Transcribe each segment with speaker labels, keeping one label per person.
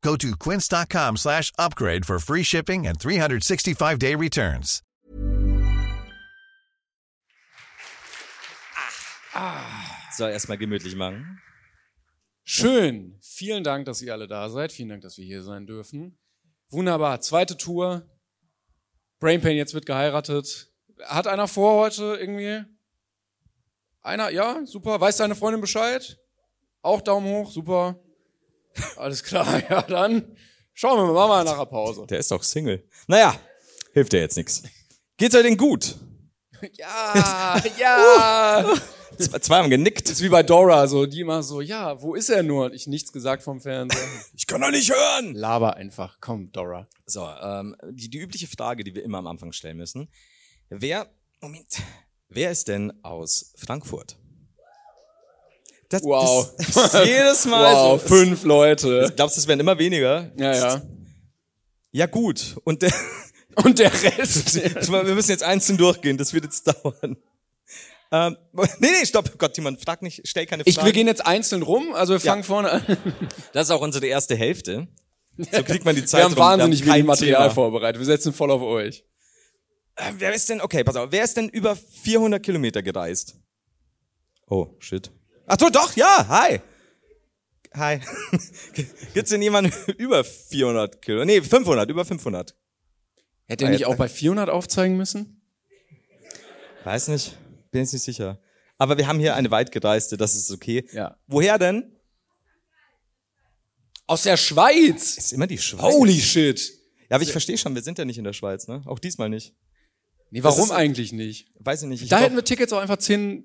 Speaker 1: Go to quince.com slash upgrade for free shipping and 365-day returns.
Speaker 2: So, erstmal gemütlich machen.
Speaker 3: Schön. Vielen Dank, dass ihr alle da seid. Vielen Dank, dass wir hier sein dürfen. Wunderbar. Zweite Tour. Brain Pain, jetzt wird geheiratet. Hat einer vor heute irgendwie? Einer? Ja, super. Weiß deine Freundin Bescheid? Auch Daumen hoch, super. Alles klar, ja dann. Schauen wir mal nach der Pause.
Speaker 2: Der ist doch Single. Naja, hilft dir jetzt nichts. Geht's euch denn gut?
Speaker 3: Ja, ja.
Speaker 2: Z- Zwei haben genickt.
Speaker 3: Uh. Ist wie bei Dora, so, die immer so, ja, wo ist er nur? Und ich nichts gesagt vom Fernseher.
Speaker 2: Ich kann doch nicht hören.
Speaker 3: Laber einfach, komm, Dora.
Speaker 2: So, ähm, die, die übliche Frage, die wir immer am Anfang stellen müssen. Wer, Moment, wer ist denn aus Frankfurt? Das,
Speaker 3: Wow.
Speaker 2: Das, ist jedes Mal
Speaker 3: Wow,
Speaker 2: so.
Speaker 3: fünf Leute.
Speaker 2: Glaubst du, es werden immer weniger?
Speaker 3: Ja, ja.
Speaker 2: Ja, gut. Und der,
Speaker 3: Und der Rest.
Speaker 2: ich meine, wir müssen jetzt einzeln durchgehen, das wird jetzt dauern. Ähm, nee, nee, stopp. Gott, Timon, frag nicht, stell keine
Speaker 3: Ich, wir
Speaker 2: Fragen.
Speaker 3: gehen jetzt einzeln rum, also wir fangen vorne an.
Speaker 2: das ist auch unsere erste Hälfte. So kriegt man die Zeit
Speaker 3: Wir haben
Speaker 2: rum.
Speaker 3: wahnsinnig
Speaker 2: kein
Speaker 3: wenig Material
Speaker 2: Thema.
Speaker 3: vorbereitet. Wir setzen voll auf euch.
Speaker 2: Ähm, Wer ist denn, okay, pass auf, wer ist denn über 400 Kilometer gereist? Oh, shit. Ach so, doch, ja, hi. Hi. Gibt's denn jemanden über 400 Kilometer? Nee, 500, über 500.
Speaker 3: Hätte er nicht auch bei 400 aufzeigen müssen?
Speaker 2: Weiß nicht, bin jetzt nicht sicher. Aber wir haben hier eine weitgereiste, das ist okay.
Speaker 3: Ja.
Speaker 2: Woher denn?
Speaker 3: Aus der Schweiz!
Speaker 2: Ist immer die Schweiz.
Speaker 3: Holy shit!
Speaker 2: Ja, aber ich verstehe schon, wir sind ja nicht in der Schweiz, ne? Auch diesmal nicht.
Speaker 3: Nee, warum
Speaker 2: ist-
Speaker 3: eigentlich nicht?
Speaker 2: Weiß ich nicht. Ich
Speaker 3: Da
Speaker 2: glaub-
Speaker 3: hätten wir Tickets auch einfach 10...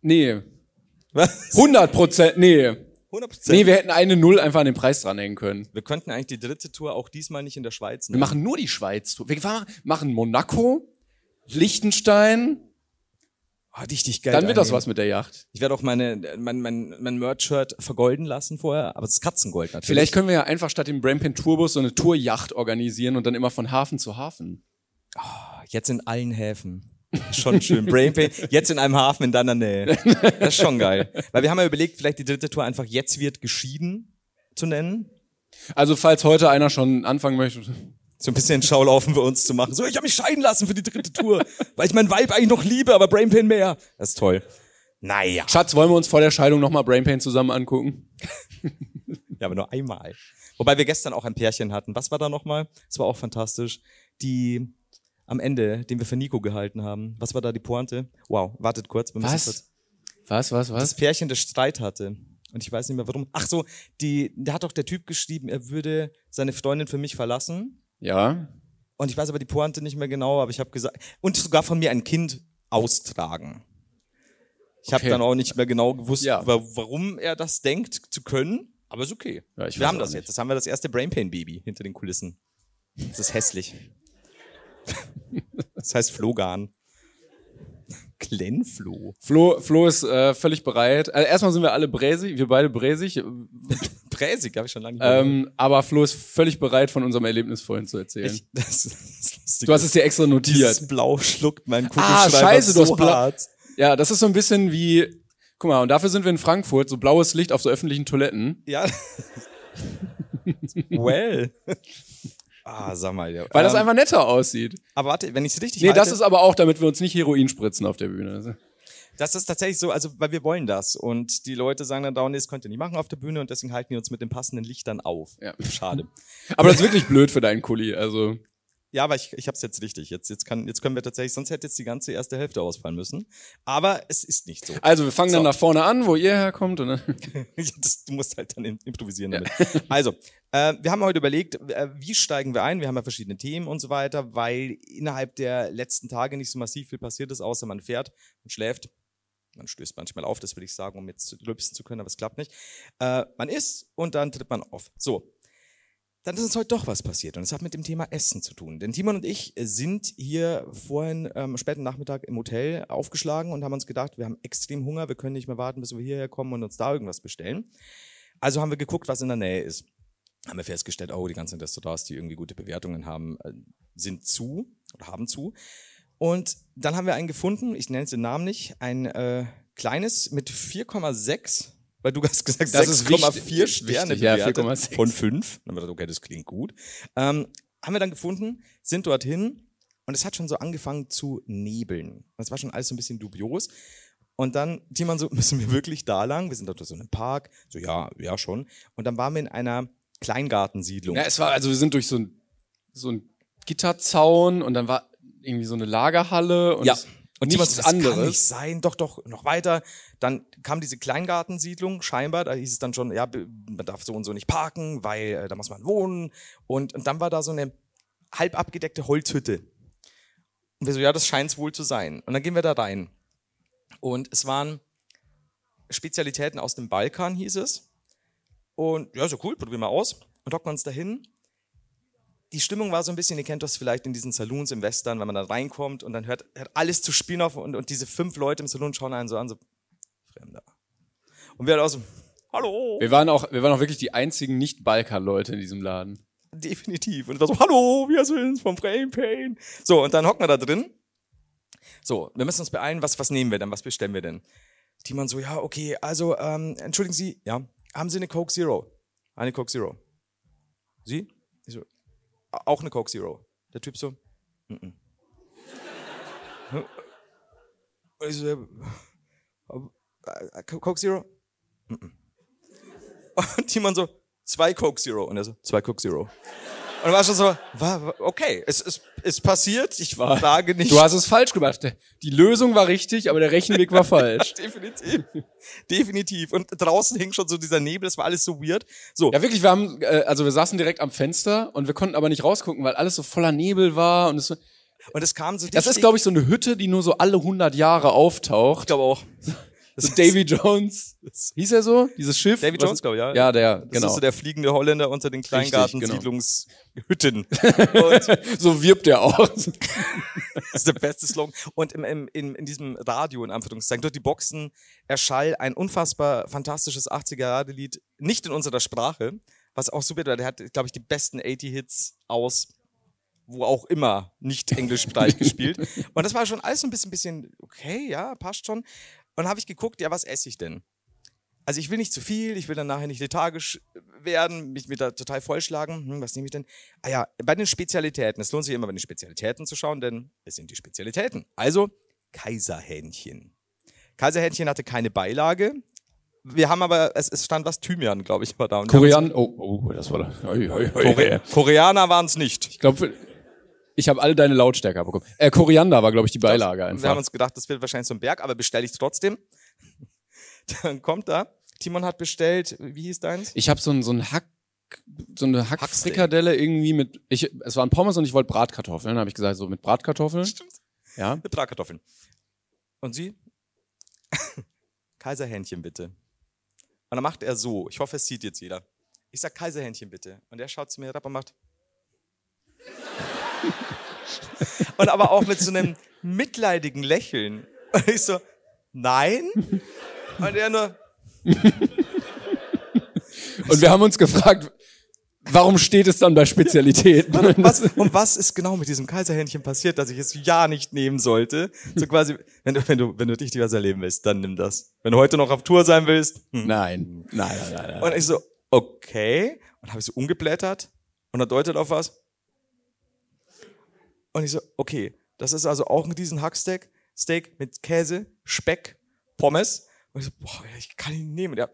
Speaker 3: Nee.
Speaker 2: Was?
Speaker 3: 100 Prozent, nee.
Speaker 2: 100%.
Speaker 3: Nee, wir hätten eine Null einfach an den Preis dranhängen können.
Speaker 2: wir könnten eigentlich die dritte Tour auch diesmal nicht in der Schweiz
Speaker 3: Wir machen nur die Schweiz. Wir fahren- machen Monaco, Liechtenstein,
Speaker 2: Oh, richtig geil.
Speaker 3: dann wird das
Speaker 2: einnehmen.
Speaker 3: was mit der Yacht.
Speaker 2: Ich werde auch meine, mein, mein, mein Merch-Shirt vergolden lassen vorher, aber es ist Katzengold natürlich.
Speaker 3: Vielleicht können wir ja einfach statt dem Brampin Tourbus so eine Tourjacht organisieren und dann immer von Hafen zu Hafen.
Speaker 2: Ah, Jetzt in allen Häfen. Schon schön. Brain Pain. Jetzt in einem Hafen in deiner Nähe. Das ist schon geil. Weil wir haben ja überlegt, vielleicht die dritte Tour einfach jetzt wird geschieden zu nennen.
Speaker 3: Also falls heute einer schon anfangen möchte,
Speaker 2: So ein bisschen Schaulaufen für uns zu machen. So, ich habe mich scheiden lassen für die dritte Tour, weil ich mein Weib eigentlich noch liebe, aber Brain Pain mehr. Das ist toll. Naja.
Speaker 3: Schatz, wollen wir uns vor der Scheidung nochmal Brainpain zusammen angucken?
Speaker 2: Ja, aber nur einmal. Wobei wir gestern auch ein Pärchen hatten. Was war da nochmal? Das war auch fantastisch. Die am Ende, den wir für Nico gehalten haben. Was war da die Pointe? Wow, wartet kurz. wir müssen kurz-
Speaker 3: Was, was,
Speaker 2: Das
Speaker 3: was?
Speaker 2: Pärchen, das Streit hatte. Und ich weiß nicht mehr warum. Ach so, die, da hat doch der Typ geschrieben, er würde seine Freundin für mich verlassen.
Speaker 3: Ja.
Speaker 2: Und ich weiß aber die Pointe nicht mehr genau, aber ich habe gesagt, und sogar von mir ein Kind austragen. Ich habe
Speaker 3: Okay.
Speaker 2: dann auch nicht mehr genau gewusst,
Speaker 3: Ja.
Speaker 2: wa warum er das denkt zu können, aber ist okay.
Speaker 3: Ja, ich
Speaker 2: wir
Speaker 3: weiß
Speaker 2: haben
Speaker 3: auch
Speaker 2: das
Speaker 3: nicht.
Speaker 2: jetzt. Das haben wir das erste Brain Pain Baby hinter den Kulissen. Das ist hässlich. das heißt Flogan. Glenflo.
Speaker 3: Flo, Flo ist äh, völlig bereit. Also erstmal sind wir alle bräsig, wir beide bräsig,
Speaker 2: Präsig, habe ich schon lange nicht mehr gehört.
Speaker 3: ähm, aber Flo ist völlig bereit, von unserem Erlebnis vorhin zu erzählen.
Speaker 2: Ich, das, das lustig
Speaker 3: du hast es dir extra notiert.
Speaker 2: dieses Blau schluckt mein Kugelschreiber
Speaker 3: Ah, scheiße, du
Speaker 2: so
Speaker 3: hast blau-
Speaker 2: hart.
Speaker 3: Ja, das ist so ein bisschen wie, guck mal, und dafür sind wir in Frankfurt, so blaues Licht auf so öffentlichen Toiletten.
Speaker 2: Ja. well. Ah, sag mal. Ja.
Speaker 3: Weil das
Speaker 2: Ähm,
Speaker 3: einfach netter aussieht.
Speaker 2: aber warte, wenn ich es richtig
Speaker 3: Nee,
Speaker 2: halte,
Speaker 3: das ist aber auch, damit wir uns nicht Heroin spritzen auf der Bühne. Also,
Speaker 2: das ist tatsächlich so, also weil wir wollen das und die Leute sagen dann dauernd, nee, das könnt ihr nicht machen auf der Bühne und deswegen halten die uns mit den passenden Lichtern auf.
Speaker 3: Ja.
Speaker 2: Schade.
Speaker 3: Aber das ist wirklich blöd für deinen Kuli. Also,
Speaker 2: Ja, aber ich, ich habe es jetzt richtig. Jetzt, jetzt, kann, jetzt können wir tatsächlich, sonst hätte jetzt die ganze erste Hälfte ausfallen müssen. Aber es ist nicht so.
Speaker 3: also wir fangen
Speaker 2: So.
Speaker 3: dann nach vorne an, wo ihr herkommt. Und dann
Speaker 2: Ja, das, du musst halt dann im- improvisieren damit. Also, äh, wir haben heute überlegt, äh, wie steigen wir ein? Wir haben ja verschiedene Themen und so weiter, weil innerhalb der letzten Tage nicht so massiv viel passiert ist, außer man fährt, man schläft, man stößt manchmal auf, das will ich sagen, um jetzt rülpsen zu können, aber es klappt nicht. Äh, man isst und dann tritt man auf. So. dann ist uns heute doch was passiert und es hat mit dem Thema Essen zu tun. Denn Timon und ich äh, sind hier vorhin ähm, späten Nachmittag im Hotel aufgeschlagen und haben uns gedacht, wir haben extrem Hunger, wir können nicht mehr warten, bis wir hierher kommen und uns da irgendwas bestellen. Also haben wir geguckt, was in der Nähe ist. Haben wir festgestellt, oh, die ganzen Restaurants, die irgendwie gute Bewertungen haben, äh, sind zu oder haben zu. Und dann haben wir einen gefunden, ich nenne jetzt den Namen nicht, ein äh, kleines mit 4,6, weil du hast gesagt,
Speaker 3: Das ist
Speaker 2: 6,4
Speaker 3: wichtig,
Speaker 2: Sterne
Speaker 3: wichtig, ja,
Speaker 2: bewertet
Speaker 3: 4,6.
Speaker 2: von 5. Dann haben wir gedacht, okay, das klingt gut. Ähm, haben wir dann gefunden, sind dorthin und es hat schon so angefangen zu nebeln. Das war schon alles so ein bisschen dubios. Und dann, Timon so, müssen wir wirklich da lang? Wir sind dort so in einem Park. So, ja, ja schon. Und dann waren wir in einer Kleingartensiedlung.
Speaker 3: Ja, es war, also wir sind durch so ein, so ein Gitterzaun und dann war irgendwie so eine Lagerhalle und, es-
Speaker 2: Und
Speaker 3: nichts
Speaker 2: nichts das anderes. Kann nicht
Speaker 3: anderes.
Speaker 2: sein, doch, doch, noch weiter. Dann kam diese Kleingartensiedlung, scheinbar, da hieß es dann schon, ja, be- man darf so und so nicht parken, weil äh, da muss man wohnen. Und, und dann war da so eine halb abgedeckte Holzhütte. Und wir so, ja, das scheint es wohl zu sein. Und dann gehen wir da rein. Und es waren Spezialitäten aus dem Balkan, hieß es. Und ja, so cool, probieren wir aus. Und hocken uns dahin die Stimmung war so ein bisschen, ihr kennt das vielleicht in diesen Saloons im Western, wenn man da reinkommt und dann hört, hört alles zu spielen auf und, und diese fünf Leute im Saloon schauen einen so an, so Fremder. Und wir halt auch so, hallo,
Speaker 3: Wir waren auch, wir waren auch wirklich die einzigen Nicht-Balkan-Leute in diesem Laden.
Speaker 2: definitiv. Und ich war so, hallo, wir sind's vom Brain Pain. So, und dann hocken wir da drin. So, wir müssen uns beeilen, was, was nehmen wir denn, was bestellen wir denn? Timon so, ja, okay, also, ähm, entschuldigen Sie, ja, haben Sie eine Coke Zero? Eine Coke Zero. Sie? Ich so, "A- auch eine Coke Zero. Der Typ so, Und ich so, äh, Coke Zero? Mhm. Und Timon so, zwei Coke Zero. Und er so, zwei Coke Zero. Und dann war schon so, wa- wa- okay, es ist, ist passiert, ich war, frage nicht.
Speaker 3: Du hast es falsch gemacht. Die Lösung war richtig, aber der Rechenweg war falsch.
Speaker 2: Definitiv. Definitiv. Und draußen hing schon so dieser Nebel, das war alles so weird. So,
Speaker 3: Ja, wirklich, wir haben, äh, also wir saßen direkt am Fenster und wir konnten aber nicht rausgucken, weil alles so voller Nebel war und es,
Speaker 2: und es kam so
Speaker 3: das ist, glaube ich, so eine Hütte, die nur so alle 100 Jahre auftaucht.
Speaker 2: glaube auch.
Speaker 3: So Davy Jones. Hieß er so? Dieses Schiff?
Speaker 2: Davy
Speaker 3: Was
Speaker 2: Jones,
Speaker 3: ist-
Speaker 2: glaube ich, ja.
Speaker 3: Ja, der,
Speaker 2: Das ist
Speaker 3: genau.
Speaker 2: so der fliegende Holländer unter den
Speaker 3: Richtig, genau.
Speaker 2: Kleingartensiedlungshütten. Und
Speaker 3: so wirbt er auch.
Speaker 2: Das ist der beste Slogan. Und im, im, in, in diesem Radio, in Anführungszeichen, durch die Boxen erschall ein unfassbar fantastisches 80er-Jahre-Lied, nicht in unserer Sprache, was auch super war. Der hat, glaube ich, die besten 80-Hits aus wo auch immer nicht englischsprachig gespielt. Und das war schon alles so ein bisschen, bisschen, okay, ja, passt schon. Und dann habe ich geguckt, ja, was esse ich denn? Also ich will nicht zu viel, ich will dann nachher nicht lethargisch werden, mich mit da total vollschlagen. Hm, was nehme ich denn? Ah ja, bei den Spezialitäten. Es lohnt sich immer, bei den Spezialitäten zu schauen, denn es sind die Spezialitäten. Also Kaiserhähnchen. Kaiserhähnchen hatte keine Beilage. Wir haben aber, es, es stand was Thymian, glaube ich, war da. Und wir haben
Speaker 3: Korean. Oh, oh, das war da. Oi, oi, oi.
Speaker 2: uns- Kore Koreaner waren es nicht.
Speaker 3: Ich glaube, ich habe alle deine Lautstärke bekommen. Äh, Koriander war, glaube ich, die Beilage
Speaker 2: Wir haben
Speaker 3: einfach.
Speaker 2: uns gedacht, das wird wahrscheinlich so ein Berg, aber bestelle ich trotzdem. Dann kommt da. Timon hat bestellt, wie hieß deins?
Speaker 3: Ich habe so ein, so ein Hack, so eine Hackfrikadelle irgendwie mit, ich, es waren Pommes und ich wollte Bratkartoffeln, habe ich gesagt, so mit Bratkartoffeln.
Speaker 2: Stimmt.
Speaker 3: Ja.
Speaker 2: Mit Bratkartoffeln. Und sie? Kaiserhähnchen bitte. Und dann macht er so. Ich hoffe, es sieht jetzt jeder. Ich sag Kaiserhähnchen bitte. Und er schaut zu mir herab und macht. und aber auch mit so einem mitleidigen Lächeln. Und ich so, nein? Und er nur,
Speaker 3: Und wir haben uns gefragt, warum steht es dann bei Spezialitäten?
Speaker 2: was, und was ist genau mit diesem Kaiserhähnchen passiert, dass ich es ja nicht nehmen sollte? So
Speaker 3: Hm.
Speaker 2: quasi, wenn du, wenn du, wenn du dich was erleben willst, dann nimm das. Wenn du heute noch auf Tour sein willst. Hm.
Speaker 3: Nein, nein, nein, nein. nein.
Speaker 2: Und ich so, okay. Und habe ich so umgeblättert und er deutet auf was. Und ich so, okay, das ist also auch ein diesen Hacksteak, Steak mit Käse, Speck, Pommes. Und ich so, boah, ich kann ihn nehmen. Ja.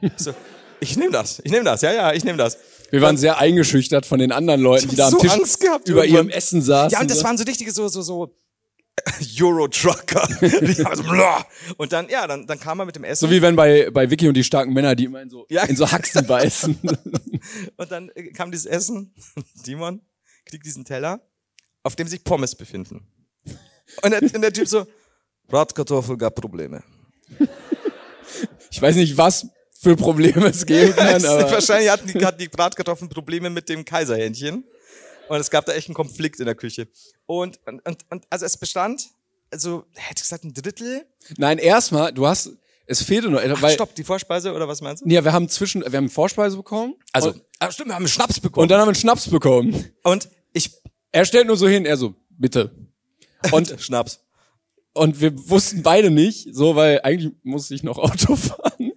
Speaker 2: Ich so, ich nehme das, ich nehme das, ja, ja, ich nehme das.
Speaker 3: Wir waren sehr eingeschüchtert von den anderen Leuten, die da am
Speaker 2: so
Speaker 3: Tisch
Speaker 2: Angst gehabt
Speaker 3: über
Speaker 2: irgendwann.
Speaker 3: ihrem Essen saßen.
Speaker 2: Ja, und das waren so richtige, so, so, so Euro-Trucker. Die haben so, blah. und dann, ja, dann, dann kam er mit dem Essen
Speaker 3: so wie wenn bei, bei Vicky und die starken Männer, die immer in so,
Speaker 2: Ja.
Speaker 3: in so Haxen beißen.
Speaker 2: und dann äh, kam dieses Essen. Timon kriegt diesen Teller, auf dem sich Pommes befinden. Und der, und der Typ so, Bratkartoffel gab Probleme.
Speaker 3: Ich weiß nicht, was für Probleme es geben kann. Aber
Speaker 2: Wahrscheinlich hatten die, hatten die Bratkartoffeln Probleme mit dem Kaiserhähnchen. Und es gab da echt einen Konflikt in der Küche. Und, und, und und also es bestand, also hätte ich gesagt, ein Drittel.
Speaker 3: Nein, erstmal, du hast, es fehlte noch,
Speaker 2: Ach,
Speaker 3: weil,
Speaker 2: stopp, die Vorspeise oder was meinst du?
Speaker 3: ja, wir haben zwischen, wir haben Vorspeise bekommen. und,
Speaker 2: ah, stimmt, wir haben einen Schnaps bekommen.
Speaker 3: und dann haben wir einen Schnaps bekommen.
Speaker 2: und ich,
Speaker 3: Er stellt nur so hin, er so, bitte. Und,
Speaker 2: Schnaps.
Speaker 3: und wir wussten beide nicht, so, weil eigentlich musste ich noch Auto fahren.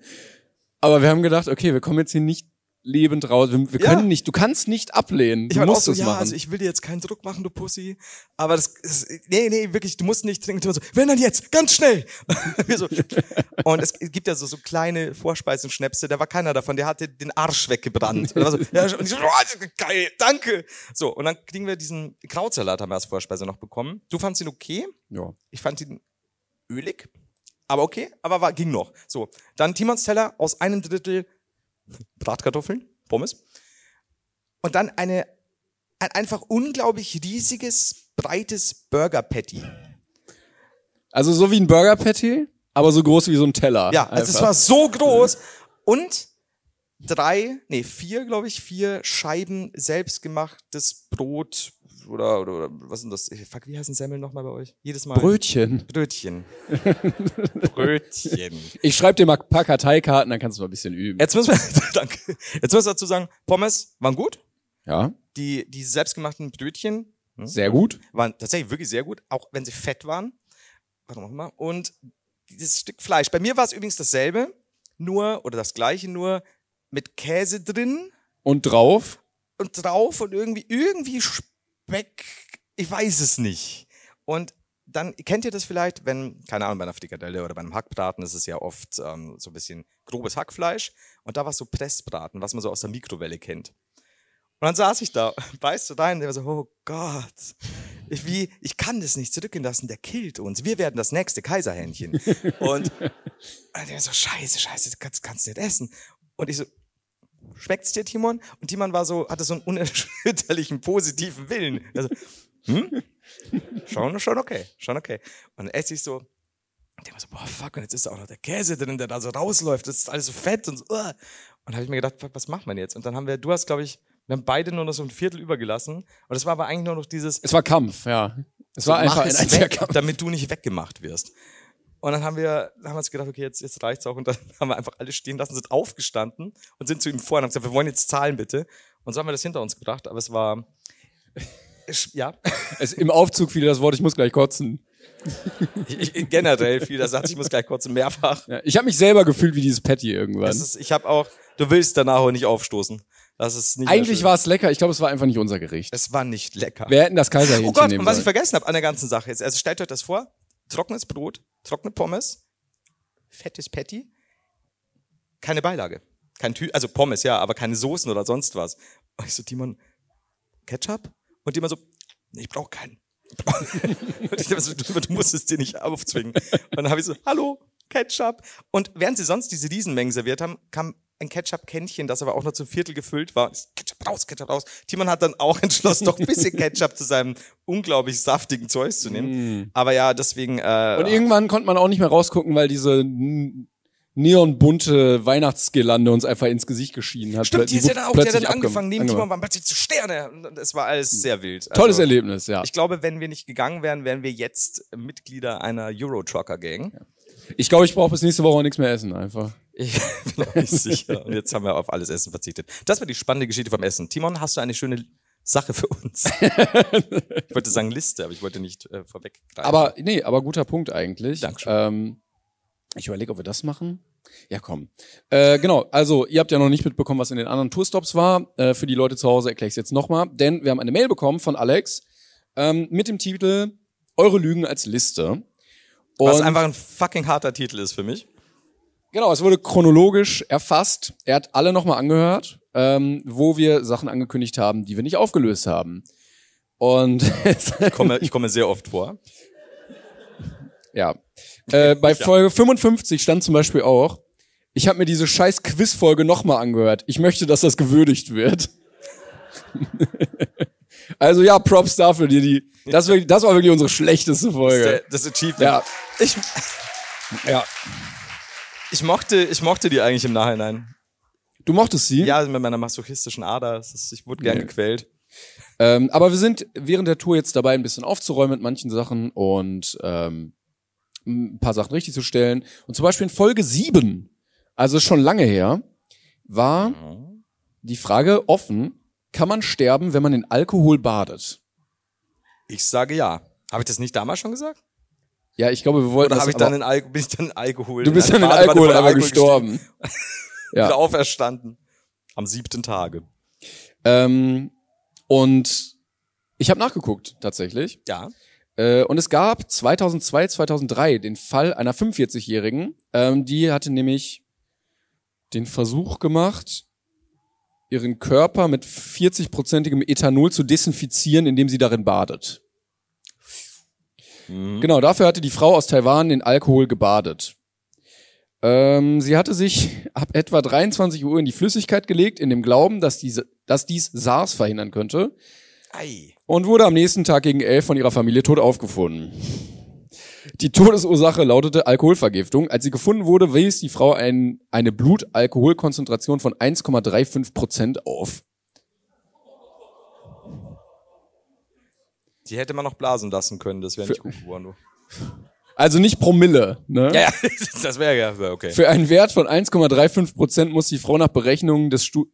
Speaker 3: Aber wir haben gedacht, okay, wir kommen jetzt hier nicht lebend raus. Wir, wir
Speaker 2: Ja.
Speaker 3: können nicht, du kannst nicht ablehnen. Du
Speaker 2: Ich war auch
Speaker 3: musst
Speaker 2: so,
Speaker 3: es
Speaker 2: ja,
Speaker 3: machen.
Speaker 2: also ich will dir jetzt keinen Druck machen, du Pussy. Aber das, das nee, nee, wirklich, du musst nicht trinken. Und immer So, wenn dann jetzt, ganz schnell. Wir so, und es gibt ja so, so kleine Vorspeisenschnäpse, da war keiner davon, der hatte den Arsch weggebrannt. Und, da war so, ja, und ich so, oh, geil, danke. So, und dann kriegen wir diesen Krautsalat, haben wir als Vorspeise noch bekommen. Du fandst ihn okay?
Speaker 3: ja.
Speaker 2: Ich fand ihn ölig, aber okay, aber war, ging noch. So, dann Timons Teller aus einem Drittel Bratkartoffeln, Pommes. Und dann eine, ein einfach unglaublich riesiges, breites Burger Patty.
Speaker 3: Also so wie ein Burger Patty, aber so groß wie so ein Teller.
Speaker 2: Ja, also es
Speaker 3: Einfach.
Speaker 2: war so groß. Und drei, nee, vier, glaube ich, vier Scheiben selbstgemachtes Brot oder, oder, oder was sind das? Fuck, wie heißen Semmeln nochmal bei euch? Jedes Mal.
Speaker 3: Brötchen.
Speaker 2: Brötchen. Brötchen.
Speaker 3: Ich schreibe dir mal ein paar Karteikarten, dann kannst du mal ein bisschen üben.
Speaker 2: Jetzt müssen wir, danke. Jetzt müssen wir dazu sagen, Pommes waren gut.
Speaker 3: Ja,
Speaker 2: Die, die selbstgemachten Brötchen
Speaker 3: sehr gut.
Speaker 2: waren tatsächlich wirklich sehr gut, auch wenn sie fett waren. Warum auch immer. Und dieses Stück Fleisch. Bei mir war es übrigens dasselbe, nur, oder das gleiche, nur mit Käse drin
Speaker 3: Und drauf?
Speaker 2: und drauf und irgendwie, irgendwie Speck. Ich weiß es nicht. Und dann kennt ihr das vielleicht, wenn, keine Ahnung, bei einer Frikadelle oder bei einem Hackbraten ist es ja oft ähm, so ein bisschen grobes Hackfleisch. Und da war es so Pressbraten, was man so aus der Mikrowelle kennt. Und dann saß ich da, beißt so rein, und der war so, oh Gott, ich, wie, ich kann das nicht zurückgehen lassen, der killt uns, wir werden das nächste Kaiserhähnchen. Und, und der so, scheiße, scheiße, das kannst, kannst nicht essen. Und ich so, schmeckt's dir, Timon? Und Timon war so, hatte so einen unerschütterlichen, positiven Willen. Also, hm? Schon, schon okay, schon okay. Und dann esse ich so, und der war so, boah, fuck, und jetzt ist da auch noch der Käse drin, der da so rausläuft, das ist alles so fett und so. Uh. Und habe ich mir gedacht, fuck, was macht man jetzt? Und dann haben wir, du hast, glaube ich, wir haben beide nur noch so ein Viertel übergelassen. Und es war aber eigentlich nur noch dieses,
Speaker 3: Es war Kampf, ja. Es war einfach
Speaker 2: mach
Speaker 3: ein
Speaker 2: es
Speaker 3: einziger
Speaker 2: weg,
Speaker 3: Kampf.
Speaker 2: damit du nicht weggemacht wirst. Und dann haben wir, dann haben wir uns gedacht, okay, jetzt, jetzt reicht's auch. Und dann haben wir einfach alle stehen lassen, sind aufgestanden und sind zu ihm vor und haben gesagt, wir wollen jetzt zahlen, bitte. Und so haben wir das hinter uns gebracht, aber es war, es- ja,
Speaker 3: Es, Im Aufzug fiel das Wort, ich muss gleich kotzen.
Speaker 2: ich- ich- generell viel, da sagt, ich muss gleich kurz mehrfach.
Speaker 3: Ja, ich habe mich selber gefühlt wie dieses Patty irgendwann.
Speaker 2: Das ist, ich habe auch, du willst danach auch nicht aufstoßen. Das ist nicht mehr
Speaker 3: Eigentlich
Speaker 2: schön.
Speaker 3: war es lecker, ich glaube, es war einfach nicht unser Gericht.
Speaker 2: es war nicht lecker.
Speaker 3: Wir hätten das Kaiserhähnchen
Speaker 2: Oh Gott,
Speaker 3: nehmen
Speaker 2: und was ich
Speaker 3: sollen.
Speaker 2: vergessen habe an der ganzen Sache ist, also stellt euch das vor, trockenes Brot, trockene Pommes, fettes Patty, keine Beilage. Kein Tü also Pommes, ja, aber keine Soßen oder sonst was. Und ich so, Timon, Ketchup? Und Timon so, nee, ich brauche keinen. und ich dachte so, du, du musst es dir nicht aufzwingen. Und dann habe ich so, hallo, Ketchup. Und während sie sonst diese Riesenmengen serviert haben, kam ein Ketchup-Kännchen, das aber auch nur zum Viertel gefüllt war. Ich so, Ketchup raus, Ketchup raus. Timon hat dann auch entschlossen, noch ein bisschen Ketchup zu seinem unglaublich saftigen Zeug zu nehmen. Aber ja, deswegen. Äh,
Speaker 3: Mm. Und irgendwann konnte man auch nicht mehr rausgucken, weil diese n- neonbunte Weihnachtsgelande uns einfach ins Gesicht geschienen hat.
Speaker 2: Stimmt, die ist ja
Speaker 3: wurde
Speaker 2: dann auch, der hat
Speaker 3: plötzlich
Speaker 2: dann angefangen,
Speaker 3: abgem-
Speaker 2: neben
Speaker 3: angemacht.
Speaker 2: Timon waren plötzlich zu Sterne. Und Es war alles sehr wild. Also,
Speaker 3: Tolles Erlebnis, ja.
Speaker 2: Ich glaube, wenn wir nicht gegangen wären, wären wir jetzt Mitglieder einer Euro-Trucker-Gang.
Speaker 3: Ich glaube, ich brauche bis nächste Woche auch nichts mehr essen, einfach.
Speaker 2: Ich bin auch nicht sicher. Und jetzt haben wir auf alles Essen verzichtet. Das war die spannende Geschichte vom Essen. Timon, hast du eine schöne Sache für uns? ich wollte sagen Liste, aber ich wollte nicht äh, vorweggreifen.
Speaker 3: Aber nee, aber guter Punkt eigentlich.
Speaker 2: Dankeschön.
Speaker 3: Ähm, ich überlege, ob wir das machen. Ja, komm. Äh, genau, also ihr habt ja noch nicht mitbekommen, was in den anderen Tourstops war. Äh, für die Leute zu Hause erkläre ich es jetzt nochmal. Denn wir haben eine Mail bekommen von Alex ähm, mit dem Titel Eure Lügen als Liste.
Speaker 2: was
Speaker 3: Und-
Speaker 2: einfach ein fucking harter Titel ist für mich.
Speaker 3: Genau, es wurde chronologisch erfasst. Er hat alle nochmal angehört, ähm, wo wir Sachen angekündigt haben, die wir nicht aufgelöst haben. Und
Speaker 2: Ich komme, ich komme sehr oft vor.
Speaker 3: ja, äh, bei Folge 55 stand zum Beispiel auch, ich habe mir diese scheiß Quiz-Folge nochmal angehört. Ich möchte, dass das gewürdigt wird. also ja, Props dafür, die, die, das, wirklich- das war wirklich unsere schlechteste Folge.
Speaker 2: Das Achievement.
Speaker 3: Ja.
Speaker 2: Ich,
Speaker 3: Ja.
Speaker 2: Ich mochte, ich mochte die eigentlich im Nachhinein.
Speaker 3: Du mochtest sie?
Speaker 2: Ja, mit meiner masochistischen Ader. es ist- Ich wurde gern
Speaker 3: Nee.
Speaker 2: gequält.
Speaker 3: Ähm, aber wir sind während der Tour jetzt dabei, ein bisschen aufzuräumen mit manchen Sachen und ähm, ein paar Sachen richtig zu stellen. Und zum Beispiel in Folge 7, also schon lange her, war die Frage offen, kann man sterben, wenn man in Alkohol badet?
Speaker 2: Ich sage ja. Habe ich das nicht damals schon gesagt?
Speaker 3: Ja, ich glaube, wir wollten
Speaker 2: Oder
Speaker 3: das
Speaker 2: habe ich dann
Speaker 3: aber-
Speaker 2: in Alko bin ich dann in Alkohol?
Speaker 3: Du bist dann in
Speaker 2: einer Badewanne
Speaker 3: Alkohol
Speaker 2: voller
Speaker 3: aber
Speaker 2: gestiegen,
Speaker 3: gestorben.
Speaker 2: Wieder
Speaker 3: ja.
Speaker 2: auferstanden. Am siebten Tage.
Speaker 3: Ähm, und ich habe nachgeguckt tatsächlich.
Speaker 2: Ja.
Speaker 3: Äh, und es gab 2002, 2003 den Fall einer 45-Jährigen, ähm, die hatte nämlich den Versuch gemacht, ihren Körper mit 40-prozentigem Ethanol zu desinfizieren, indem sie darin badet. Genau, dafür hatte die Frau aus Taiwan in Alkohol gebadet. Ähm, sie hatte sich ab etwa 23 Uhr in die Flüssigkeit gelegt, in dem Glauben, dass, diese, dass dies SARS verhindern könnte
Speaker 2: Ei.
Speaker 3: und wurde am nächsten Tag gegen elf von ihrer Familie tot aufgefunden. Die Todesursache lautete Alkoholvergiftung. Als sie gefunden wurde, wies die Frau ein, eine Blutalkoholkonzentration von 1,35 Prozent auf.
Speaker 2: Die hätte man noch blasen lassen können, das wäre nicht gut geworden. du.
Speaker 3: Also nicht Promille. Ne?
Speaker 2: Ja, ja, das wäre ja wär okay.
Speaker 3: Für einen Wert von 1,35 Prozent muss die Frau nach Berechnungen des Stu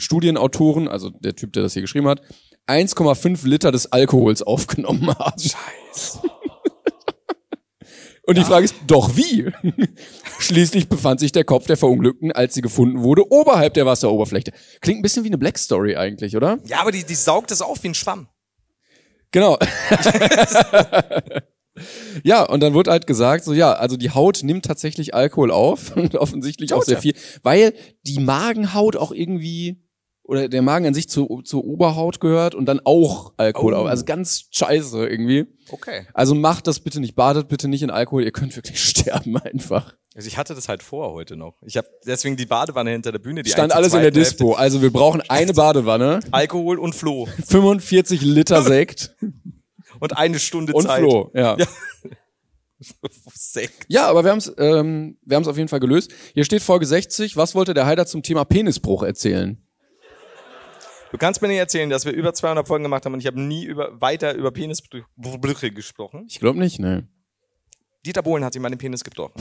Speaker 3: Studienautoren, also der Typ, der das hier geschrieben hat, 1,5 Liter des Alkohols aufgenommen haben. Scheiße. Und die Frage ist, doch wie? Schließlich befand sich der Kopf der Verunglückten, als sie gefunden wurde, oberhalb der Wasseroberfläche. Klingt ein bisschen wie eine Black Story eigentlich, oder?
Speaker 2: Ja, aber die, die saugt das auf wie ein Schwamm.
Speaker 3: Genau. ja, und dann wurde halt gesagt, so ja, also die Haut nimmt tatsächlich Alkohol auf und offensichtlich auch sehr viel, weil die Magenhaut auch irgendwie oder der Magen an sich zu, zur Oberhaut gehört und dann auch Alkohol
Speaker 2: Oh.
Speaker 3: auf. Also ganz scheiße irgendwie.
Speaker 2: Okay.
Speaker 3: Also macht das bitte nicht, badet bitte nicht in Alkohol, ihr könnt wirklich sterben einfach.
Speaker 2: Also ich hatte das halt vor heute noch. Ich habe deswegen die Badewanne hinter der Bühne. Die
Speaker 3: Stand
Speaker 2: einzig
Speaker 3: alles in der
Speaker 2: zweite
Speaker 3: Dispo. Also wir brauchen eine Badewanne,
Speaker 2: Hälfte. Alkohol und Flo.
Speaker 3: 45 Liter Sekt
Speaker 2: Und eine Stunde
Speaker 3: und
Speaker 2: Zeit.
Speaker 3: Flo. Ja.
Speaker 2: Sekt.
Speaker 3: Ja, aber wir haben's, ähm, wir haben's auf jeden Fall gelöst. Hier steht Folge 60. Was wollte der Heider zum Thema Penisbruch erzählen?
Speaker 2: Du kannst mir nicht erzählen, dass wir über 200 Folgen gemacht haben und ich habe nie über, weiter über Penisbrüche gesprochen.
Speaker 3: Ich glaube nicht, ne.
Speaker 2: Dieter Bohlen hat ihm mal den Penis gebrochen.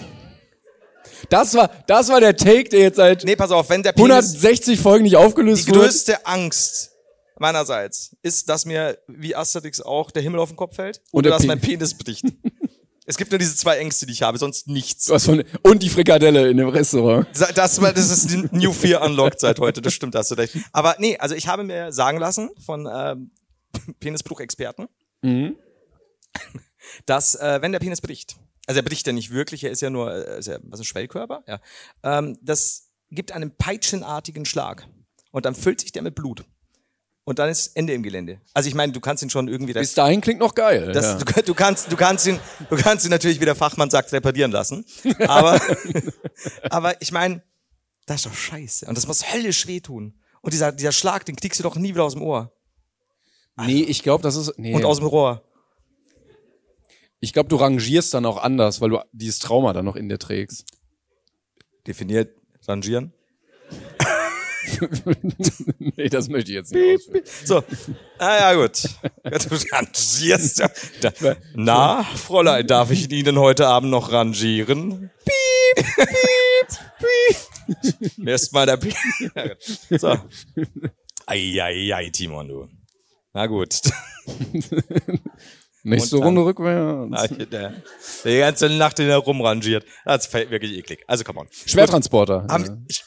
Speaker 3: Das war, das war der Take, der jetzt seit
Speaker 2: Nee, pass auf, wenn der Penis...
Speaker 3: 160 Folgen nicht aufgelöst
Speaker 2: Die
Speaker 3: wurde.
Speaker 2: größte Angst meinerseits ist, dass mir, wie Asterix auch, der Himmel auf den Kopf fällt
Speaker 3: Und
Speaker 2: oder
Speaker 3: der
Speaker 2: dass
Speaker 3: Pe-
Speaker 2: mein Penis bricht. es gibt nur diese zwei Ängste, die ich habe, sonst nichts.
Speaker 3: Was von, und die Frikadelle in dem Restaurant.
Speaker 2: Sa- Das, war- das ist die New Fear Unlocked seit heute, das stimmt, hast du recht. Aber nee, also ich habe mir sagen lassen von ähm, Penisbruchexperten, dass äh, wenn der Penis bricht, also er bricht ja nicht wirklich, er ist ja nur, äh, ist ja, was ist ein Schwellkörper? Ja. Ähm, das gibt einen peitschenartigen Schlag und dann füllt sich der mit Blut. Und dann ist Ende im Gelände. Also ich meine, du kannst ihn schon irgendwie...
Speaker 3: Bis dahin klingt noch geil.
Speaker 2: Das,
Speaker 3: ja.
Speaker 2: du, du, kannst, du, kannst ihn, du kannst ihn natürlich, wie der Fachmann sagt, reparieren lassen. Aber, aber ich meine, das ist doch scheiße. Und das muss höllisch wehtun. Und dieser, dieser Schlag, den kriegst du doch nie wieder aus dem Ohr.
Speaker 3: nee, ich glaube, das ist, nee.
Speaker 2: Und aus dem Rohr.
Speaker 3: ich glaube, du rangierst dann auch anders, weil du dieses Trauma dann noch in dir trägst.
Speaker 2: Definiert, rangieren.
Speaker 3: nee, das möchte ich jetzt nicht ausführen.
Speaker 2: So, ah ja gut. Ja, Du rangierst ja. Da, na, Fräulein, darf ich Ihnen heute Abend noch rangieren? Piep, piep, piep. Erstmal der Piep. Ja, gut. So. Eieiei, Timon, du. Na gut.
Speaker 3: Nächste
Speaker 2: Und dann-
Speaker 3: Runde rückwärts.
Speaker 2: Na, ich- der- Die ganze Nacht den herumrangiert. Das fällt wirklich eklig. Also, come on.
Speaker 3: Schwertransporter.
Speaker 2: Haben, ich,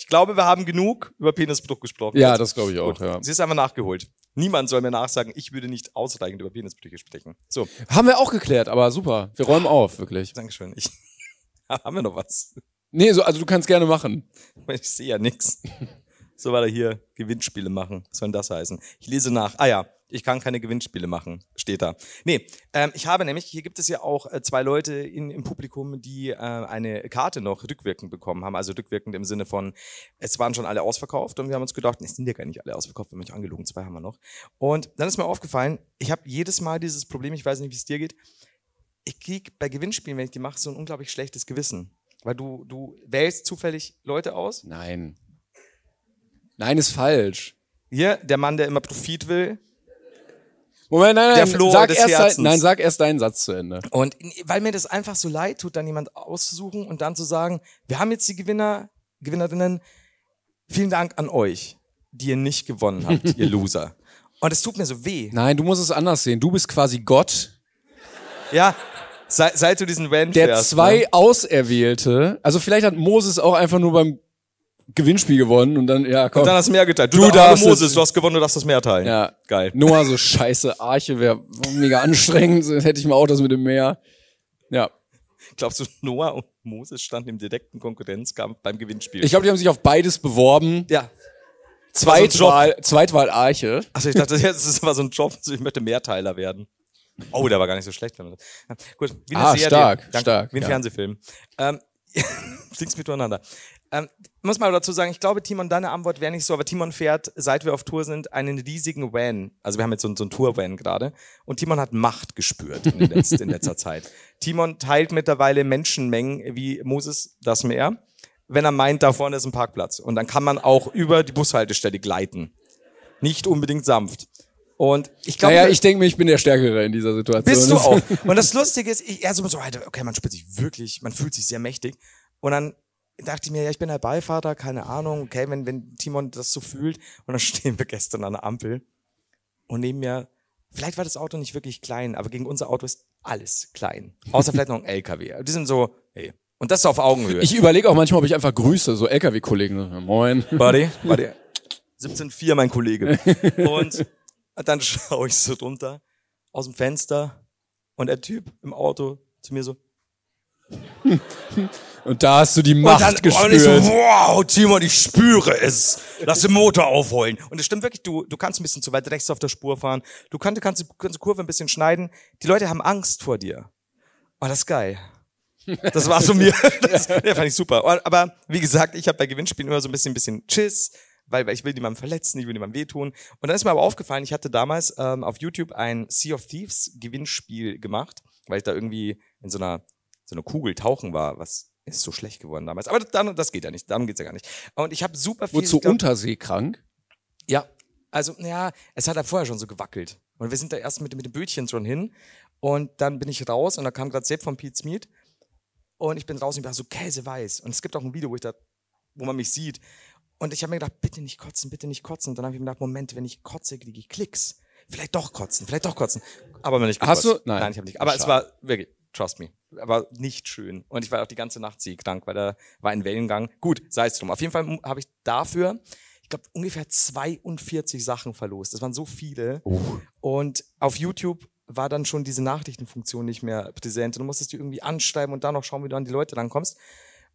Speaker 2: ich glaube, wir haben genug über Penisbruch gesprochen.
Speaker 3: Ja,
Speaker 2: Jetzt-
Speaker 3: das glaube ich auch, ja.
Speaker 2: Sie ist einfach nachgeholt. Niemand soll mir nachsagen, ich würde nicht ausreichend über Penisbrüche sprechen. So,
Speaker 3: Haben wir auch geklärt, aber super. Wir räumen auf, wirklich.
Speaker 2: Dankeschön. Ich, haben wir noch was?
Speaker 3: Nee, so, also du kannst gerne machen.
Speaker 2: Ich sehe ja nichts. So weiter hier. Gewinnspiele machen. Was soll denn das heißen? Ich lese nach. Ah ja, ich kann keine Gewinnspiele machen, steht da. Nee, ähm, ich habe nämlich, hier gibt es ja auch äh, zwei Leute in, im Publikum, die äh, eine Karte noch rückwirkend bekommen haben. Also rückwirkend im Sinne von, es waren schon alle ausverkauft und wir haben uns gedacht, nee, es sind ja gar nicht alle ausverkauft, wir haben mich angelogen, zwei haben wir noch. Und dann ist mir aufgefallen, ich habe jedes Mal dieses Problem, ich weiß nicht, wie es dir geht, ich krieg bei Gewinnspielen, wenn ich die mache, so ein unglaublich schlechtes Gewissen. Weil du, du wählst zufällig Leute aus.
Speaker 3: Nein. Nein ist falsch.
Speaker 2: Hier, der Mann, der immer Profit will.
Speaker 3: Moment, nein, nein.
Speaker 2: Der Flo
Speaker 3: sag
Speaker 2: des
Speaker 3: erst
Speaker 2: Herzens.
Speaker 3: Dein, nein, sag erst deinen Satz zu Ende.
Speaker 2: Und weil mir das einfach so leid tut, dann jemand auszusuchen und dann zu sagen, wir haben jetzt die Gewinner, Gewinnerinnen, vielen Dank an euch, die ihr nicht gewonnen habt, ihr Loser. Und es tut mir so weh.
Speaker 3: Nein, du musst es anders sehen. Du bist quasi Gott,
Speaker 2: Ja, seit, seit du diesen Rant
Speaker 3: der
Speaker 2: fährst,
Speaker 3: zwei
Speaker 2: ne?
Speaker 3: Auserwählte. Also vielleicht hat Moses auch einfach nur beim Gewinnspiel gewonnen und dann, ja, komm.
Speaker 2: Dann hast du mehr geteilt. Du,
Speaker 3: Du
Speaker 2: darfst
Speaker 3: darfst
Speaker 2: Moses,
Speaker 3: es-
Speaker 2: du hast gewonnen, du darfst das mehr teilen.
Speaker 3: ja,
Speaker 2: Geil.
Speaker 3: Noah so scheiße, Arche wäre mega anstrengend, sonst hätte ich mal auch das mit dem Meer. Ja.
Speaker 2: Glaubst du, Noah und Moses standen im direkten Konkurrenzkampf beim Gewinnspiel?
Speaker 3: Ich glaube, die haben sich auf beides beworben.
Speaker 2: ja.
Speaker 3: Zweitwahl, Zweitwahl Arche.
Speaker 2: Also ich dachte, jetzt ist aber so ein Job, ich möchte Mehrteiler werden. Oh, der war gar nicht so schlecht. Wenn man das, ja, gut, wie eine
Speaker 3: Ah,
Speaker 2: Serie.
Speaker 3: stark,
Speaker 2: Danke,
Speaker 3: stark,
Speaker 2: Wie ein
Speaker 3: ja.
Speaker 2: Fernsehfilm. Ähm, Sing's miteinander. Ähm, muss mal dazu sagen, ich glaube, Timon, deine Antwort wäre nicht so, aber Timon fährt, seit wir auf Tour sind, einen riesigen Van. Also wir haben jetzt so, einen- so einen Tour-Van gerade. Und Timon hat Macht gespürt in, den letz- in letzter Zeit. Timon teilt mittlerweile Menschenmengen wie Moses das Meer, wenn er meint, da vorne ist ein Parkplatz. Und dann kann man auch über die Bushaltestelle gleiten. Nicht unbedingt sanft. Und ich glaube,
Speaker 3: Naja, ich ne? denke mir, ich bin der Stärkere in dieser Situation.
Speaker 2: bist du auch. Und das Lustige ist, ich, er so, so, Alter, okay, man spürt sich wirklich, man fühlt sich sehr mächtig. Und dann dachte ich mir, ja, ich bin halt Beifahrer, keine Ahnung, okay, wenn, wenn Timon das so fühlt. Und dann stehen wir gestern an der Ampel und neben mir, vielleicht war das Auto nicht wirklich klein, aber gegen unser Auto ist alles klein. Außer vielleicht noch ein LKW. Die sind so, hey. Und das auf Augenhöhe.
Speaker 3: Ich überlege auch manchmal, ob ich einfach grüße, so LKW-Kollegen. so, Moin.
Speaker 2: Buddy, Buddy. 17,4 mein Kollege. Und dann schaue ich so runter aus dem Fenster und der Typ im Auto zu mir so,
Speaker 3: Und da hast du die
Speaker 2: Und
Speaker 3: Macht
Speaker 2: dann und ich so,
Speaker 3: gespürt.
Speaker 2: wow, Timon, ich spüre es. Lass den Motor aufholen. Und es stimmt wirklich, du, du kannst ein bisschen zu weit rechts auf der Spur fahren. Du kannst, du kannst, du kannst die Kurve ein bisschen schneiden. Die Leute haben Angst vor dir. Oh, das ist geil. Das war so mir. Das, ja, fand ich super. Und- Aber wie gesagt, ich habe bei Gewinnspielen immer so ein bisschen, ein bisschen Schiss, weil, weil ich will niemandem verletzen, ich will niemandem wehtun. Und dann ist mir aber aufgefallen, ich hatte damals ähm, auf YouTube ein Sea of Thieves Gewinnspiel gemacht, weil ich da irgendwie in so einer, so einer Kugel tauchen war, was ist so schlecht geworden damals. Aber dann, das geht ja nicht, darum geht's ja gar nicht. Und ich habe super viel...
Speaker 3: Wozu
Speaker 2: ich glaub-
Speaker 3: unterseekrank?
Speaker 2: ja. Also, ja, es hat ja vorher schon so gewackelt. Und wir sind da erst mit, mit dem Bötchen schon hin. Und dann bin ich raus und da kam gerade Sepp von Pete's Meat. Und ich bin raus und ich war so käseweiß. Und es gibt auch ein Video, wo ich da, wo man mich sieht. Und ich habe mir gedacht, bitte nicht kotzen, bitte nicht kotzen. Und dann habe ich mir gedacht, Moment, wenn ich kotze, kriege ich Klicks. Vielleicht doch kotzen, vielleicht doch kotzen. Aber wenn ich
Speaker 3: Hast
Speaker 2: gekotzt.
Speaker 3: du? Nein.
Speaker 2: Nein, ich habe nicht. Aber es
Speaker 3: Schade.
Speaker 2: war wirklich, trust me, aber nicht schön. Und ich war auch die ganze Nacht seekrank, weil da war ein Wellengang. Gut, sei es drum. Auf jeden Fall habe ich dafür, ich glaube, ungefähr 42 Sachen verlost. Das waren so viele. Und auf YouTube war dann schon diese Nachrichtenfunktion nicht mehr präsent. Und du musstest die irgendwie anschreiben und dann noch schauen, wie du an die Leute rankommst.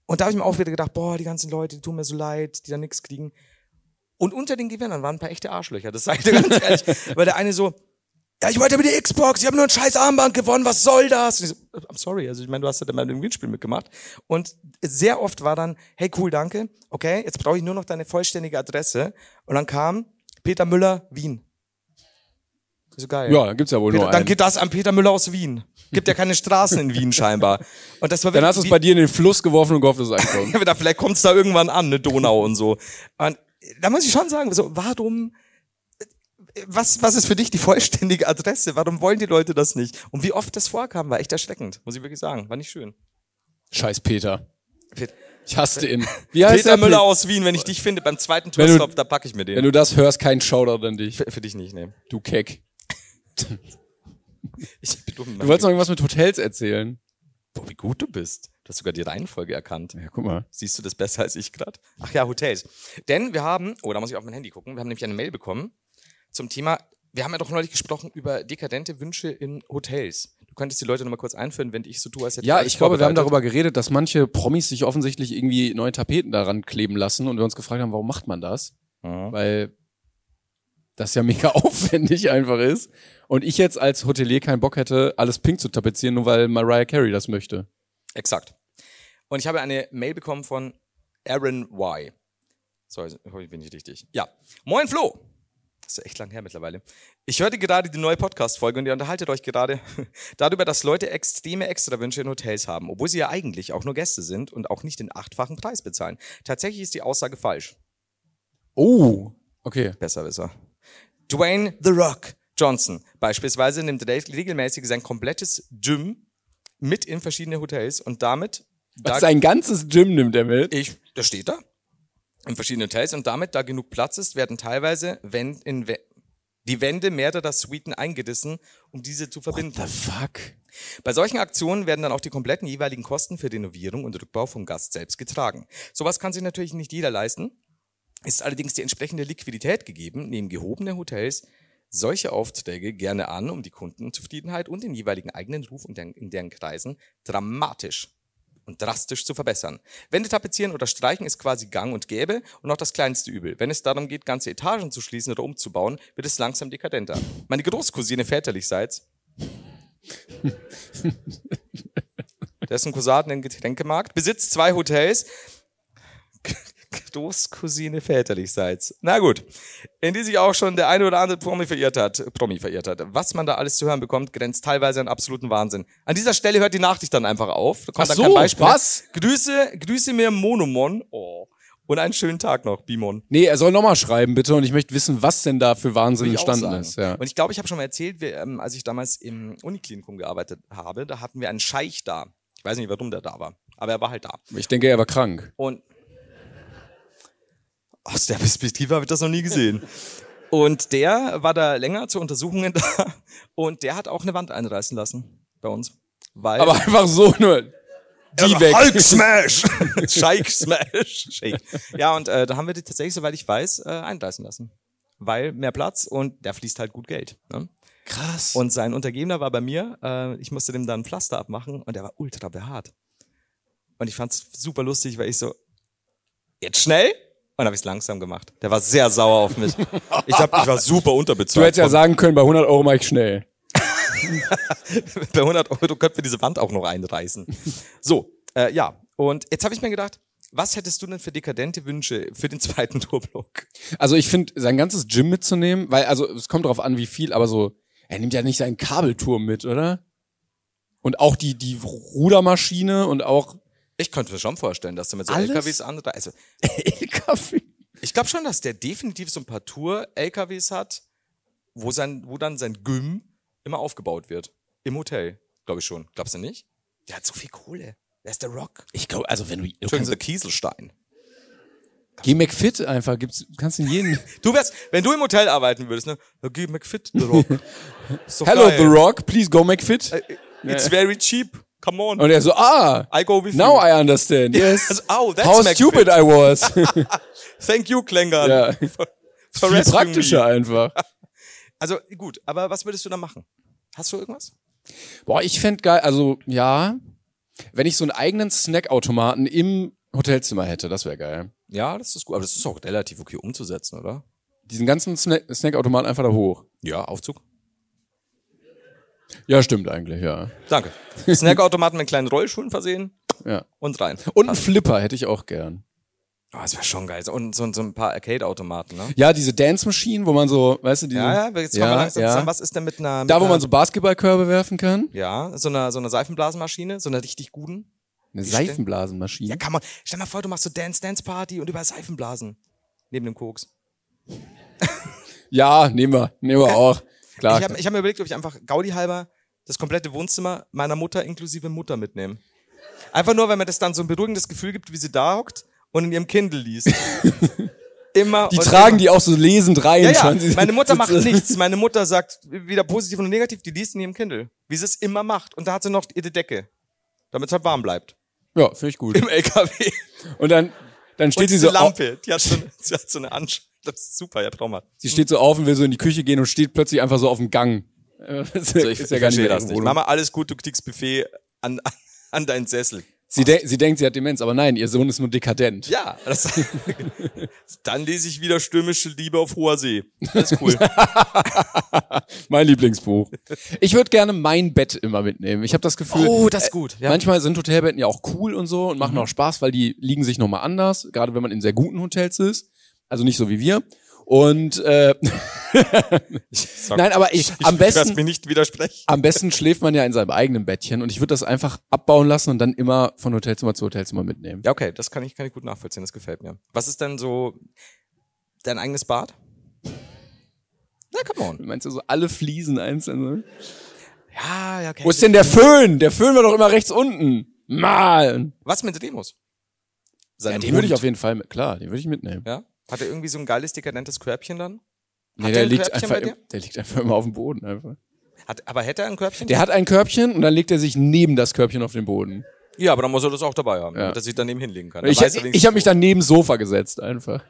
Speaker 2: Und da habe ich mir auch wieder gedacht, boah, die ganzen Leute, die tun mir so leid, die da nichts kriegen. Und unter den Gewinnern waren ein paar echte Arschlöcher, das sage ich dir ganz ehrlich. Weil der eine so, ja, ich wollte mit der Xbox, ich habe nur ein scheiß Armband gewonnen, was soll das? Und ich so, I'm sorry, also ich meine, du hast halt immer im Gewinnspiel mitgemacht. Und sehr oft war dann, hey, cool, danke, okay, jetzt brauche ich nur noch deine vollständige Adresse. Und dann kam Peter Müller, Wien. Ich So geil.
Speaker 3: Ja, dann gibt's ja wohl
Speaker 2: Peter,
Speaker 3: nur
Speaker 2: dann
Speaker 3: einen.
Speaker 2: geht das an Peter Müller aus Wien. Gibt ja keine Straßen in Wien scheinbar. Und das war
Speaker 3: Dann
Speaker 2: wirklich-
Speaker 3: hast du es
Speaker 2: wie-
Speaker 3: bei dir in den Fluss geworfen und gehofft, dass es ankommt.
Speaker 2: ja, aber da- vielleicht kommt's da irgendwann an, ne Donau und so. Und da muss ich schon sagen, so, warum, äh, was, was ist für dich die vollständige Adresse? Warum wollen die Leute das nicht? Und wie oft das vorkam, war echt erschreckend, muss ich wirklich sagen. War nicht schön.
Speaker 3: Scheiß Peter.
Speaker 2: Pet-
Speaker 3: Ich hasse ihn. Wie heißt
Speaker 2: Peter
Speaker 3: der
Speaker 2: Müller aus Wien, wenn ich dich finde beim zweiten
Speaker 3: Wenn du-
Speaker 2: Tourstop, da packe ich mir den.
Speaker 3: Wenn du das hörst, kein Shoutout an dich,
Speaker 2: für, für dich nicht, ne.
Speaker 3: du Keck.
Speaker 2: Ich bin dumm. ne.
Speaker 3: Du wolltest noch irgendwas mit Hotels erzählen.
Speaker 2: Boah, wie gut du bist. Du hast sogar die Reihenfolge erkannt.
Speaker 3: Ja, guck mal.
Speaker 2: Siehst du das besser als ich gerade? Ach ja, Hotels. Denn wir haben, oh, da muss ich auf mein Handy gucken, wir haben nämlich eine Mail bekommen zum Thema, wir haben ja doch neulich gesprochen über dekadente Wünsche in Hotels. Du könntest die Leute nochmal kurz einführen, wenn ich so tue, als hätte
Speaker 3: Ja,
Speaker 2: alles
Speaker 3: ich glaube, wir haben
Speaker 2: vorbereitet.
Speaker 3: darüber geredet, dass manche Promis sich offensichtlich irgendwie neue Tapeten daran kleben lassen und wir uns gefragt haben, warum macht man das?
Speaker 2: Mhm.
Speaker 3: Weil das ja mega aufwendig einfach ist und ich jetzt als Hotelier keinen Bock hätte, alles pink zu tapezieren, nur weil Mariah Carey das möchte.
Speaker 2: Exakt. Und ich habe eine Mail bekommen von Aaron Y. So, ich hoffe, ich bin nicht richtig. Ja. Moin Flo. Das ist echt lang her mittlerweile. Ich hörte gerade die neue Podcast-Folge und ihr unterhaltet euch gerade darüber, dass Leute extreme Extrawünsche in Hotels haben, obwohl sie ja eigentlich auch nur Gäste sind und auch nicht den achtfachen Preis bezahlen. Tatsächlich ist die Aussage falsch.
Speaker 3: Oh, okay.
Speaker 2: Besser, besser. Dwayne The Rock Johnson beispielsweise nimmt re- regelmäßig sein komplettes Gym mit in verschiedene Hotels und damit... da-
Speaker 3: Sein ganzes Gym nimmt er mit.
Speaker 2: Ich, das steht da. In verschiedenen Hotels und damit, da genug Platz ist, werden teilweise wenn, in, we- die Wände mehrerer Suiten eingedissen, um diese zu verbinden.
Speaker 3: fuck?
Speaker 2: Bei solchen Aktionen werden dann auch die kompletten jeweiligen Kosten für Renovierung und Rückbau vom Gast selbst getragen. Sowas kann sich natürlich nicht jeder leisten, ist allerdings die entsprechende Liquidität gegeben, nehmen gehobene Hotels solche Aufträge gerne an, um die Kundenzufriedenheit und den jeweiligen eigenen Ruf und deren- in deren Kreisen dramatisch und drastisch zu verbessern. Wände tapezieren oder streichen ist quasi gang und gäbe und auch das kleinste Übel. Wenn es darum geht, ganze Etagen zu schließen oder umzubauen, wird es langsam dekadenter. Meine Großcousine väterlichseits, dessen Cousin hat einen Getränkemarkt, besitzt zwei Hotels. Großcousine väterlichseits. Na gut, in die sich auch schon der eine oder andere Promi verirrt hat. Promi verirrt hat. Was man da alles zu hören bekommt, grenzt teilweise an absoluten Wahnsinn. An dieser Stelle hört die Nachricht dann einfach auf. Da kommt
Speaker 3: Ach
Speaker 2: dann kein
Speaker 3: so,
Speaker 2: Beispiel mehr.
Speaker 3: was?
Speaker 2: Grüße, Grüße mir Monomon. Oh. Und einen schönen Tag noch, Bimon.
Speaker 3: Nee, er soll nochmal schreiben, bitte. Und ich möchte wissen, was denn da für Wahnsinn
Speaker 2: Will ich auch sagen.
Speaker 3: entstanden ist. Ja.
Speaker 2: Und ich glaube, ich habe schon mal erzählt, wir, ähm, als ich damals im Uniklinikum gearbeitet habe, da hatten wir einen Scheich da. Ich weiß nicht, warum der da war, aber er war halt da.
Speaker 3: Ich denke, er war krank.
Speaker 2: Und aus der Perspektive habe ich das noch nie gesehen. Und der war da länger zu Untersuchungen da und der hat auch eine Wand einreißen lassen bei uns. Weil
Speaker 3: Aber einfach so nur die weg.
Speaker 2: Hulk Smash! Shake Smash! Shake. Ja, und äh, da haben wir die tatsächlich, soweit ich weiß, äh, einreißen lassen. Weil mehr Platz und da fließt halt gut Geld. Ne?
Speaker 3: Krass.
Speaker 2: Und sein Untergebener war bei mir, äh, ich musste dem dann ein Pflaster abmachen und der war ultra behaart. Und ich fand's super lustig, weil ich so, jetzt schnell? Und habe ich's langsam gemacht. Der war sehr sauer auf mich. Ich, hab, ich war super
Speaker 3: du
Speaker 2: unterbezahlt.
Speaker 3: hättest ja sagen können, bei 100 Euro mach ich schnell.
Speaker 2: bei 100 Euro könnten wir diese Wand auch noch einreißen. So, äh, ja. Und jetzt habe ich mir gedacht, was hättest du denn für dekadente Wünsche für den zweiten Tourblock?
Speaker 3: Also ich finde, sein ganzes Gym mitzunehmen, weil, also es kommt drauf an, wie viel, aber so, er nimmt ja nicht seinen Kabelturm mit, oder? Und auch die, die Rudermaschine und auch
Speaker 2: Ich könnte mir schon vorstellen, dass du mit so
Speaker 3: Alles?
Speaker 2: LKWs andere, also
Speaker 3: LKW.
Speaker 2: Ich glaube schon, dass der definitiv so ein paar Tour-LKWs hat, wo, sein, wo dann sein Gym immer aufgebaut wird. Im Hotel, glaube ich schon. Glaubst du nicht? Der hat so viel Kohle. Der ist der Rock.
Speaker 3: Ich glaube, also wenn du, du
Speaker 2: Schön, der Kieselstein.
Speaker 3: geh McFit einfach, gibt's, kannst in jeden.
Speaker 2: Du wärst, wenn du im Hotel arbeiten würdest, ne? Dann geh McFit, The Rock. Ist doch
Speaker 3: Hello
Speaker 2: geil. Äh,
Speaker 3: The Rock, please go McFit.
Speaker 2: It's very cheap. Come on.
Speaker 3: Und er so, ah,
Speaker 2: I go with
Speaker 3: now
Speaker 2: you.
Speaker 3: I understand. Yes.
Speaker 2: Also, oh, that's
Speaker 3: How
Speaker 2: McFit.
Speaker 3: stupid I was.
Speaker 2: Thank you, Klängern.
Speaker 3: Ja.
Speaker 2: For, for
Speaker 3: Viel
Speaker 2: rescuing
Speaker 3: praktischer
Speaker 2: Me.
Speaker 3: einfach.
Speaker 2: Also gut, aber was würdest du da machen? Hast du irgendwas?
Speaker 3: Boah, ich fänd geil, also ja, wenn ich so einen eigenen Snackautomaten im Hotelzimmer hätte, das wäre geil.
Speaker 2: Ja, das ist gut. Aber das ist auch relativ okay umzusetzen, oder?
Speaker 3: Diesen ganzen Snack Snackautomaten einfach da hoch.
Speaker 2: Ja, Aufzug.
Speaker 3: Ja, stimmt eigentlich, ja.
Speaker 2: Danke. Snackautomaten mit kleinen Rollschuhen versehen
Speaker 3: ja.
Speaker 2: und rein.
Speaker 3: Und einen Flipper hätte ich auch gern.
Speaker 2: oh, das wäre schon geil. Und so, so ein paar Arcade-Automaten, ne?
Speaker 3: Ja, diese Dance Machine, wo man so, weißt du, diese,
Speaker 2: Ja, ja, jetzt kommen wir langsam zusammen. Was ist denn mit einer. Mit
Speaker 3: da, wo
Speaker 2: einer,
Speaker 3: man so Basketballkörbe werfen kann.
Speaker 2: Ja, so einer, so einer Seifenblasenmaschine, so einer richtig guten.
Speaker 3: Eine
Speaker 2: stell-
Speaker 3: Seifenblasenmaschine.
Speaker 2: Ja, kann man. Stell mal vor, du machst so Dance-Dance-Party und über Seifenblasen. Neben dem Koks.
Speaker 3: Ja, nehmen wir, nehmen wir auch. Klar.
Speaker 2: Ich habe ich hab mir überlegt, ob ich einfach Gaudi halber das komplette Wohnzimmer meiner Mutter inklusive Mutter mitnehme. Einfach nur, weil mir das dann so ein beruhigendes Gefühl gibt, wie sie da hockt und in ihrem Kindle liest. immer
Speaker 3: die
Speaker 2: und
Speaker 3: tragen
Speaker 2: immer.
Speaker 3: die auch so lesend rein.
Speaker 2: Ja, ja.
Speaker 3: schon. Sie-
Speaker 2: Meine Mutter macht
Speaker 3: sitzen-
Speaker 2: nichts. Meine Mutter sagt weder positiv noch negativ, die liest in ihrem Kindle. Wie sie es immer macht. Und da hat sie noch ihre Decke. Damit es halt warm bleibt.
Speaker 3: Ja, finde ich gut.
Speaker 2: Im LKW.
Speaker 3: Und dann, dann steht
Speaker 2: Und
Speaker 3: sie
Speaker 2: diese
Speaker 3: so, au-
Speaker 2: Lampe. Die hat so eine, sie hat so eine Anschau. Das ist super, ja, Trauma.
Speaker 3: sie steht so auf und will so in die Küche gehen und steht plötzlich einfach so auf dem Gang. So,
Speaker 2: Ich, ich verstehe das nicht. Mama, alles gut, du kriegst Buffet an, an, an deinen Sessel.
Speaker 3: Sie, de sie denkt, sie hat Demenz, aber nein, ihr Sohn ist nur dekadent.
Speaker 2: Ja, das, dann lese ich wieder stürmische Liebe auf hoher See. Das ist cool.
Speaker 3: Mein Lieblingsbuch. Ich würde gerne mein Bett immer mitnehmen. Ich habe das Gefühl, äh,
Speaker 2: Oh, das ist gut, ja.
Speaker 3: manchmal sind Hotelbetten ja auch cool und so und machen auch Spaß, weil die liegen sich nochmal anders, gerade wenn man in sehr guten Hotels ist, also nicht so wie wir. Und äh,
Speaker 2: Sag,
Speaker 3: nein, aber ich, am
Speaker 2: Ich lass
Speaker 3: besten
Speaker 2: mir nicht widersprechen.
Speaker 3: am besten schläft man ja in seinem eigenen Bettchen und ich würde das einfach abbauen lassen und dann immer von Hotelzimmer zu Hotelzimmer mitnehmen.
Speaker 2: Ja, okay, das kann ich, kann ich gut nachvollziehen, das gefällt mir. Was ist denn so dein eigenes Bad? Na, come on.
Speaker 3: Meinst du so alle Fliesen einzeln?
Speaker 2: Ja, ja, okay.
Speaker 3: Wo ist denn der Föhn? Der Föhn war doch immer rechts unten. Mann!
Speaker 2: Was mit Demos?
Speaker 3: Ja,
Speaker 2: Seinem
Speaker 3: den würde ich
Speaker 2: Hund.
Speaker 3: auf jeden Fall, mit, klar, den würde ich mitnehmen.
Speaker 2: Ja? Hat er irgendwie so ein geiles, dekadentes Körbchen dann?
Speaker 3: Nee,
Speaker 2: der
Speaker 3: der,
Speaker 2: ein
Speaker 3: liegt
Speaker 2: Körbchen
Speaker 3: einfach,
Speaker 2: bei dir?
Speaker 3: der liegt einfach immer auf dem Boden. Einfach.
Speaker 2: Hat, aber hätte er ein Körbchen?
Speaker 3: Der hat ein Körbchen und dann legt er sich neben das Körbchen auf den Boden.
Speaker 2: ja, aber dann muss er das auch dabei haben,
Speaker 3: Ja.
Speaker 2: damit er sich daneben hinlegen kann. Dann
Speaker 3: Ich,
Speaker 2: weiß er wenigstens,
Speaker 3: ich habe mich dann neben das Sofa gesetzt einfach.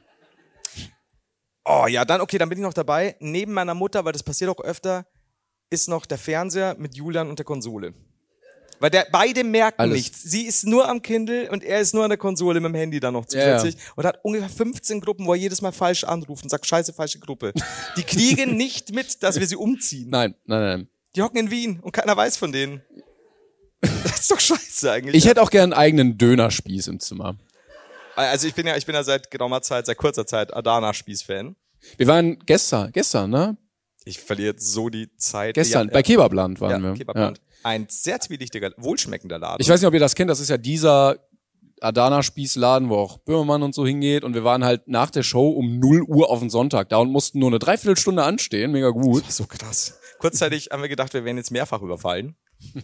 Speaker 2: Oh ja, dann okay, dann bin ich noch dabei. Neben meiner Mutter, weil das passiert auch öfter, ist noch der Fernseher mit Julian und der Konsole. Weil der, beide merken
Speaker 3: Alles.
Speaker 2: nichts. Sie ist nur am Kindle und er ist nur an der Konsole mit dem Handy dann noch
Speaker 3: Ja, ja.
Speaker 2: zusätzlich und hat ungefähr 15 Gruppen, wo er jedes Mal falsch anruft und sagt, scheiße, falsche Gruppe. Die kriegen nicht mit, dass wir sie umziehen.
Speaker 3: Nein, nein, nein.
Speaker 2: Die hocken in Wien und keiner weiß von denen. Das ist doch scheiße eigentlich.
Speaker 3: Ich hätte auch gern einen eigenen Dönerspieß im Zimmer.
Speaker 2: also ich bin ja, ich bin ja seit geraumer Zeit, seit kurzer Zeit Adana-Spieß-Fan.
Speaker 3: Wir waren gestern, gestern, ne?
Speaker 2: Ich verliere jetzt so die Zeit.
Speaker 3: Gestern,
Speaker 2: Ja,
Speaker 3: bei Kebabland waren wir.
Speaker 2: Ja,
Speaker 3: Ja.
Speaker 2: Kebabland. Ein sehr zwielichtiger, wohlschmeckender Laden.
Speaker 3: Ich weiß nicht, ob ihr das kennt, das ist ja dieser Adana-Spießladen, wo auch Böhmermann und so hingeht. Und wir waren halt nach der Show um 0 Uhr auf den Sonntag da und mussten nur eine Dreiviertelstunde anstehen. Mega gut.
Speaker 2: so krass. Kurzzeitig haben wir gedacht, wir werden jetzt mehrfach überfallen.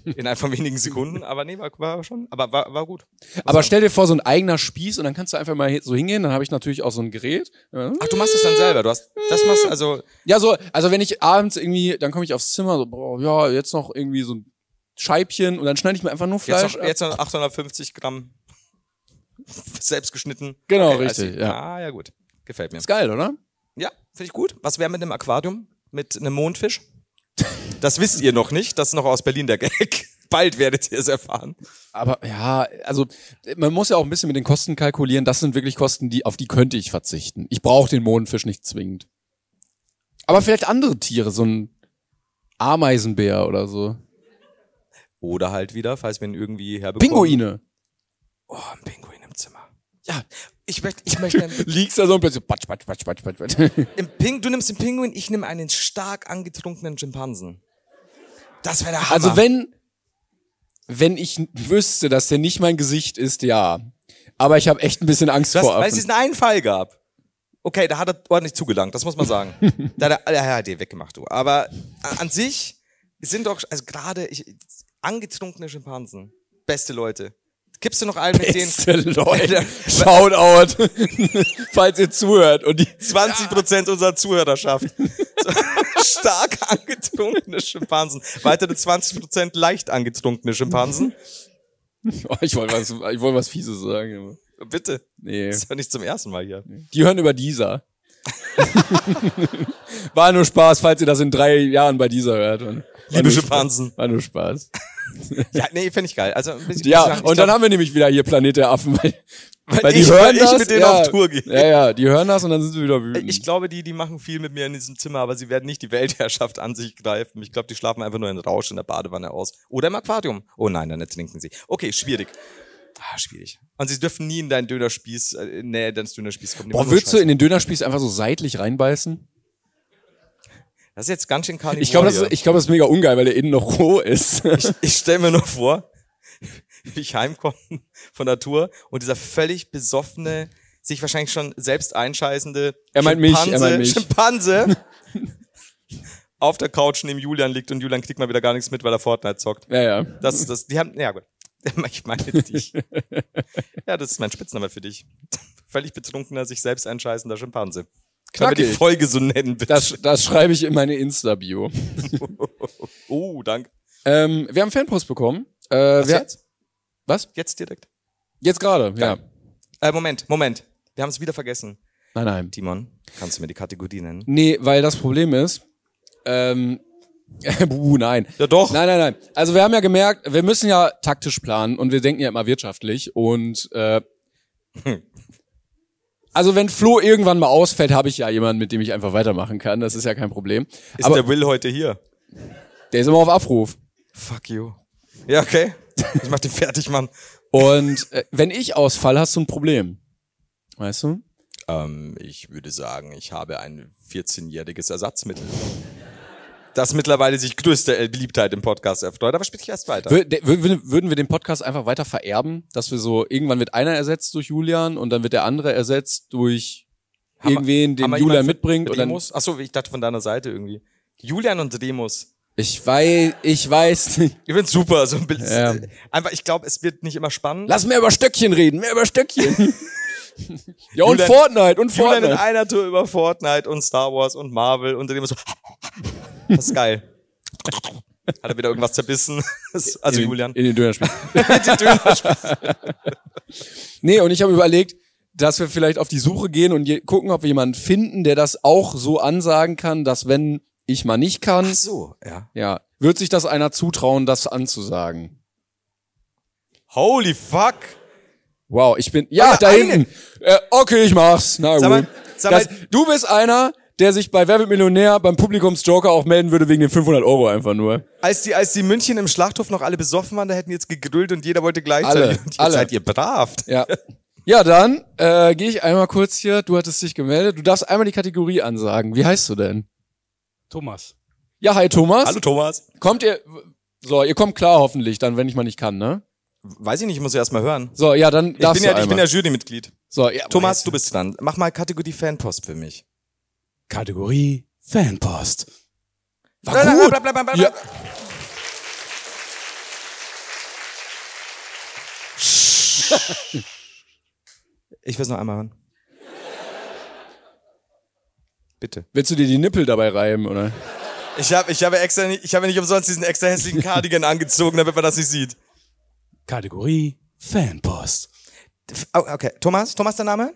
Speaker 2: In ein paar wenigen Sekunden, aber nee, war, war schon, aber war, war gut.
Speaker 3: Aber stell dir vor, so ein eigener Spieß und dann kannst du einfach mal so hingehen. Dann habe ich natürlich auch so ein Gerät. Ja.
Speaker 2: Ach, du machst es dann selber. Du hast, das machst du also,
Speaker 3: Ja, so, also wenn ich abends irgendwie, dann komme ich aufs Zimmer, so, boah, ja, jetzt noch irgendwie so ein Scheibchen und dann schneide ich mir einfach nur
Speaker 2: jetzt
Speaker 3: Fleisch.
Speaker 2: noch, jetzt noch 850 Gramm selbst geschnitten.
Speaker 3: Genau,
Speaker 2: I
Speaker 3: richtig,
Speaker 2: see.
Speaker 3: ja.
Speaker 2: Ah, ja, gut. Gefällt mir.
Speaker 3: Ist geil, oder?
Speaker 2: Ja, finde ich gut. Was wäre mit einem Aquarium? Mit einem Mondfisch? Das wisst ihr noch nicht. Das ist noch aus Berlin der Gag. Bald werdet ihr es erfahren.
Speaker 3: Aber ja, also man muss ja auch ein bisschen mit den Kosten kalkulieren. Das sind wirklich Kosten, die auf die könnte ich verzichten. Ich brauche den Mohnfisch nicht zwingend. Aber vielleicht andere Tiere, so ein Ameisenbär oder so.
Speaker 2: Oder halt wieder, falls wir ihn irgendwie herbekommen.
Speaker 3: Pinguine.
Speaker 2: Oh, ein Pinguin im Zimmer.
Speaker 3: Ja.
Speaker 2: Ich möchte, ich möchte einen,
Speaker 3: Liegst da so und plötzlich patsch, patsch, patsch, patsch, patsch, patsch.
Speaker 2: im Ping, du nimmst den Pinguin, ich nehme einen stark angetrunkenen Schimpansen. Das wäre der Hammer.
Speaker 3: Also wenn, wenn ich wüsste, dass der nicht mein Gesicht ist, ja. Aber ich habe echt ein bisschen Angst
Speaker 2: das,
Speaker 3: vor
Speaker 2: weil es
Speaker 3: Affen.
Speaker 2: diesen einen Fall gab. Okay, da hat er ordentlich zugelangt, das muss man sagen. da hat er, er hat dir weggemacht, du. Aber a- an sich sind doch, also gerade ich, angetrunkene Schimpansen, beste Leute. Kippst du noch einen mit denen?
Speaker 3: Beste Leute, Shoutout, falls ihr zuhört. Und die,
Speaker 2: 20 Prozent unserer Zuhörerschaft. So, Stark angetrunkene Schimpansen. Weitere 20 Prozent leicht angetrunkene Schimpansen.
Speaker 3: oh, ich wollte was, ich wollte was Fieses sagen. aber-
Speaker 2: Bitte.
Speaker 3: Nee.
Speaker 2: Das ist ja nicht zum ersten Mal hier.
Speaker 3: Die hören über dieser. war nur Spaß, falls ihr das in drei Jahren bei dieser hört. Und war
Speaker 2: Liebe
Speaker 3: nur
Speaker 2: Schimpansen.
Speaker 3: Spaß. War nur Spaß.
Speaker 2: Ja, nee, finde ich geil. Also ein bisschen,
Speaker 3: Ja,
Speaker 2: ich sag, ich
Speaker 3: und dann
Speaker 2: glaub,
Speaker 3: haben wir nämlich wieder hier Planet der Affen, weil, weil, die
Speaker 2: ich-
Speaker 3: hören
Speaker 2: weil ich
Speaker 3: das.
Speaker 2: mit denen
Speaker 3: ja,
Speaker 2: auf Tour gehe.
Speaker 3: Ja, ja, die hören das und dann sind sie wieder wütend.
Speaker 2: ich glaube, die, die machen viel mit mir in diesem Zimmer, aber sie werden nicht die Weltherrschaft an sich greifen. Ich glaube, die schlafen einfach nur in Rausch in der Badewanne aus. Oder im Aquarium. Oh nein, dann ertrinken sie. Okay, schwierig. Ah, schwierig. Und sie dürfen nie in deinen Dönerspieß, äh, in Nähe deines Dönerspieß kommen. Die
Speaker 3: Boah,
Speaker 2: machen nur
Speaker 3: würdest du
Speaker 2: Scheiße.
Speaker 3: in den Dönerspieß einfach so seitlich reinbeißen?
Speaker 2: Das ist jetzt ganz schön Karneval.
Speaker 3: Ich glaube, das, ist- ich glaub, das ist mega ungeil, weil der innen noch roh ist.
Speaker 2: Oh Ich stelle mir nur vor, wie ich heimkomme von der Tour und dieser völlig besoffene, sich wahrscheinlich schon selbst einscheißende
Speaker 3: Er meint mich, er
Speaker 2: Schimpanse,
Speaker 3: meint mich.
Speaker 2: Schimpanse auf der Couch neben Julian liegt und Julian kriegt mal wieder gar nichts mit, weil er Fortnite zockt.
Speaker 3: ja, ja.
Speaker 2: Das, das, die haben, ja gut. Ich meine dich. Ja, das ist mein Spitzname für dich. Völlig betrunkener, sich selbst einscheißender Schimpanse. Können wir die
Speaker 3: Knackig.
Speaker 2: Folge so nennen, bitte?
Speaker 3: Das, das schreibe ich in meine Insta-Bio.
Speaker 2: oh, danke.
Speaker 3: Ähm, wir haben Fanpost bekommen. Äh, wir,
Speaker 2: jetzt?
Speaker 3: Was?
Speaker 2: Jetzt direkt.
Speaker 3: Jetzt gerade, ja.
Speaker 2: Geil. Äh, Moment, Moment. Wir haben es wieder vergessen.
Speaker 3: Nein, nein.
Speaker 2: Timon, kannst du mir die Kategorie nennen?
Speaker 3: Nee, weil das Problem ist, ähm, buh, nein.
Speaker 2: Ja, doch.
Speaker 3: Nein, nein, nein. Also wir haben ja gemerkt, wir müssen ja taktisch planen und wir denken ja immer wirtschaftlich und äh,
Speaker 2: Hm.
Speaker 3: also wenn Flo irgendwann mal ausfällt, habe ich ja jemanden, mit dem ich einfach weitermachen kann. Das ist ja kein Problem.
Speaker 2: Ist
Speaker 3: Aber der,
Speaker 2: der Will heute hier?
Speaker 3: ist immer auf Abruf.
Speaker 2: Fuck you. Ja, okay. Ich mach den fertig, Mann.
Speaker 3: Und äh, wenn ich ausfall, hast du ein Problem. Weißt du?
Speaker 2: Ähm, ich würde sagen, ich habe ein 14-jähriges Ersatzmittel. Das mittlerweile sich größte äh, Beliebtheit im Podcast erfreut, aber spiele ich erst weiter.
Speaker 3: Wür- der- wür- Würden würden wir den Podcast einfach weiter vererben, dass wir so, irgendwann wird einer ersetzt durch Julian und dann wird der andere ersetzt durch
Speaker 2: Haben wir-
Speaker 3: irgendwen, den
Speaker 2: Haben wir
Speaker 3: Julian
Speaker 2: jemanden für
Speaker 3: mitbringt. Und dann,
Speaker 2: Remus? Achso, ich dachte von deiner Seite irgendwie. Julian und Remus.
Speaker 3: ich weiß, ich weiß nicht.
Speaker 2: Ich find's super, so ein Bild.
Speaker 3: Ja.
Speaker 2: Einfach, ich glaube, es wird nicht immer spannend.
Speaker 3: Lass mehr über Stöckchen reden, mehr über Stöckchen. ja, und
Speaker 2: Julian-
Speaker 3: Fortnite, und
Speaker 2: Julian in
Speaker 3: Fortnite.
Speaker 2: einer Tour über Fortnite und Star Wars und Marvel und Remus so. Das ist geil. Hat er wieder irgendwas zerbissen? Also
Speaker 3: in,
Speaker 2: Julian.
Speaker 3: In den Dönerspiel. nee, und ich habe überlegt, dass wir vielleicht auf die Suche gehen und je, gucken, ob wir jemanden finden, der das auch so ansagen kann, dass wenn ich mal nicht kann,
Speaker 2: so, ja.
Speaker 3: ja, wird sich das einer zutrauen, das anzusagen.
Speaker 2: Holy fuck.
Speaker 3: Wow, ich bin, ja,
Speaker 2: Aber
Speaker 3: da
Speaker 2: eine-
Speaker 3: hinten. Äh, okay, ich mach's. Na gut.
Speaker 2: Sag mal, sag mal-
Speaker 3: das, du bist einer, der sich bei Wer wird Millionär beim Publikumsjoker auch melden würde wegen den 500 Euro einfach nur.
Speaker 2: Als die, als die München im Schlachthof noch alle besoffen waren, da hätten die jetzt gegrillt und jeder wollte gleichzeitig.
Speaker 3: Alle,
Speaker 2: und jetzt
Speaker 3: alle.
Speaker 2: seid ihr brav.
Speaker 3: Ja. Ja, dann äh, gehe ich einmal kurz hier. Du hattest dich gemeldet. Du darfst einmal die Kategorie ansagen. Wie heißt du denn?
Speaker 4: Thomas.
Speaker 3: Ja, hi Thomas.
Speaker 2: Hallo Thomas.
Speaker 3: Kommt ihr. So, ihr kommt klar hoffentlich, dann, wenn ich mal nicht kann, ne?
Speaker 2: Weiß ich nicht, ich muss erst mal hören.
Speaker 3: So, ja, dann
Speaker 2: Ich
Speaker 3: darfst
Speaker 2: bin, ja,
Speaker 3: du
Speaker 2: ich bin
Speaker 3: einmal. Oh,
Speaker 2: ja Jurymitglied.
Speaker 3: so, ja,
Speaker 2: Thomas, du bist dran. Mach mal Kategorie Fanpost für mich.
Speaker 4: Kategorie Fanpost.
Speaker 3: War gut. Ja.
Speaker 2: Ich will es noch einmal hören. Bitte.
Speaker 3: Willst du dir die Nippel dabei reiben, oder?
Speaker 2: Ich habe ich hab extra nicht, ich hab nicht umsonst diesen extra hässlichen Cardigan angezogen, damit man das nicht sieht.
Speaker 4: Kategorie Fanpost.
Speaker 2: Oh, okay. Thomas, Thomas der Name?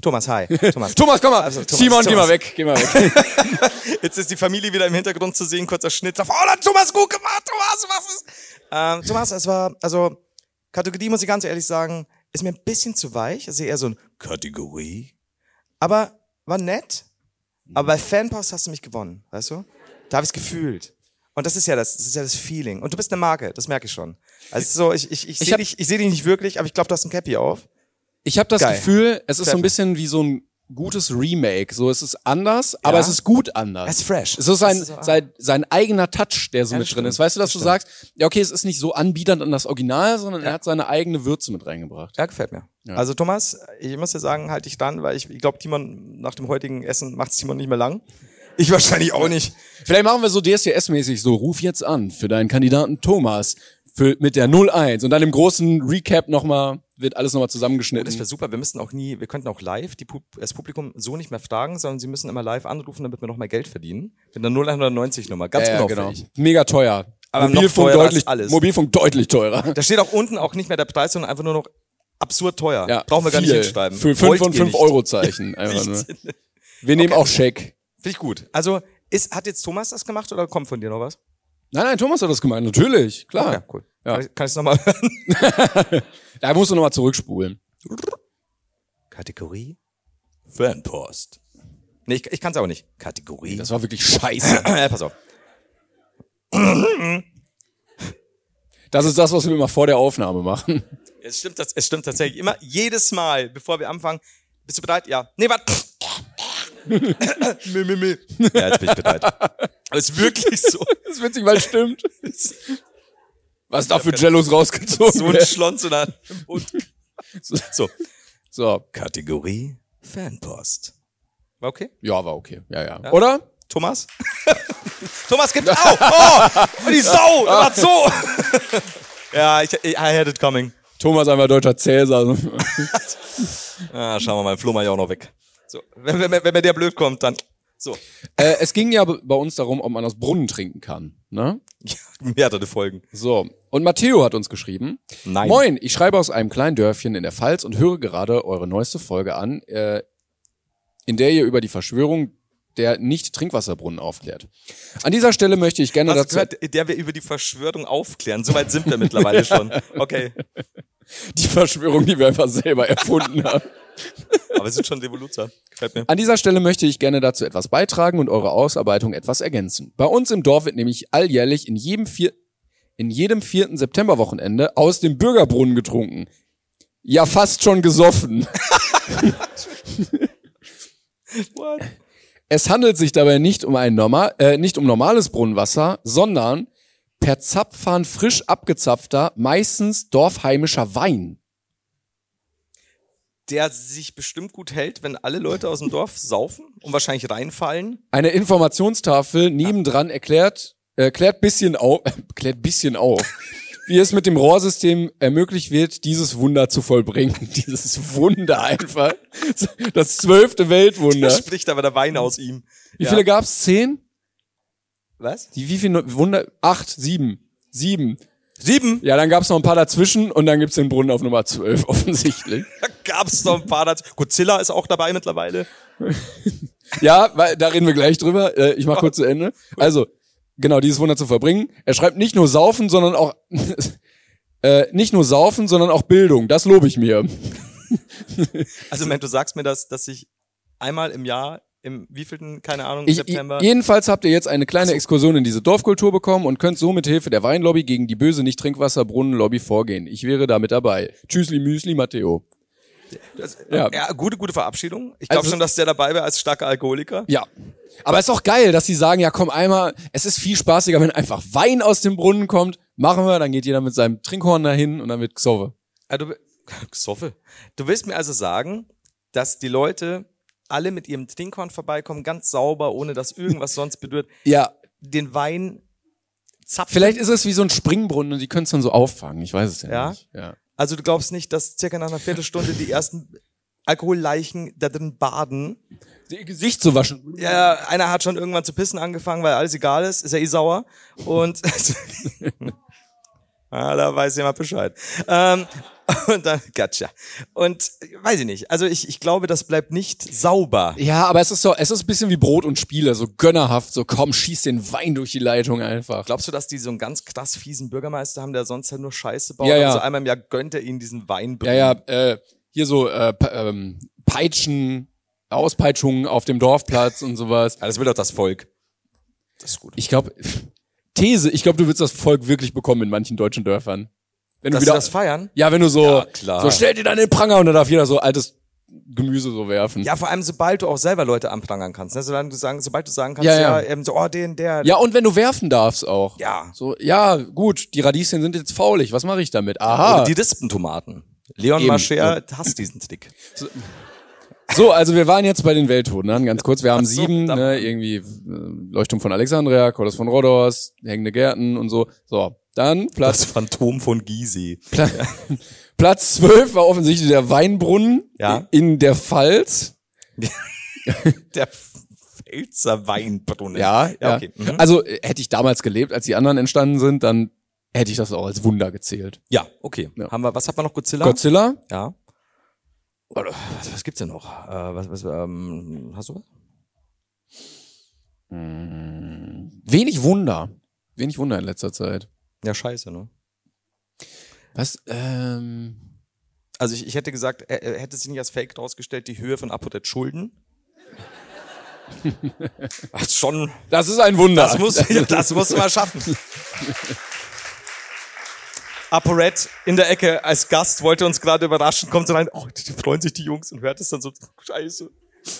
Speaker 2: Thomas, hi. Thomas.
Speaker 3: Thomas, komm mal.
Speaker 2: Also, Thomas,
Speaker 3: Simon, geh
Speaker 2: Thomas.
Speaker 3: mal weg, geh mal weg.
Speaker 2: Jetzt ist die Familie wieder im Hintergrund zu sehen, kurzer Schnitt. Oh, dann Thomas, gut gemacht, Thomas, was ist? Ähm, Thomas, es war, also, Kategorie, muss ich ganz ehrlich sagen, ist mir ein bisschen zu weich. Also eher so ein Kategorie. Aber war nett. Aber bei Fanpost hast du mich gewonnen, weißt du? Da habe ich es gefühlt. Und das ist ja das, das ist ja das Feeling. Und du bist eine Marke, das merke ich schon. Also so, ich, ich, ich
Speaker 3: Ich
Speaker 2: sehe
Speaker 3: hab-
Speaker 2: dich, ich seh dich nicht wirklich, aber ich glaube, du hast ein Cappy auf.
Speaker 3: Ich habe das
Speaker 2: Geil.
Speaker 3: Gefühl, es ist so
Speaker 2: Treffen.
Speaker 3: ein bisschen wie so ein gutes Remake. So, es ist anders, aber es ist gut anders.
Speaker 2: Es ist fresh.
Speaker 3: Es ist
Speaker 2: Es
Speaker 3: sein,
Speaker 2: ist so-
Speaker 3: sein, sein eigener Touch, der so
Speaker 2: Ja,
Speaker 3: mit
Speaker 2: das
Speaker 3: drin
Speaker 2: stimmt.
Speaker 3: ist. Weißt du, dass
Speaker 2: Das
Speaker 3: du
Speaker 2: stimmt.
Speaker 3: sagst, ja, okay, es ist nicht so anbiedernd an das Original, sondern er hat seine eigene Würze mit reingebracht.
Speaker 2: Ja, gefällt mir.
Speaker 3: Ja.
Speaker 2: Also Thomas, ich muss dir sagen, halt dich dran, weil ich, ich glaube, Timon, nach dem heutigen Essen macht Timon nicht mehr lang. Ich wahrscheinlich auch nicht.
Speaker 3: Vielleicht machen wir so DSDS-mäßig so, ruf jetzt an für deinen Kandidaten Thomas für, mit der 01 und dann im großen Recap nochmal, wird alles nochmal
Speaker 2: Das wäre
Speaker 3: zusammengeschnitten.
Speaker 2: super. Wir müssten auch nie, wir könnten auch live die, Pub- das Publikum so nicht mehr fragen, sondern sie müssen immer live anrufen, damit wir noch mehr Geld verdienen. Mit einer 0190-Nummer. Ganz
Speaker 3: Ja, ja, genau.
Speaker 2: unauffällig.
Speaker 3: Mega teuer.
Speaker 2: Aber noch
Speaker 3: Mobilfunk
Speaker 2: teurer als
Speaker 3: deutlich,
Speaker 2: alles.
Speaker 3: Mobilfunk deutlich teurer.
Speaker 2: Da steht auch unten auch nicht mehr der Preis, sondern einfach nur noch absurd teuer.
Speaker 3: Ja,
Speaker 2: Brauchen wir gar nicht
Speaker 3: viel.
Speaker 2: hinschreiben.
Speaker 3: Für 5
Speaker 2: Wollt
Speaker 3: und
Speaker 2: ihr
Speaker 3: 5
Speaker 2: nicht.
Speaker 3: Euro Zeichen. Einfach nur.
Speaker 2: Nichts.
Speaker 3: Wir nehmen auch Scheck.
Speaker 2: Finde ich gut. Also, ist, hat jetzt Thomas das gemacht oder kommt von dir noch was?
Speaker 3: Nein, nein, Thomas hat das gemeint, natürlich, klar.
Speaker 2: Okay, cool.
Speaker 3: Ja.
Speaker 2: Kann ich es nochmal hören?
Speaker 3: Da musst du nochmal zurückspulen.
Speaker 2: Kategorie Fanpost. Nee, ich, ich kann es auch nicht. Kategorie.
Speaker 3: Das war wirklich scheiße.
Speaker 2: Äh, pass auf.
Speaker 3: Das ist das, was wir immer vor der Aufnahme machen.
Speaker 2: Es stimmt, tats- es stimmt tatsächlich immer. Jedes Mal, bevor wir anfangen. Bist du bereit? Ja. Nee, warte. meh, meh, meh. Ja, jetzt bin ich bereit. Das ist wirklich so.
Speaker 3: Das ist witzig, weil es stimmt. Was da für Jellos
Speaker 2: So
Speaker 3: rausgezogen
Speaker 2: ein
Speaker 3: wird.
Speaker 2: Schlons oder und so.
Speaker 3: So,
Speaker 2: Kategorie Fanpost. War okay?
Speaker 3: ja, war okay. Ja, ja. Oder?
Speaker 2: Thomas? Thomas gibt. Au! Oh! Die Sau! Macht so! ja, ich, I had it coming.
Speaker 3: Thomas einmal deutscher Cäsar.
Speaker 2: Ah, schauen wir mal, Flo mach ich auch noch weg. So, wenn, wenn, wenn mir der blöd kommt, dann. So.
Speaker 3: äh, es ging ja be- bei uns darum, ob man aus Brunnen trinken kann. Ne?
Speaker 2: Ja, mehrere Folgen.
Speaker 3: So. Und Matteo hat uns geschrieben.
Speaker 2: Nein.
Speaker 3: Moin, ich schreibe aus einem kleinen Dörfchen in der Pfalz und höre gerade eure neueste Folge an, äh, in der ihr über die Verschwörung der Nicht-Trinkwasserbrunnen aufklärt. An dieser Stelle möchte ich gerne
Speaker 2: Hast du
Speaker 3: dazu...
Speaker 2: gehört, in der wir über die Verschwörung aufklären? Soweit sind wir mittlerweile schon. Okay.
Speaker 3: Die Verschwörung, die wir einfach selber erfunden haben.
Speaker 2: Aber wir sind schon Revoluzer. Gefällt mir.
Speaker 3: An dieser Stelle möchte ich gerne dazu etwas beitragen und eure Ausarbeitung etwas ergänzen. Bei uns im Dorf wird nämlich alljährlich in jedem, vier, in jedem vierten Septemberwochenende aus dem Bürgerbrunnen getrunken. Ja, fast schon gesoffen.
Speaker 2: What?
Speaker 3: Es handelt sich dabei nicht um ein normal, äh, nicht um normales Brunnenwasser, sondern per Zapfhahn frisch abgezapfter, meistens dorfheimischer Wein.
Speaker 2: Der sich bestimmt gut hält, wenn alle Leute aus dem Dorf saufen und wahrscheinlich reinfallen.
Speaker 3: Eine Informationstafel nebendran erklärt, erklärt bisschen auf, erklärt bisschen auf, wie es mit dem Rohrsystem ermöglicht wird, dieses Wunder zu vollbringen. Dieses Wunder einfach. Das zwölfte
Speaker 2: Da
Speaker 3: Weltwunder.
Speaker 2: spricht aber der Wein aus ihm.
Speaker 3: Wie
Speaker 2: Ja.
Speaker 3: viele gab's? Zehn?
Speaker 2: Was?
Speaker 3: Die, wie viele Wunder? Acht, sieben. Sieben.
Speaker 2: Sieben?
Speaker 3: Ja, dann gab's noch ein paar dazwischen und dann gibt's den Brunnen auf Nummer zwölf offensichtlich.
Speaker 2: Da gab's doch ein paar dazu. Godzilla ist auch dabei mittlerweile.
Speaker 3: Ja, weil, da reden wir gleich drüber. Äh, Ich mach kurz zu Ende. Also, genau, dieses Wunder zu verbringen. Er schreibt nicht nur Saufen, sondern auch äh, nicht nur Saufen, sondern auch Bildung. Das lobe ich mir.
Speaker 2: Also, Moment, du sagst mir das, dass ich einmal im Jahr, im wievielten, keine Ahnung,
Speaker 3: Ich, i-
Speaker 2: September.
Speaker 3: jedenfalls habt ihr jetzt eine kleine Exkursion in diese Dorfkultur bekommen und könnt so mit Hilfe der Weinlobby gegen die böse Nicht-Trinkwasserbrunnen-Lobby vorgehen. Ich wäre damit dabei. Tschüssli Müsli, Matteo.
Speaker 2: das, äh,
Speaker 3: ja.
Speaker 2: ja. gute, gute Verabschiedung. Ich glaube
Speaker 3: Also-
Speaker 2: schon, dass der dabei wäre als starker Alkoholiker.
Speaker 3: Ja. Aber ist auch geil, dass sie sagen, ja komm einmal, es ist viel spaßiger, wenn einfach Wein aus dem Brunnen kommt. Machen wir, dann geht jeder mit seinem Trinkhorn dahin und dann wird Xove.
Speaker 2: Also, du, Gesoffe. Du willst mir also sagen, dass die Leute alle mit ihrem Trinkhorn vorbeikommen, ganz sauber, ohne dass irgendwas sonst berührt,
Speaker 3: Ja,
Speaker 2: den Wein zapfen.
Speaker 3: Vielleicht ist es wie so ein Springbrunnen und die können es dann so auffangen. Ich weiß es ja,
Speaker 2: Ja?
Speaker 3: nicht. Ja.
Speaker 2: Also du glaubst nicht, dass circa nach einer Viertelstunde die ersten Alkoholleichen da drin baden.
Speaker 3: Ihr Gesicht zu waschen.
Speaker 2: Ja, einer hat schon irgendwann zu pissen angefangen, weil alles egal ist, ist ja eh sauer. Und ah, da weiß jemand Bescheid. Ähm, und dann, gotcha. Und äh, weiß ich nicht. Also ich, ich glaube, das bleibt nicht sauber.
Speaker 3: Ja, aber es ist so, es ist ein bisschen wie Brot und Spiele, so gönnerhaft, so komm, schieß den Wein durch die Leitung einfach.
Speaker 2: Glaubst du, dass die so einen ganz krass fiesen Bürgermeister haben, der sonst halt nur Scheiße baut?
Speaker 3: Ja,
Speaker 2: und
Speaker 3: ja.
Speaker 2: So einmal im Jahr gönnt er ihnen diesen Wein.
Speaker 3: Ja, ja, äh, hier so äh, Pe- ähm, Peitschen, Auspeitschungen auf dem Dorfplatz und sowas.
Speaker 2: Also Das will doch das Volk. Das ist gut.
Speaker 3: Ich glaube, These, ich glaube, du wirst das Volk wirklich bekommen in manchen deutschen Dörfern. Wenn
Speaker 2: Dass
Speaker 3: du
Speaker 2: sie
Speaker 3: wieder,
Speaker 2: das feiern?
Speaker 3: ja, wenn du so,
Speaker 2: Ja, klar.
Speaker 3: so stell dir dann den Pranger und dann darf jeder so altes Gemüse so werfen.
Speaker 2: Ja, vor allem, sobald du auch selber Leute anprangern kannst. Ne? Solange du sagen, sobald du sagen kannst,
Speaker 3: Ja,
Speaker 2: ja,
Speaker 3: ja.
Speaker 2: eben so, oh, den, der.
Speaker 3: Ja, und wenn du werfen darfst auch.
Speaker 2: Ja.
Speaker 3: So, ja, gut, die Radieschen sind jetzt faulig. Was mache ich damit?
Speaker 2: Oder
Speaker 3: Aha.
Speaker 2: die Rispentomaten. Leon
Speaker 3: Ah. Eben.
Speaker 2: Mascher hasst diesen Trick.
Speaker 3: So, also wir waren jetzt bei den Weltwundern, ganz kurz. Wir haben
Speaker 2: so,
Speaker 3: sieben,
Speaker 2: da-
Speaker 3: ne, irgendwie äh, Leuchtturm von Alexandria, Kolos von Rhodos, hängende Gärten und so. So, dann Platz,
Speaker 2: Phantom von Gizeh.
Speaker 3: Pla Platz zwölf war offensichtlich der Weinbrunnen
Speaker 2: Ja.
Speaker 3: in der Pfalz.
Speaker 2: Der Pfälzer Weinbrunnen.
Speaker 3: Ja, ja.
Speaker 2: okay. Mhm.
Speaker 3: Also äh, hätte ich damals gelebt, als die anderen entstanden sind, dann hätte ich das auch als Wunder gezählt.
Speaker 2: ja okay.
Speaker 3: Ja.
Speaker 2: Haben wir, was hat man noch? Godzilla?
Speaker 3: Godzilla?
Speaker 2: ja. Oder, was, was gibt's denn noch? Äh, was, was, ähm, hast du was?
Speaker 3: Hm, Wenig Wunder. Wenig Wunder in letzter Zeit.
Speaker 2: Ja, scheiße, ne?
Speaker 3: Was? Ähm,
Speaker 2: Also ich, ich hätte gesagt, äh, äh, hätte sich nicht als Fake rausgestellt, die Höhe von Apotet Schulden. Das ist schon,
Speaker 3: das ist ein Wunder.
Speaker 2: Das muss, das muss man schaffen. ApoRed in der Ecke als Gast wollte uns gerade überraschen, kommt so rein, oh, die die freuen sich die Jungs und hört es dann so, scheiße,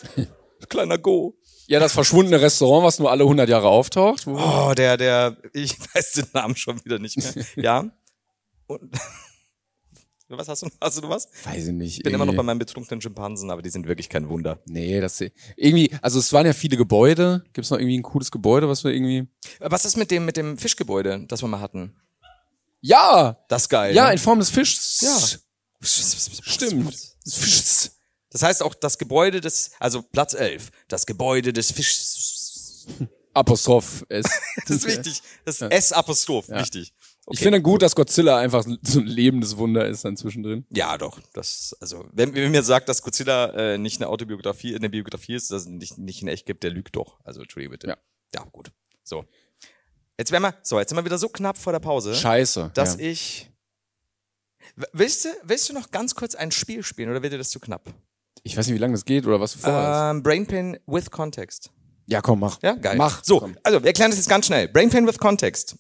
Speaker 2: kleiner Go.
Speaker 3: ja, das verschwundene Restaurant, was nur alle 100 Jahre auftaucht. Wo-
Speaker 2: Oh, der, der, ich weiß den Namen schon wieder nicht mehr. Ja. Und, was hast du, hast du noch was?
Speaker 3: Weiß ich nicht.
Speaker 2: Ich bin immer noch bei meinen betrunkenen Schimpansen, aber die sind wirklich kein Wunder.
Speaker 3: Nee, das irgendwie, also es waren ja viele Gebäude. Gibt's noch irgendwie ein cooles Gebäude, was wir irgendwie.
Speaker 2: Was ist mit dem, mit dem Fischgebäude, das wir mal hatten?
Speaker 3: Ja!
Speaker 2: Das ist geil.
Speaker 3: Ja,
Speaker 2: ne?
Speaker 3: in Form des Fischs.
Speaker 2: Ja.
Speaker 3: Stimmt. Fischs.
Speaker 2: Das heißt auch das Gebäude des, also Platz 11, das Gebäude des Fischs.
Speaker 3: Apostroph S.
Speaker 2: Das ist wichtig. Das S-Apostroph, wichtig.
Speaker 3: Ich
Speaker 2: Okay.
Speaker 3: finde gut, dass Godzilla einfach so ein lebendes Wunder ist dann zwischendrin.
Speaker 2: ja, doch. Das, also, wenn, wenn mir sagt, dass Godzilla äh, nicht eine Autobiografie, eine Biografie ist, dass es nicht, nicht in echt gibt, der lügt doch. Also, Entschuldigung bitte.
Speaker 3: Ja.
Speaker 2: ja gut. So. Jetzt wären wir, so, jetzt sind wir wieder so knapp vor der Pause,
Speaker 3: Scheiße.
Speaker 2: dass
Speaker 3: ja.
Speaker 2: ich, W- willst du, willst du noch ganz kurz ein Spiel spielen oder wird dir das zu knapp?
Speaker 3: ich weiß nicht, wie lange das geht oder was du vorhast.
Speaker 2: Ähm, Brain Pain with Context.
Speaker 3: ja, komm, mach.
Speaker 2: Ja, geil.
Speaker 3: Mach.
Speaker 2: So,
Speaker 3: Komm.
Speaker 2: also wir erklären das jetzt ganz schnell. Brain Pain with Context.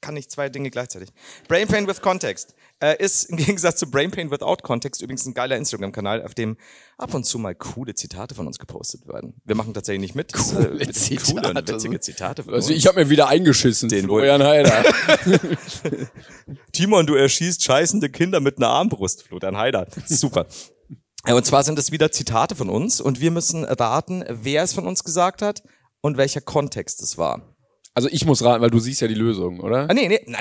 Speaker 2: kann nicht zwei Dinge gleichzeitig. Brain Pain with Context äh, ist im Gegensatz zu Brain Pain without Context übrigens ein geiler Instagram-Kanal, auf dem ab und zu mal coole Zitate von uns gepostet werden. Wir machen tatsächlich nicht mit.
Speaker 3: Coole
Speaker 2: coole und
Speaker 3: Zitate.
Speaker 2: witzige Zitate von
Speaker 3: Also
Speaker 2: uns.
Speaker 3: ich habe mir wieder eingeschissen.
Speaker 2: Den
Speaker 3: Florian Heider.
Speaker 2: Timon, du erschießt scheißende Kinder mit einer Armbrust, Florian Heider. Super. Ja, Und zwar sind es wieder Zitate von uns und wir müssen raten, wer es von uns gesagt hat und welcher Kontext es war.
Speaker 3: Also ich muss raten, weil du siehst ja die Lösung, oder?
Speaker 2: Ah, nee, nee, na,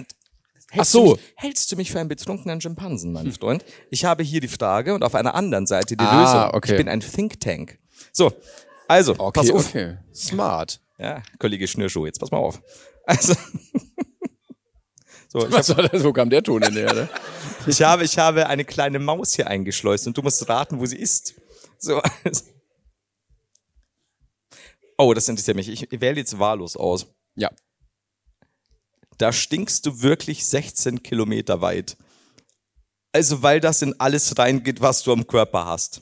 Speaker 3: Ach
Speaker 2: du
Speaker 3: so. Hm.
Speaker 2: mich- hältst du mich für einen betrunkenen Schimpansen, mein Freund? Ich habe hier die Frage und auf einer anderen Seite die
Speaker 3: Ah,
Speaker 2: Lösung.
Speaker 3: okay.
Speaker 2: Ich bin ein Think Tank. So, also, pass
Speaker 3: Okay,
Speaker 2: auf.
Speaker 3: okay. Smart.
Speaker 2: Ja, Kollege Schnürschuh, jetzt pass mal auf. Also, so, ich, hab,
Speaker 3: Was war das? Wo kam der Ton ne? in der Erde?
Speaker 2: ich, habe, ich habe eine kleine Maus hier eingeschleust und du musst raten, wo sie ist. So. also- Oh, das interessiert mich. Ich, ich wähle jetzt wahllos aus.
Speaker 3: Ja.
Speaker 2: da stinkst du wirklich 16 Kilometer weit. Also, weil das in alles reingeht, was du am Körper hast.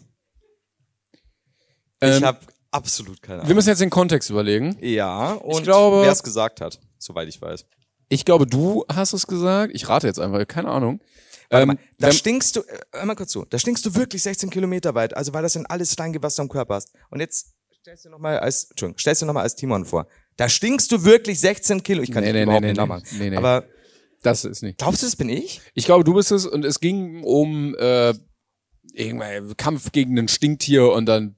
Speaker 2: ich
Speaker 3: Ähm,
Speaker 2: habe absolut keine
Speaker 3: wir
Speaker 2: Ahnung.
Speaker 3: müssen jetzt den Kontext überlegen.
Speaker 2: Ja, und
Speaker 3: glaube-
Speaker 2: wer es gesagt hat, soweit ich weiß.
Speaker 3: Ich glaube, du hast es gesagt. Ich rate jetzt einfach, keine Ahnung. Ähm,
Speaker 2: Warte mal, da
Speaker 3: wenn-
Speaker 2: stinkst du, äh, hör mal kurz zu, da stinkst du wirklich 16 Kilometer weit, also weil das in alles reingeht, was du am Körper hast. Und jetzt stellst du nochmal als, Entschuldigung, stellst du noch mal als Timon vor. Da stinkst du wirklich 16 Kilo. Ich kann
Speaker 3: Nee,
Speaker 2: nee,
Speaker 3: nee,
Speaker 2: überhaupt
Speaker 3: nee,
Speaker 2: nicht
Speaker 3: nee,
Speaker 2: nachmachen.
Speaker 3: nee, nee.
Speaker 2: Aber
Speaker 3: das ist nicht.
Speaker 2: glaubst du, das bin ich?
Speaker 3: Ich glaube, du bist es und es ging um äh, irgendwann Kampf gegen ein Stinktier und dann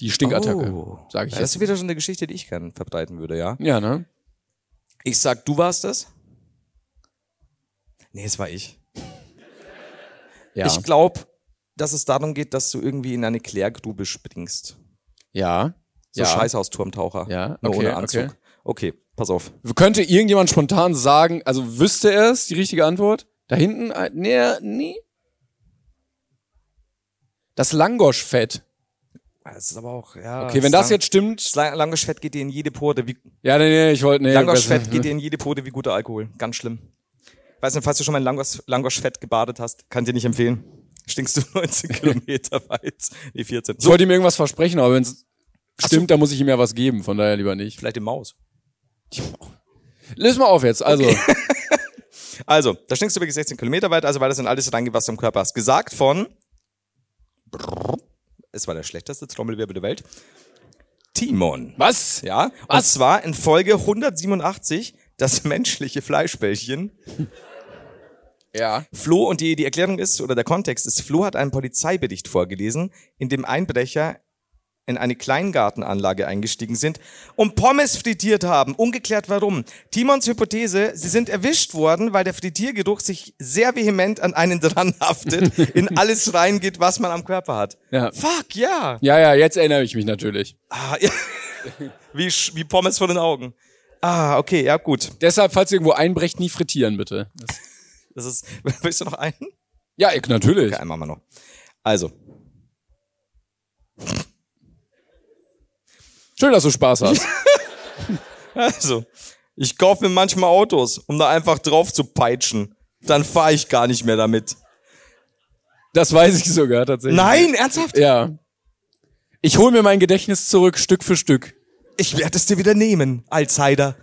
Speaker 3: die Stinkattacke,
Speaker 2: Oh.
Speaker 3: sag ich
Speaker 2: Ja, das
Speaker 3: jetzt.
Speaker 2: ist wieder so eine Geschichte, die ich gerne verbreiten würde, ja?
Speaker 3: Ja, ne?
Speaker 2: Ich sag, du warst das? Nee, es war ich.
Speaker 3: Ja.
Speaker 2: Ich glaube, dass es darum geht, dass du irgendwie in eine Klärgrube springst.
Speaker 3: ja.
Speaker 2: So
Speaker 3: ja.
Speaker 2: Scheißhausturmtaucher.
Speaker 3: Ja,
Speaker 2: Nur
Speaker 3: okay,
Speaker 2: ohne Anzug.
Speaker 3: okay.
Speaker 2: Okay. pass auf.
Speaker 3: Könnte irgendjemand spontan sagen, also wüsste er es, die richtige Antwort? Da hinten? Äh, Nee, nee. Das Langoschfett.
Speaker 2: Das ist aber auch, ja.
Speaker 3: Okay, wenn das jetzt stimmt.
Speaker 2: Lang Langoschfett geht dir in jede Pore, wie,
Speaker 3: Ja, nee, nee, ich wollte. Nee,
Speaker 2: Langoschfett
Speaker 3: das-
Speaker 2: geht dir in jede Pore wie guter Alkohol. Ganz schlimm. Weiß nicht, falls du schon mal in Langos Langoschfett gebadet hast, kann ich dir nicht empfehlen. Stinkst du 19 Kilometer weit. Nee, 14.
Speaker 3: Ich
Speaker 2: So,
Speaker 3: wollte ihm irgendwas versprechen, aber wenn es stimmt, dann muss ich ihm ja was geben, von daher lieber nicht.
Speaker 2: vielleicht die Maus.
Speaker 3: Löst mal auf jetzt, also.
Speaker 2: Also, da stinkst du wirklich 16 Kilometer weit, also weil das in alles reingeht, was du am Körper hast. Gesagt von. Es war der schlechteste Trommelwirbel der Welt. Timon.
Speaker 3: Was?
Speaker 2: Ja, und zwar in Folge 187 das menschliche Fleischbällchen.
Speaker 3: Ja.
Speaker 2: Flo, und die, die Erklärung ist, oder der Kontext ist, Flo hat einen Polizeibericht vorgelesen, in dem Einbrecher in eine Kleingartenanlage eingestiegen sind und Pommes frittiert haben. Ungeklärt warum. Timons Hypothese, sie sind erwischt worden, weil der Frittiergeruch sich sehr vehement an einen dran haftet, in alles reingeht, was man am Körper hat.
Speaker 3: Ja.
Speaker 2: Fuck, ja.
Speaker 3: Ja, ja, jetzt erinnere ich mich natürlich.
Speaker 2: Ah, ja. Wie, Sch- wie Pommes vor den Augen. Ah, okay, ja gut.
Speaker 3: Deshalb, falls ihr irgendwo einbrecht, nie frittieren, bitte.
Speaker 2: Das ist, willst du noch einen?
Speaker 3: Ja, ich, natürlich.
Speaker 2: Okay, einmal mal noch. Also,
Speaker 3: Schön, dass du Spaß hast.
Speaker 2: Also, ich kaufe mir manchmal Autos, um da einfach drauf zu peitschen. Dann fahre ich gar nicht mehr damit.
Speaker 3: Das weiß ich sogar tatsächlich.
Speaker 2: Nein, ernsthaft?
Speaker 3: Ja. Ich hole mir mein Gedächtnis zurück, Stück für Stück.
Speaker 2: Ich werde es dir wieder nehmen, Alzheimer.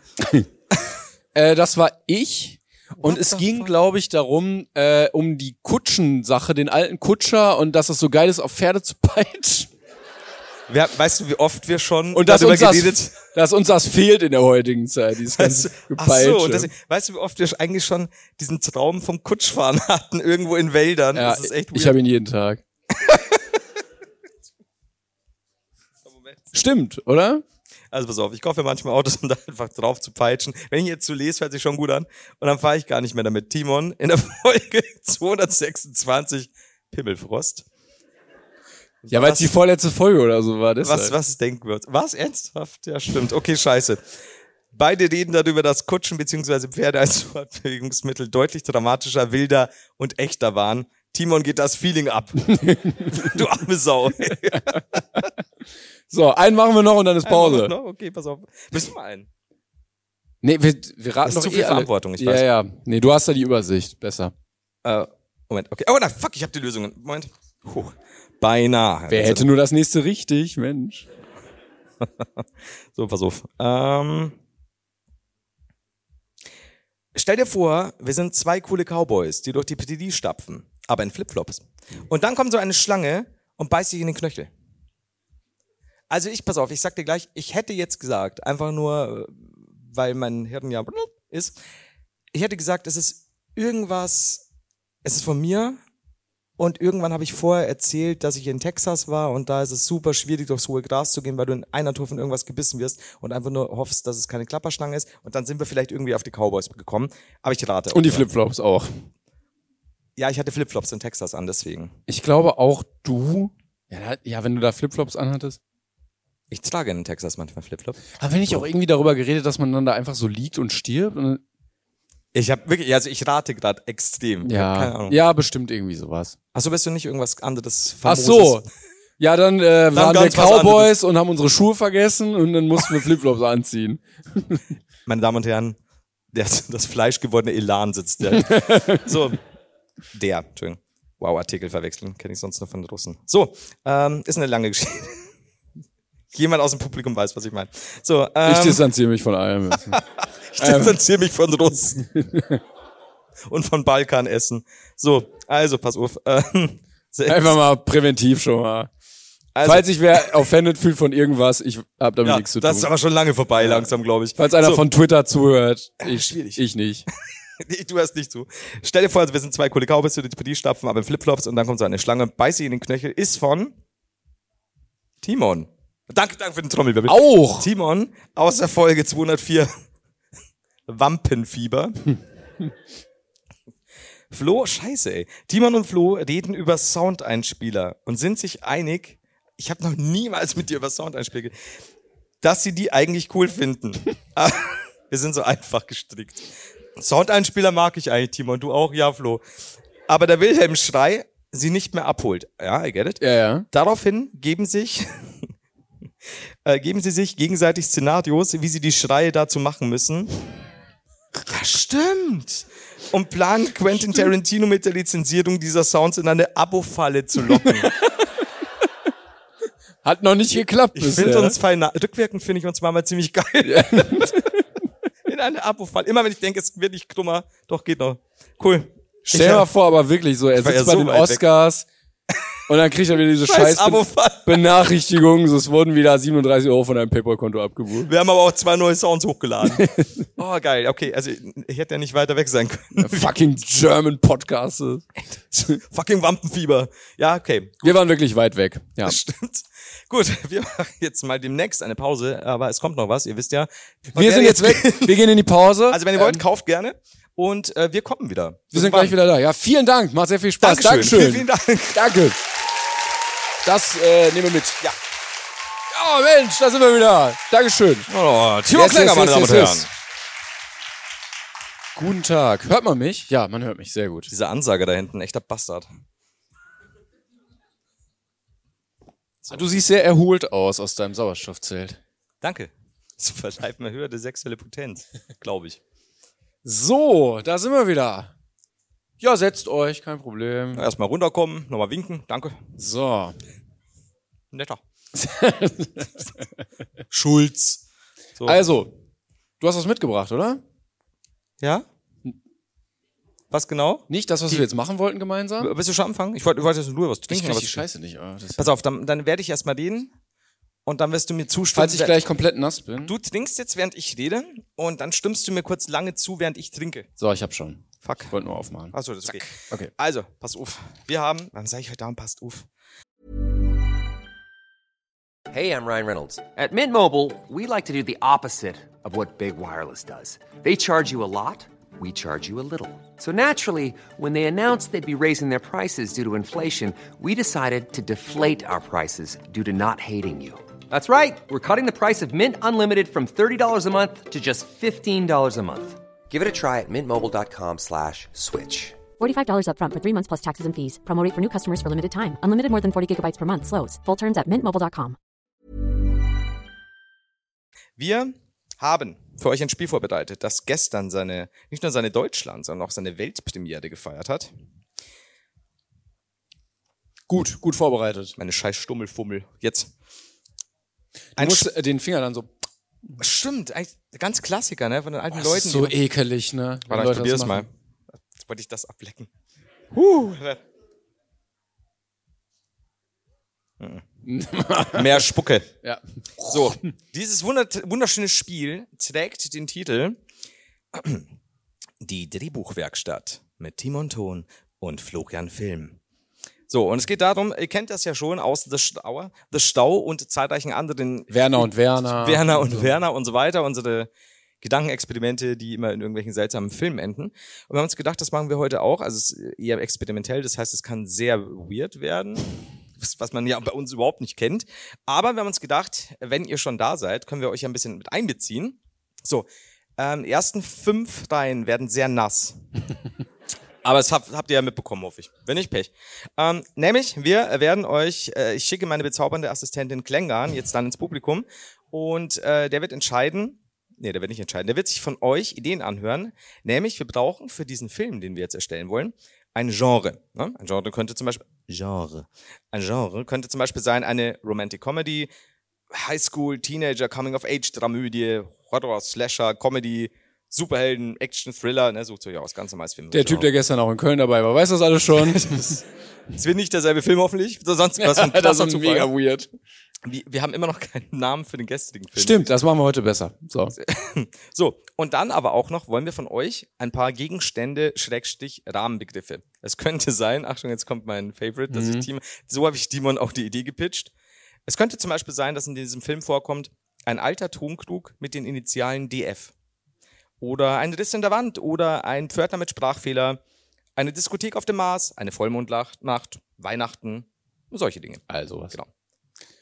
Speaker 3: Äh, das war ich. Und es ging, glaube ich, darum, äh, um die Kutschensache, den alten Kutscher und dass es so geil ist, auf Pferde zu peitschen.
Speaker 2: Wer, weißt du, wie oft wir schon
Speaker 3: Und dass
Speaker 2: darüber
Speaker 3: uns,
Speaker 2: geredet
Speaker 3: das, dass uns das fehlt in der heutigen Zeit, dieses ganze
Speaker 2: Ach so,
Speaker 3: Gepeitsche.
Speaker 2: und das, weißt du, wie oft wir eigentlich schon diesen Traum vom Kutschfahren hatten, irgendwo in Wäldern?
Speaker 3: ja,
Speaker 2: das ist echt
Speaker 3: ich habe ihn jeden Tag. Stimmt, oder?
Speaker 2: Also pass auf, ich kaufe mir manchmal Autos, um da einfach drauf zu peitschen. Wenn ich jetzt so lese, hört sich schon gut an. Und dann fahre ich gar nicht mehr damit. Timon in der Folge 226 Pimmelfrost.
Speaker 3: Ja, weil es
Speaker 2: Was?
Speaker 3: die vorletzte Folge oder so war. Deshalb.
Speaker 2: Was, was denken wir uns? Was? Ernsthaft? Ja, stimmt. Okay, scheiße. Beide reden darüber, dass Kutschen bzw. Pferde als Fortbewegungsmittel deutlich dramatischer, wilder und echter waren. Timon geht das Feeling ab. du arme Sau.
Speaker 3: So, einen machen wir noch und dann ist Pause.
Speaker 2: No, okay, pass auf. Willst du mal einen?
Speaker 3: Nee, wir, wir raten
Speaker 2: Das ist
Speaker 3: doch
Speaker 2: zu
Speaker 3: eh
Speaker 2: viel
Speaker 3: alle.
Speaker 2: Verantwortung, ich
Speaker 3: ja,
Speaker 2: weiß.
Speaker 3: ja. Nee, du hast da die Übersicht. Besser.
Speaker 2: Äh, Moment, okay. Oh, na, fuck, ich habe die Lösungen. Moment. Puh. Beinahe. Also,
Speaker 3: Wer hätte nur das nächste richtig, Mensch.
Speaker 2: So, pass auf. Ähm, Stell dir vor, wir sind zwei coole Cowboys, die durch die PTD stapfen, aber in Flipflops. Und dann kommt so eine Schlange und beißt dich in den Knöchel. Also ich, pass auf, ich sag dir gleich, ich hätte jetzt gesagt, einfach nur, äh, weil mein Hirn ja ist, ich hätte gesagt, es ist irgendwas, es ist von mir und irgendwann habe ich vorher erzählt, dass ich in Texas war und da ist es super schwierig, durchs hohe Gras zu gehen, weil du in einer Tour von irgendwas gebissen wirst und einfach nur hoffst, dass es keine Klapperschlange ist und dann sind wir vielleicht irgendwie auf die Cowboys gekommen, aber ich rate.
Speaker 3: Und die Flipflops auch.
Speaker 2: Ja, ich hatte Flipflops in Texas an, deswegen.
Speaker 3: Ich glaube auch du. Ja, da- ja wenn du da Flipflops anhattest.
Speaker 2: Ich trage in Texas manchmal Flipflops.
Speaker 3: Haben wir nicht auch irgendwie darüber geredet, dass man dann da einfach so liegt und stirbt? Und,
Speaker 2: Ich habe wirklich, also ich rate gerade extrem. Ich hab Keine
Speaker 3: ja,
Speaker 2: Ahnung.
Speaker 3: ja, bestimmt irgendwie sowas.
Speaker 2: Achso, bist du nicht irgendwas anderes
Speaker 3: Ach
Speaker 2: Famoses?
Speaker 3: so. Ja, dann äh, waren wir
Speaker 2: ganz was anderes.
Speaker 3: Cowboys und haben unsere Schuhe vergessen und dann mussten wir Flipflops anziehen.
Speaker 2: Meine Damen und Herren, der, das fleischgewordene Elan sitzt da. so. Der, Entschuldigung. Wow, Artikel verwechseln. Kenne ich sonst nur von den Russen. So, ähm, ist eine lange Geschichte. Jemand aus dem Publikum weiß, was ich meine. So, ähm,
Speaker 3: Ich distanziere mich von allem.
Speaker 2: Ich distanziere mich von Russen. Und von Balkanessen. So, also, pass auf. Ähm, sechs.
Speaker 3: Einfach mal präventiv schon mal.
Speaker 2: Also-
Speaker 3: Falls sich wer offended fühlt von irgendwas, ich hab damit
Speaker 2: ja,
Speaker 3: nichts zu
Speaker 2: das ist
Speaker 3: tun.
Speaker 2: aber schon lange vorbei, langsam, glaube ich.
Speaker 3: Falls einer
Speaker 2: so, Äh,
Speaker 3: von Twitter zuhört, ich,
Speaker 2: Schwierig.
Speaker 3: ich nicht.
Speaker 2: Nee, du hörst nicht zu. Stell dir vor, also wir sind zwei coole Cowboys, die die stapfen, aber in Flipflops und dann kommt so eine Schlange, beißt sie in den Knöchel, ist von Timon. Danke, danke für den Trommelwirbel.
Speaker 3: Auch!
Speaker 2: Timon aus der Folge 204 Wampenfieber. Flo, scheiße, ey. Timon und Flo reden über Soundeinspieler und sind sich einig, ich habe noch niemals mit dir über Soundeinspieler ge- dass sie die eigentlich cool finden. Aber Wir sind so einfach gestrickt. Soundeinspieler mag ich eigentlich, Timon, du auch, ja, Flo. Aber der Wilhelm Schrei sie nicht mehr abholt. Ja, I get it.
Speaker 3: Ja, ja.
Speaker 2: Daraufhin geben sich äh, geben sie sich gegenseitig Szenarios, wie sie die Schreie dazu machen müssen. Ja, stimmt. Und planen Quentin Tarantino mit der Lizenzierung dieser Sounds in eine Abo-Falle zu locken.
Speaker 3: Hat noch nicht geklappt
Speaker 2: Ich
Speaker 3: bisher.
Speaker 2: finde uns fein, rückwirkend finde ich uns manchmal ziemlich geil. in eine Abo-Falle. Immer wenn ich denke, es wird nicht krummer, doch geht noch. Cool.
Speaker 3: Stell dir mal vor, aber wirklich so, er
Speaker 2: war
Speaker 3: sitzt
Speaker 2: ja so
Speaker 3: bei den
Speaker 2: weit weg.
Speaker 3: Oscars und dann kriegt er wieder diese
Speaker 2: Scheiß
Speaker 3: scheiß, Be
Speaker 2: Abo-Falle.
Speaker 3: Benachrichtigung, so es wurden wieder 37 Euro von deinem PayPal-Konto abgebucht.
Speaker 2: Wir haben aber auch zwei neue Sounds hochgeladen. oh, geil. Okay, also ich hätte ja nicht weiter weg sein können.
Speaker 3: Fucking German Podcast.
Speaker 2: Fucking Wampenfieber. Ja, okay.
Speaker 3: Wir waren wirklich weit weg. Ja.
Speaker 2: Stimmt. Gut, wir machen jetzt mal demnächst eine Pause, aber es kommt noch was, ihr wisst ja. Und
Speaker 3: Wir
Speaker 2: wer
Speaker 3: sind jetzt weg. Wir gehen in die Pause.
Speaker 2: Also wenn ihr wollt, kauft gerne und äh, wir kommen wieder.
Speaker 3: wir sind gleich wieder da. Ja, vielen Dank. Macht sehr viel Spaß.
Speaker 2: Dankeschön. Vielen, vielen
Speaker 3: Dankeschön.
Speaker 2: Dank.
Speaker 3: Danke. Das äh, nehmen wir mit.
Speaker 2: Ja.
Speaker 3: Oh Mensch, da sind wir wieder. Dankeschön.
Speaker 2: Oh, Timo
Speaker 3: Yes,
Speaker 2: Kläger,
Speaker 3: yes,
Speaker 2: meine
Speaker 3: yes,
Speaker 2: Damen und
Speaker 3: yes,
Speaker 2: Herren.
Speaker 3: yes. Guten Tag. Hört man mich? Ja, man hört mich. Sehr gut.
Speaker 2: Diese Ansage da hinten, echter Bastard.
Speaker 3: Du siehst sehr erholt aus aus deinem Sauerstoffzelt.
Speaker 2: Danke. Das verleiht mir höhere sexuelle Potenz, glaube ich.
Speaker 3: So, da sind wir wieder. Ja, setzt euch, kein Problem.
Speaker 2: Erstmal runterkommen, nochmal winken, danke.
Speaker 3: So.
Speaker 2: Netter. Schulz. So.
Speaker 3: Also, du hast was mitgebracht, oder?
Speaker 2: ja? Was genau?
Speaker 3: Nicht das, was wir jetzt machen wollten gemeinsam?
Speaker 2: Bist du schon am Anfang? Ich wollte ich wollte jetzt in Ruhe was
Speaker 3: Äh, Ich
Speaker 2: trinken.
Speaker 3: krieg
Speaker 2: aber
Speaker 3: die
Speaker 2: was-
Speaker 3: Scheiße nicht. ah, das-
Speaker 2: Pass auf, dann, dann werde ich erstmal reden und dann wirst du mir zustimmen.
Speaker 3: Falls ich gleich komplett nass bin.
Speaker 2: Du trinkst jetzt, während ich rede und dann stimmst du mir kurz lange zu, während ich trinke.
Speaker 3: So, ich hab schon.
Speaker 2: Fuck.
Speaker 3: Ich wollte nur aufmachen.
Speaker 2: Achso, das ist okay.
Speaker 3: Okay.
Speaker 2: Also, pass auf. Wir haben, wann sage ich heute Abend, passt auf.
Speaker 5: Hey, I'm Ryan Reynolds. At Mint Mobile, we like to do the opposite of what Big Wireless does. They charge you a lot, we charge you a little. So naturally, when they announced they'd be raising their prices due to inflation, we decided to deflate our prices due to not hating you. That's right. We're cutting the price of Mint Unlimited from $30 a month to just $15 a month. Give it a try at mintmobile.com slash switch.
Speaker 6: $45 upfront for three months plus taxes and fees. Promo rate for new customers for limited time. Unlimited more than 40 gigabytes per month. Slows. Full terms at mintmobile.com.
Speaker 2: Wir haben für euch ein Spiel vorbereitet, das gestern seine, nicht nur seine Deutschland, sondern auch seine Weltpremiere gefeiert hat.
Speaker 3: Gut, gut vorbereitet.
Speaker 2: Meine scheiß Stummelfummel. Jetzt.
Speaker 3: Du musst äh, den Finger dann so
Speaker 2: Stimmt, eigentlich ganz Klassiker, ne? Von den alten
Speaker 3: Das
Speaker 2: Leuten.
Speaker 3: ist so
Speaker 2: die-
Speaker 3: ekelig, ne? Wenn
Speaker 2: Warte, ich
Speaker 3: Leute
Speaker 2: probier's
Speaker 3: das
Speaker 2: mal.
Speaker 3: machen.
Speaker 2: Jetzt wollte ich das ablecken. Huh. Mehr Spucke.
Speaker 3: Ja.
Speaker 2: So, dieses wundert- wunderschöne Spiel trägt den Titel Die Drehbuchwerkstatt mit Timon Thon und Florian Film. So, und es geht darum, ihr kennt das ja schon aus The Stau, The Stau und zahlreichen anderen
Speaker 3: Werner und Werner.
Speaker 2: Werner und Werner und so weiter, unsere Gedankenexperimente, die immer in irgendwelchen seltsamen Filmen enden. Und wir haben uns gedacht, das machen wir heute auch. Also es ist eher experimentell, das heißt, es kann sehr weird werden, was- was man ja bei uns überhaupt nicht kennt. Aber wir haben uns gedacht, wenn ihr schon da seid, können wir euch ja ein bisschen mit einbeziehen. So, ähm, die ersten fünf Reihen werden sehr nass. Aber das habt, habt ihr ja mitbekommen, hoffe ich. Wenn nicht, Pech. Ähm, nämlich, wir werden euch, äh, ich schicke meine bezaubernde Assistentin Klengan jetzt dann ins Publikum und äh, der wird entscheiden, nee, der wird nicht entscheiden, der wird sich von euch Ideen anhören. Nämlich, wir brauchen für diesen Film, den wir jetzt erstellen wollen, ein Genre. Ne? Ein Genre könnte zum Beispiel, Genre. Ein Genre könnte zum Beispiel sein, eine Romantic Comedy, Highschool, Teenager, Coming of Age, Dramödie, Horror, Slasher, Comedy, Superhelden, Action, Thriller, ne, sucht euch aus, ganz normales Film.
Speaker 3: Der Typ, der gestern auch in Köln dabei war, weiß das alles schon.
Speaker 2: Es wird nicht derselbe Film hoffentlich, sonst was für ein
Speaker 3: das
Speaker 2: krasser
Speaker 3: ist
Speaker 2: Zufall.
Speaker 3: mega weird.
Speaker 2: Wir, wir haben immer noch keinen Namen für den gestrigen Film.
Speaker 3: Stimmt, das machen wir heute besser. So.
Speaker 2: So, und dann aber auch noch wollen wir von euch ein paar Gegenstände, Schrägstrich, Rahmenbegriffe. Es könnte sein, Achtung, jetzt kommt mein Favorite,
Speaker 3: Mhm.
Speaker 2: dass ich Timon, so habe ich Timon auch die Idee gepitcht. Es könnte zum Beispiel sein, dass in diesem Film vorkommt ein alter Tonkrug mit den Initialen DF. Oder ein Riss in der Wand oder ein Pförtner mit Sprachfehler, eine Diskothek auf dem Mars, eine Vollmondnacht, Nacht, Weihnachten, solche Dinge.
Speaker 3: Also was.
Speaker 2: Genau.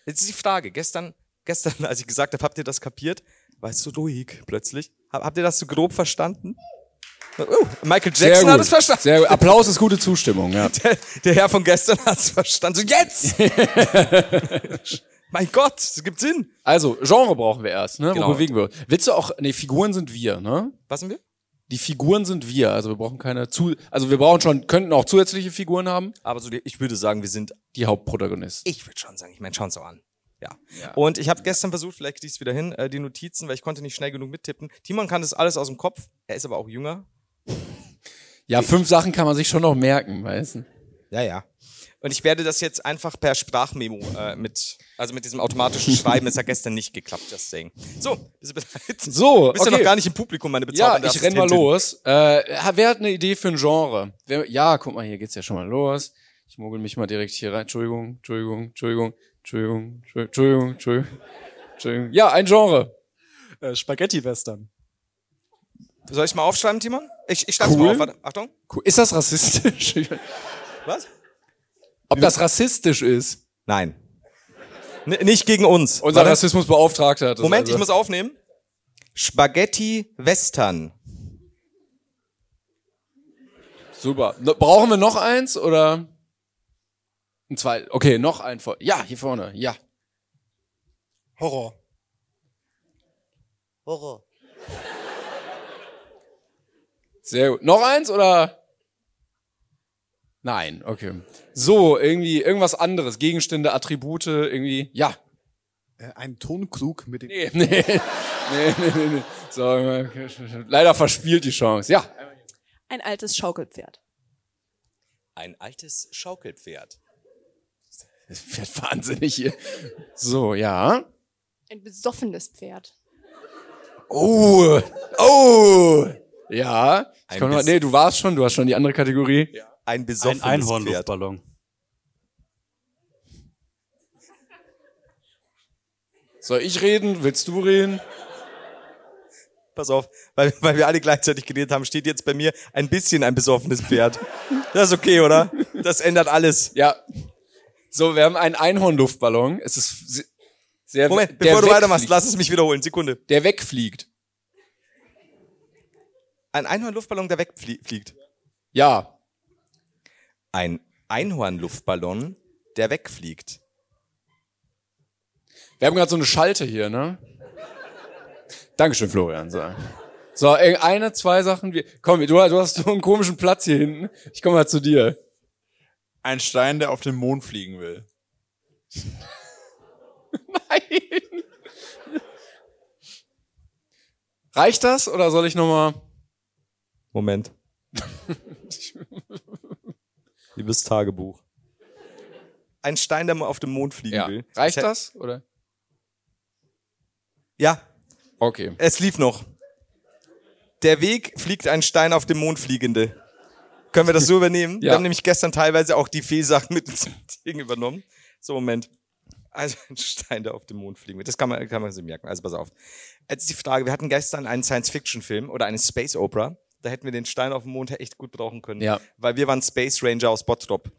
Speaker 2: Jetzt ist die Frage, gestern, gestern, als ich gesagt habe, habt ihr das kapiert? War es so ruhig plötzlich? Hab, habt ihr das so grob verstanden? Oh, Michael
Speaker 3: Sehr
Speaker 2: Jackson hat
Speaker 3: gut.
Speaker 2: es verstanden.
Speaker 3: Sehr gut. Applaus ist gute Zustimmung, ja.
Speaker 2: Der, der Herr von gestern hat es verstanden. So, jetzt! mein Gott, das gibt Sinn.
Speaker 3: Also, Genre brauchen wir erst, ne?
Speaker 2: Genau.
Speaker 3: Wo bewegen wir? uns? Willst du auch, nee, Figuren sind wir, ne?
Speaker 2: Was sind wir?
Speaker 3: Die Figuren sind wir, also wir brauchen keine zu, also wir brauchen schon, könnten auch zusätzliche Figuren haben.
Speaker 2: Aber so, die- ich würde sagen, wir sind,
Speaker 3: Die Hauptprotagonisten.
Speaker 2: ich würde schon sagen, ich meine, schauen auch an. Ja. Und ich habe gestern versucht, vielleicht kriegst du wieder hin, äh, die Notizen, weil ich konnte nicht schnell genug mittippen. Timon kann das alles aus dem Kopf. Er ist aber auch jünger.
Speaker 3: Ja, fünf Sachen kann man sich schon noch merken, weißt du?
Speaker 2: Ja, ja. Und ich werde das jetzt einfach per Sprachmemo äh, mit, also mit diesem automatischen Schreiben, es hat gestern nicht geklappt, das Ding. So, bist du bereit?
Speaker 3: So,
Speaker 2: Du bist ja
Speaker 3: okay.
Speaker 2: noch gar nicht im Publikum, meine
Speaker 3: Ja,
Speaker 2: bezaubernde
Speaker 3: ich renn mal
Speaker 2: Assistentin.
Speaker 3: los. Äh, ha- wer hat eine Idee für ein Genre? Wer, ja, guck mal, hier geht's ja schon mal los. Ich mogel mich mal direkt hier rein. Entschuldigung, Entschuldigung, Entschuldigung, Entschuldigung, Entschu- Entschuldigung, Entschuldigung. Entschuldigung. Ja, ein Genre.
Speaker 4: Äh, Spaghetti-Western.
Speaker 2: Soll ich mal aufschreiben, Timon? Ich, ich schreib's mal
Speaker 3: Cool.
Speaker 2: auf, warte, Achtung.
Speaker 3: Cool. Ist das rassistisch?
Speaker 2: Was?
Speaker 3: Ob das rassistisch ist?
Speaker 2: Nein. N nicht gegen uns.
Speaker 3: Unser
Speaker 2: Warte.
Speaker 3: Rassismusbeauftragter hat das
Speaker 2: Moment,
Speaker 3: also.
Speaker 2: ich muss aufnehmen. Spaghetti Western.
Speaker 3: Super. No, brauchen wir noch eins oder? Ein zwei. Okay, noch ein vor. Ja, hier vorne. Ja.
Speaker 4: Horror.
Speaker 3: Sehr gut. Noch eins oder? Nein, okay. So, irgendwie, irgendwas anderes. Gegenstände, Attribute, irgendwie. Ja.
Speaker 4: Äh, ein Tonkrug mit den
Speaker 3: Nee, nee. nee, nee, nee, nee. So, leider verspielt die Chance. Ja.
Speaker 7: Ein altes Schaukelpferd.
Speaker 2: Ein altes Schaukelpferd.
Speaker 3: Das wird wahnsinnig hier. So, ja.
Speaker 7: Ein besoffenes Pferd.
Speaker 3: Oh. Oh. Ja. Ich
Speaker 2: Ein
Speaker 3: komm noch,
Speaker 2: bisschen.
Speaker 3: nee, du warst schon, du hast schon die andere Kategorie.
Speaker 2: Ein
Speaker 8: Ein
Speaker 2: besoffenes Pferd.
Speaker 8: Einhornluftballon.
Speaker 3: Soll ich reden? Willst du reden?
Speaker 2: Pass auf, weil, weil wir alle gleichzeitig geredet haben, steht jetzt bei mir ein bisschen ein besoffenes Pferd. Das ist okay, oder? Das ändert alles.
Speaker 3: Ja. So, wir haben einen Einhornluftballon. Es ist se- sehr
Speaker 2: Moment,
Speaker 3: der
Speaker 2: bevor du
Speaker 3: wegfliegt-
Speaker 2: weitermachst, lass es mich wiederholen. Sekunde.
Speaker 3: der wegfliegt.
Speaker 2: Ein Einhornluftballon, der wegfliegt.
Speaker 3: Ja.
Speaker 2: Ein Einhornluftballon, der wegfliegt.
Speaker 3: Wir haben gerade so eine Schalte hier, ne? Dankeschön, Florian. So, so ey, eine, zwei Sachen. Wir, komm, du, du hast so einen komischen Platz hier hinten. Ich komme mal zu dir.
Speaker 9: Ein Stein, der auf den Mond fliegen will.
Speaker 3: Nein. Reicht das oder soll ich nochmal?
Speaker 2: Moment. Liebes Tagebuch. Ein Stein, der mal auf dem Mond fliegen will.
Speaker 3: Reicht
Speaker 2: Ich hä-
Speaker 3: das oder?
Speaker 2: Ja,
Speaker 3: Okay.
Speaker 2: es lief noch. Der Weg fliegt ein Stein auf dem Mond fliegende. Können wir das so übernehmen? Wir
Speaker 3: Ja.
Speaker 2: haben nämlich gestern teilweise auch die Fehlsachen mit ins Ding übernommen. So, Moment. Also ein Stein, der auf dem Mond fliegen wird. Das kann man, kann man sich merken. Also pass auf. Jetzt die Frage, wir hatten gestern einen Science-Fiction-Film oder eine Space-Opera. Da hätten wir den Stein auf dem Mond echt gut brauchen können.
Speaker 3: Ja.
Speaker 2: Weil wir waren Space Ranger aus Bottrop.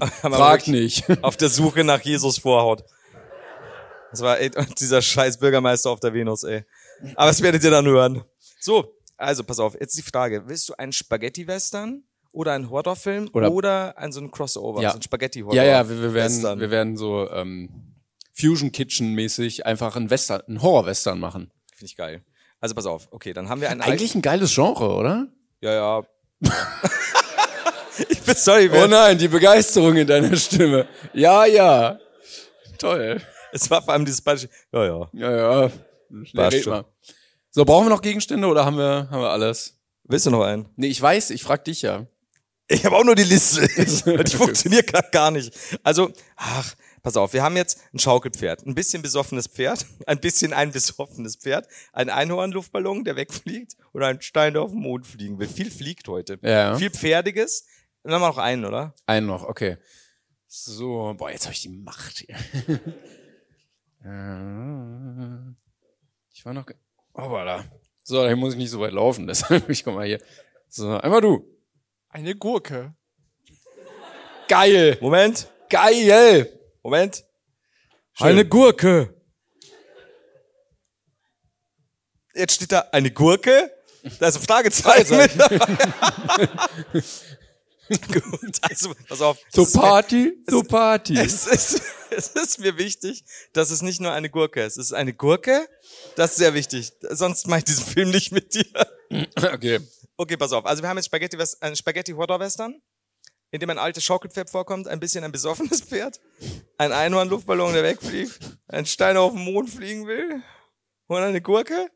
Speaker 2: Haben aber
Speaker 3: Frag
Speaker 2: wirklich-
Speaker 3: nicht.
Speaker 2: auf der Suche nach Jesus Vorhaut. Das war ey, und dieser scheiß Bürgermeister auf der Venus, ey. Aber das werdet ihr dann hören. So, also pass auf, jetzt die Frage. Willst du einen Spaghetti-Western oder einen Horrorfilm oder,
Speaker 3: Oder-
Speaker 2: einen, so einen Crossover,
Speaker 3: Ja.
Speaker 2: so einen Spaghetti-Horror?
Speaker 3: Ja, ja, wir, wir
Speaker 2: Western.
Speaker 3: werden, wir werden so ähm, Fusion Kitchen mäßig einfach einen Western, einen Horror-Western machen.
Speaker 2: Finde ich geil. Also pass auf, okay, dann haben wir einen...
Speaker 3: Eigentlich ein geiles Genre, oder?
Speaker 2: Ja, ja. ich bin sorry,
Speaker 3: Oh
Speaker 2: wir-
Speaker 3: nein, die Begeisterung in deiner Stimme. Ja, ja. Toll.
Speaker 2: es war vor allem dieses Beispiel. Ja, ja.
Speaker 3: Ja, ja.
Speaker 2: Passt
Speaker 3: Red
Speaker 2: schon.
Speaker 3: mal. So, brauchen wir noch Gegenstände oder haben wir, haben wir alles?
Speaker 2: Willst du noch einen?
Speaker 3: Nee, ich weiß, ich frag dich ja.
Speaker 2: Ich habe auch nur die Liste. die funktioniert grad gar nicht. Also, ach, pass auf, wir haben jetzt ein Schaukelpferd, ein bisschen besoffenes Pferd, ein bisschen ein besoffenes Pferd, ein Einhorn-Luftballon, der wegfliegt und ein Stein, der auf den Mond fliegen will. Viel fliegt heute.
Speaker 3: Ja.
Speaker 2: Viel Pferdiges. Dann haben wir noch einen, oder?
Speaker 3: Einen noch, okay. So, boah, jetzt habe ich die Macht hier. Äh, ich war noch. ge- Oh, da. So, da muss ich nicht so weit laufen, deshalb ich komm mal hier. So, einmal du.
Speaker 10: Eine Gurke.
Speaker 3: Geil!
Speaker 2: Moment,
Speaker 3: Geil!
Speaker 2: Moment.
Speaker 4: Eine Gurke.
Speaker 2: Jetzt steht da eine Gurke. Da ist ein Fragezeichen mit dabei. Gut, also, pass auf.
Speaker 3: Zur
Speaker 2: Das ist-
Speaker 3: Party, zur Party.
Speaker 2: Es ist, es ist mir wichtig, dass es nicht nur eine Gurke ist. Es ist eine Gurke, das ist sehr wichtig. Sonst mache ich diesen Film nicht mit dir.
Speaker 3: Okay.
Speaker 2: Okay, pass auf. Also wir haben jetzt Spaghetti, West- einen Spaghetti Horror Western, in dem ein altes Schaukelpferd vorkommt, ein bisschen ein besoffenes Pferd, ein Einhorn-Luftballon, der wegfliegt, ein Stein auf den Mond fliegen will und eine Gurke.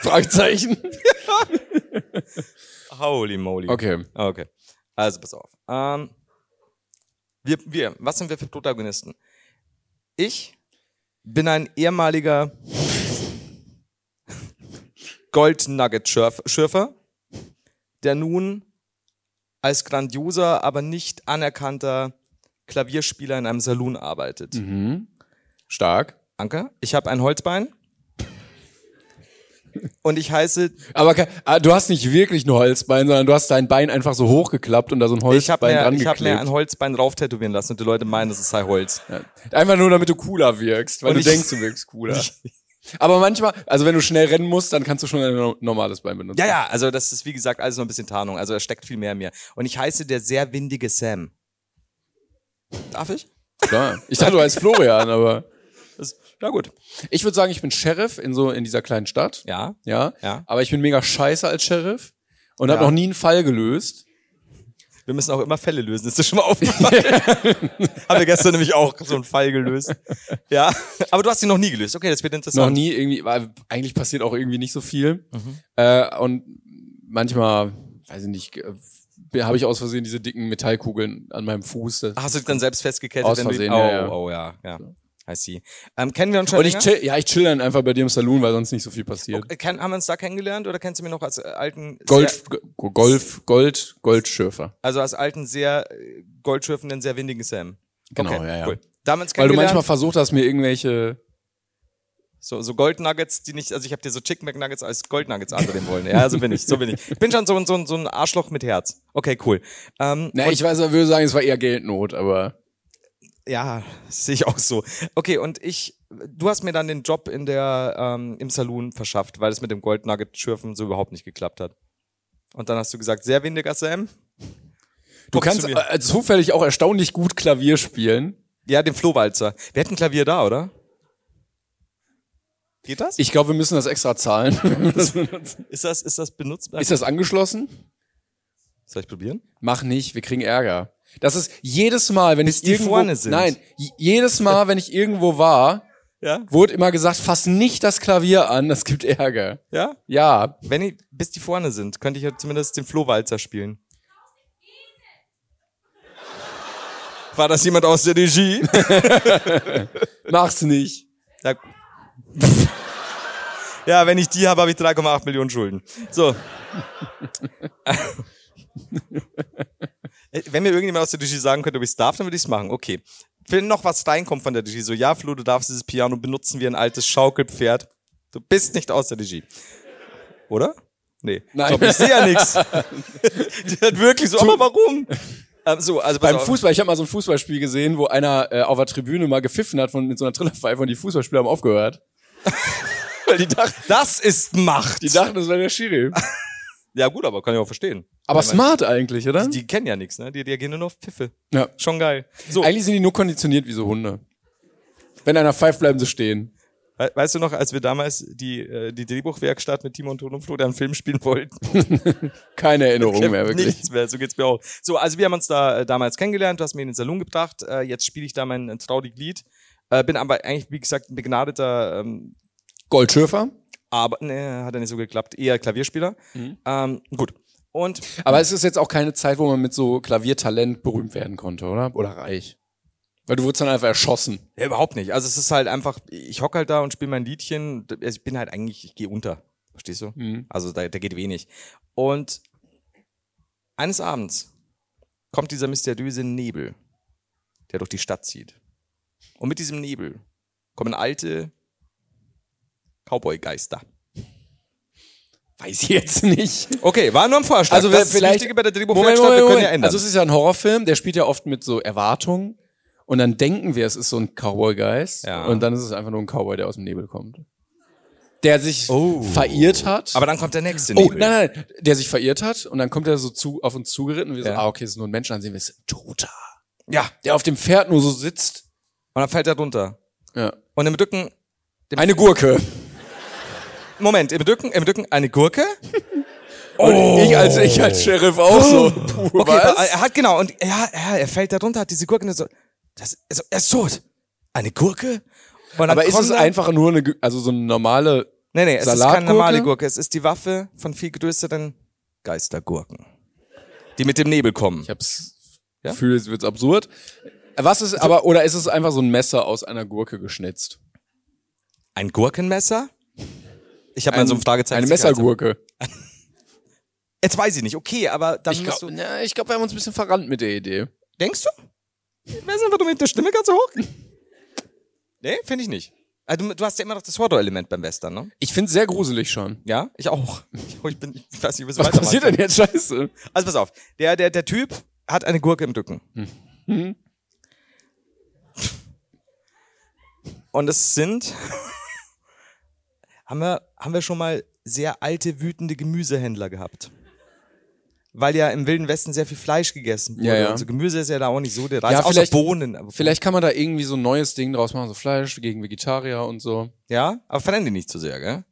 Speaker 3: Fragezeichen.
Speaker 2: Holy moly.
Speaker 3: Okay.
Speaker 2: Okay. Also pass auf. Ähm, wir, wir, was sind wir für Protagonisten? Ich bin ein ehemaliger Gold Nugget Schürfer, der nun als grandioser, aber nicht anerkannter Klavierspieler in einem Saloon arbeitet.
Speaker 3: Stark.
Speaker 2: Anke, ich habe ein Holzbein und ich heiße
Speaker 3: Aber ke- ah, du hast nicht wirklich ein Holzbein, sondern du hast dein Bein einfach so hochgeklappt und da so ein
Speaker 2: ich habe
Speaker 3: Holzbein
Speaker 2: mir,
Speaker 3: dran
Speaker 2: ich hab mir
Speaker 3: geklebt.
Speaker 2: ein Holzbein drauf tätowieren lassen und die Leute meinen, das sei Holz.
Speaker 3: Einfach nur, damit du cooler wirkst, weil
Speaker 2: Und
Speaker 3: du
Speaker 2: ich-
Speaker 3: denkst, du wirkst cooler. Aber manchmal, also wenn du schnell rennen musst, dann kannst du schon ein no- normales Bein benutzen.
Speaker 2: Ja, ja, also das ist wie gesagt alles noch ein bisschen Tarnung. Also da steckt viel mehr in mir. Und ich heiße der sehr windige Sam. Darf ich?
Speaker 3: Klar. Ich dachte, du heißt Florian, aber
Speaker 2: Das, ja, gut.
Speaker 3: ich würde sagen, ich bin Sheriff in so in dieser kleinen Stadt.
Speaker 2: Ja.
Speaker 3: Ja.
Speaker 2: Ja.
Speaker 3: Aber ich bin mega scheiße als Sheriff und hab
Speaker 2: Ja.
Speaker 3: habe noch nie einen Fall gelöst.
Speaker 2: Wir müssen auch immer Fälle lösen. Ist das schon mal aufgefallen? Haben wir gestern nämlich auch so einen Fall gelöst. Ja. Aber du hast ihn noch nie gelöst. Okay, das wird interessant.
Speaker 3: Noch nie irgendwie, weil eigentlich passiert auch irgendwie nicht so viel.
Speaker 2: Mhm.
Speaker 3: Äh, und manchmal, weiß ich nicht, äh, habe ich aus Versehen diese dicken Metallkugeln an meinem Fuß. Das-
Speaker 2: Ach, Hast du dich dann selbst festgekettet?
Speaker 3: Aus
Speaker 2: wenn du-
Speaker 3: Versehen,
Speaker 2: oh,
Speaker 3: ja, ja.
Speaker 2: oh, ja, ja. I see. Ähm, kennen wir uns schon
Speaker 3: Und ich
Speaker 2: länger?
Speaker 3: chill, ja, ich chill dann einfach bei dir im Saloon, weil sonst nicht so viel passiert.
Speaker 2: Äh, kenn- haben wir uns da kennengelernt oder kennst du mich noch als äh, alten
Speaker 3: Gold,
Speaker 2: Sehr,
Speaker 3: Go- Golf, Gold, Goldschürfer.
Speaker 2: also als alten sehr äh, goldschürfenden, sehr windigen Sam?
Speaker 3: Genau,
Speaker 2: okay,
Speaker 3: ja, ja.
Speaker 2: Cool. Da haben wir uns
Speaker 3: Weil du
Speaker 2: kennengelernt.
Speaker 3: manchmal versucht hast, mir irgendwelche.
Speaker 2: So, so Goldnuggets, die nicht, also ich habe dir so Chicken McNuggets als Goldnuggets andrehen wollen. Ja, so bin ich, so bin ich. Ich bin schon so, ein- so, ein- so ein Arschloch mit Herz. Okay, cool. Ähm,
Speaker 3: Na, ich weiß, ich würde sagen, es war eher Geldnot, aber
Speaker 2: Äh, ja, das sehe ich auch so. Okay, und ich, du hast mir dann den Job in der, ähm, im Saloon verschafft, weil es mit dem Goldnugget-Schürfen so überhaupt nicht geklappt hat. Und dann hast du gesagt, sehr windiger Sam.
Speaker 3: du
Speaker 2: Komm zu
Speaker 3: kannst
Speaker 2: mir.
Speaker 3: äh, zufällig auch erstaunlich gut Klavier spielen.
Speaker 2: Ja, den Flohwalzer. Wir hätten Klavier da, oder? Geht das?
Speaker 3: Ich glaube, wir müssen das extra zahlen.
Speaker 2: Ist das, ist das benutzt?
Speaker 3: Ist das angeschlossen?
Speaker 2: Soll ich probieren?
Speaker 3: Mach nicht, wir kriegen Ärger. Das ist jedes Mal, wenn ich
Speaker 2: die
Speaker 3: irgendwo
Speaker 2: vorne sind.
Speaker 3: nein, j- jedes Mal, wenn ich irgendwo war,
Speaker 2: Ja?
Speaker 3: Wurde immer gesagt, fass nicht das Klavier an, das gibt Ärger.
Speaker 2: Ja?
Speaker 3: Ja.
Speaker 2: Wenn ich, bis die vorne sind, könnte ich ja zumindest den Flohwalzer spielen. War das jemand aus der Regie?
Speaker 3: Mach's nicht.
Speaker 2: Ja. ja, wenn ich die habe, habe ich 3,8 Millionen Schulden. So. Äh, wenn mir irgendjemand aus der Regie sagen könnte, ob ich es darf, dann würde ich es machen. Okay. Wenn noch was reinkommt von der Regie, so, ja, Flo, du darfst dieses Piano benutzen wie ein altes Schaukelpferd. Du bist nicht aus der Regie. Oder? Nee.
Speaker 3: Nein.
Speaker 2: Ich, glaub, ich sehe ja nichts. Die hat wirklich so, aber warum? Ähm, so, also pass
Speaker 3: Beim
Speaker 2: auf.
Speaker 3: Fußball, ich habe mal so ein Fußballspiel gesehen, wo einer äh, auf der Tribüne mal gepfiffen hat von, mit so einer Trillerpfeife und die Fußballspieler haben aufgehört. Weil die dachten,
Speaker 2: Das ist Macht.
Speaker 3: die dachten, das wäre der Schiri.
Speaker 2: Ja, gut, aber kann ich auch verstehen.
Speaker 3: Aber
Speaker 2: Ich
Speaker 3: smart eigentlich, oder?
Speaker 2: meine, Die kennen ja nichts, ne? Die reagieren nur auf Pfiffe.
Speaker 3: Ja.
Speaker 2: Schon geil. So,
Speaker 3: Eigentlich sind die nur konditioniert wie so Hunde. Wenn einer pfeift, bleiben sie stehen.
Speaker 2: we- weißt du noch, als wir damals die, äh, die Drehbuchwerkstatt mit Timon, Ton und Flo da einen Film spielen wollten?
Speaker 3: Keine Erinnerung
Speaker 2: Ich hab
Speaker 3: mehr, Oh, wirklich.
Speaker 2: Nichts mehr, so geht's mir auch. So, also wir haben uns da äh, damals kennengelernt, du hast mir in den Salon gebracht, äh, jetzt spiele ich da mein äh, traurig Lied. Äh, bin aber eigentlich, wie gesagt, ein begnadeter, ähm,
Speaker 3: Goldschürfer.
Speaker 2: aber, ne, hat ja nicht so geklappt, eher Klavierspieler. Ähm, gut. Und
Speaker 3: Aber es ist jetzt auch keine Zeit, wo man mit so Klaviertalent berühmt werden konnte, oder? Oder reich. Weil du wurdest dann einfach erschossen.
Speaker 2: Ja, überhaupt nicht. Also es ist halt einfach, ich hocke halt da und spiele mein Liedchen. Also Ich bin halt eigentlich, ich gehe unter. Verstehst du?
Speaker 3: Mhm.
Speaker 2: Also da, da geht wenig. Und eines Abends kommt dieser mysteriöse Nebel, der durch die Stadt zieht. Und mit diesem Nebel kommen alte Cowboy-Geister.
Speaker 3: Weiß ich jetzt nicht.
Speaker 2: Okay, war nur ein Vorschlag.
Speaker 3: Also
Speaker 2: das
Speaker 3: vielleicht-
Speaker 2: ist wichtig bei der
Speaker 3: Moment,
Speaker 2: Drehbuchwerkstatt,
Speaker 3: Moment,
Speaker 2: wir
Speaker 3: Moment.
Speaker 2: können ja ändern.
Speaker 3: Also es ist ja ein Horrorfilm, der spielt ja oft mit so Erwartungen. Und dann denken wir, es ist so ein Cowboy-Geist.
Speaker 2: Ja.
Speaker 3: Und dann ist es einfach nur ein Cowboy, der aus dem Nebel kommt. Der sich verirrt hat.
Speaker 2: Oh. aber dann kommt der nächste
Speaker 3: Oh,
Speaker 2: Nebel.
Speaker 3: nein, nein, der sich verirrt hat und dann kommt er so zu, auf uns zugeritten und wir
Speaker 2: Ja.
Speaker 3: so, ah, okay, es ist nur ein Mensch, dann sehen wir, es ist ein Toter.
Speaker 2: Ja,
Speaker 3: Der auf dem Pferd nur so sitzt.
Speaker 2: und dann fällt er runter.
Speaker 3: Ja.
Speaker 2: Und im Rücken
Speaker 3: Eine Gurke.
Speaker 2: Moment, im Rücken, im Rücken eine Gurke? Oh.
Speaker 3: Und ich als, ich als Sheriff auch so. Puh,
Speaker 2: Okay,
Speaker 3: was?
Speaker 2: aber er hat genau und ja, ja, er fällt da drunter, hat diese Gurke und so. Das, also, er ist tot. Eine Gurke? Und dann
Speaker 3: Aber ist
Speaker 2: kommt
Speaker 3: es
Speaker 2: er-
Speaker 3: einfach nur eine, Gü- also so eine normale,
Speaker 2: Nee, nee, es ist keine
Speaker 3: Salatgurke?
Speaker 2: normale Gurke. Es ist die Waffe von viel größeren Geistergurken, die mit dem Nebel kommen.
Speaker 3: ich hab's Gefühl, es wird's absurd. Was ist aber, oder ist es einfach so ein Messer aus einer Gurke geschnitzt?
Speaker 2: Ein Gurkenmesser? Ich habe mal so ein Fragezeichen. also
Speaker 3: Eine Messergurke.
Speaker 2: Jetzt weiß ich nicht. Okay, aber dann
Speaker 3: Ich
Speaker 2: musst
Speaker 3: glaube,
Speaker 2: du.
Speaker 3: glaub, wir haben uns ein bisschen verrannt mit der Idee.
Speaker 2: Denkst du? Ich weiß nicht, warum mit der Stimme ganz so hoch. Nee, finde ich nicht. Also, du, du hast ja immer noch das Horror-Element beim Western, ne?
Speaker 3: Ich find's sehr gruselig schon.
Speaker 2: Ja, ich auch. Ich, ich bin, ich weiß nicht, was
Speaker 3: Was passiert denn jetzt Scheiße?
Speaker 2: Also pass auf, der, der, der Typ hat eine Gurke im Rücken.
Speaker 3: Hm.
Speaker 2: Mhm. Und es sind, haben wir, haben wir schon mal sehr alte, wütende Gemüsehändler gehabt. Weil ja im Wilden Westen sehr viel Fleisch gegessen wurde.
Speaker 3: Ja, ja.
Speaker 2: Also Gemüse ist ja da auch nicht so der Reis,
Speaker 3: Ja,
Speaker 2: außer
Speaker 3: vielleicht-
Speaker 2: Bohnen. Aber
Speaker 3: Vielleicht kann man da irgendwie so ein neues Ding draus machen, so Fleisch gegen Vegetarier und so.
Speaker 2: Ja, aber verändern die nicht zu sehr, gell?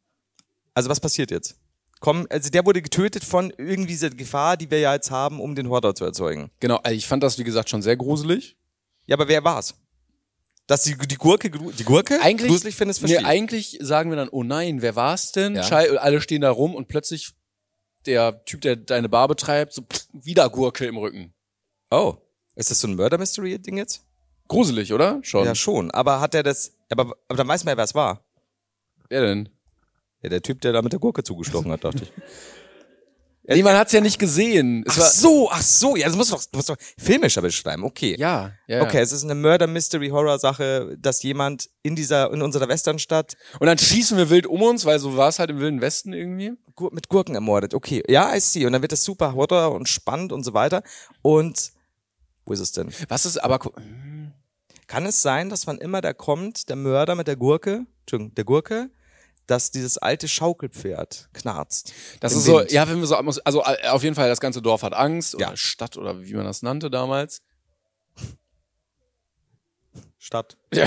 Speaker 2: Also was passiert jetzt? Komm, also der wurde getötet von irgendwie dieser Gefahr, die wir ja jetzt haben, um den Horror zu erzeugen.
Speaker 3: Genau, also ich fand das, wie gesagt, schon sehr gruselig.
Speaker 2: Ja, aber wer war's? Dass die, die Gurke, gru- die Gurke
Speaker 3: Eigentlich,
Speaker 2: gruselig findest,
Speaker 3: nee,
Speaker 2: verstehe ich.
Speaker 3: eigentlich sagen wir dann, oh nein, wer war's denn?
Speaker 2: Ja.
Speaker 3: Schei und alle stehen da rum und plötzlich der Typ, der deine Bar betreibt, so pff, wieder Gurke im Rücken.
Speaker 2: Oh. Ist das so ein Murder Mystery Ding jetzt?
Speaker 3: Gruselig, oder? Schon.
Speaker 2: Ja, schon. Aber hat er das, aber, aber dann weiß man ja, wer es war.
Speaker 3: Wer denn?
Speaker 2: Ja, der Typ, der da mit der Gurke zugestochen hat, dachte ich.
Speaker 3: Nee, man hat's ja nicht gesehen. Es
Speaker 2: Ach
Speaker 3: war,
Speaker 2: so, ach so, ja, das muss doch, muss doch filmischer beschreiben, okay.
Speaker 3: Ja, ja. ja.
Speaker 2: Okay, es ist eine Murder Mystery Horror Sache, dass jemand in dieser, in unserer Westernstadt
Speaker 3: Und dann schießen wir wild um uns, weil so war's halt im Wilden Westen irgendwie.
Speaker 2: Gur- mit Gurken ermordet. Okay, ja, I see. Und dann wird das super horror und spannend und so weiter. Und wo ist es denn?
Speaker 3: Was ist aber. gu-
Speaker 2: Kann es sein, dass wann immer da kommt, der Mörder mit der Gurke, Entschuldigung, der Gurke, dass dieses alte Schaukelpferd knarzt?
Speaker 3: Das
Speaker 2: Im
Speaker 3: ist so,
Speaker 2: Wind.
Speaker 3: ja, wenn wir so Atmos also äh, auf jeden Fall, das ganze Dorf hat Angst oder
Speaker 2: Ja.
Speaker 3: Stadt oder wie man das nannte damals.
Speaker 2: Stadt.
Speaker 3: Ja.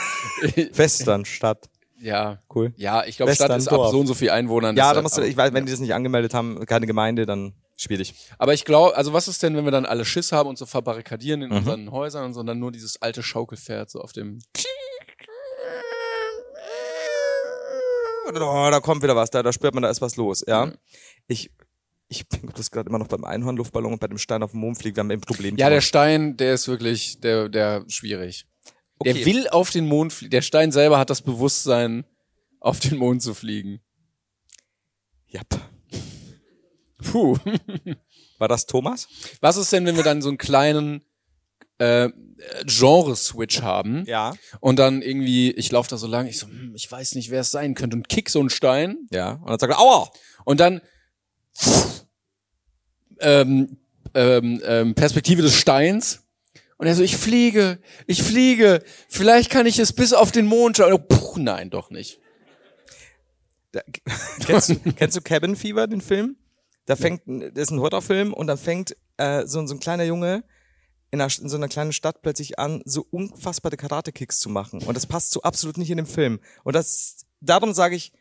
Speaker 2: Western, Stadt.
Speaker 3: ja.
Speaker 2: Cool.
Speaker 3: Ja, ich glaube, Stadt ist
Speaker 2: Western-Dorf.
Speaker 3: ab so und so viel Einwohnern.
Speaker 2: Ja,
Speaker 3: ist
Speaker 2: da
Speaker 3: halt-
Speaker 2: musst du, ich weiß, wenn die das nicht angemeldet haben, keine Gemeinde, dann schwierig.
Speaker 3: Aber ich glaube, also was ist denn, wenn wir dann alle Schiss haben und so
Speaker 2: Mhm.
Speaker 3: verbarrikadieren in unseren Häusern und so, und dann nur dieses alte Schaukelpferd so auf dem.
Speaker 2: oh, da kommt wieder was, da, da spürt man, da ist was los, ja. Ich, ich bin das gerade immer noch beim Einhorn-Luftballon und bei dem Stein auf dem Mond fliegt, wir haben eben ein Problem.
Speaker 3: Ja, der Stein, der ist wirklich, der, der schwierig.
Speaker 2: Okay.
Speaker 3: Der will auf den Mond fliegen. Der Stein selber hat das Bewusstsein, auf den Mond zu fliegen.
Speaker 2: Yep.
Speaker 3: Puh.
Speaker 2: War das Thomas?
Speaker 3: Was ist denn, wenn wir dann so einen kleinen äh, Genre-Switch haben?
Speaker 2: Ja.
Speaker 3: Und dann irgendwie, ich laufe da so lang, ich so, hm, ich weiß nicht, wer es sein könnte. Und kick so einen Stein.
Speaker 2: Ja. Und dann sagt er, aua!
Speaker 3: Und dann ähm, ähm, ähm, Perspektive des Steins. Und er so, ich fliege, ich fliege, vielleicht kann ich es bis auf den Mond schauen. Und, puh, nein, doch nicht.
Speaker 2: kennst, du, kennst du Cabin Fever, den Film? Da fängt, ein- das ist ein Horrorfilm und dann fängt äh, so, so ein kleiner Junge in, einer, in so einer kleinen Stadt plötzlich an, so unfassbare Karate-Kicks zu machen. Und das passt so absolut nicht in den Film. Und das, darum sage ich,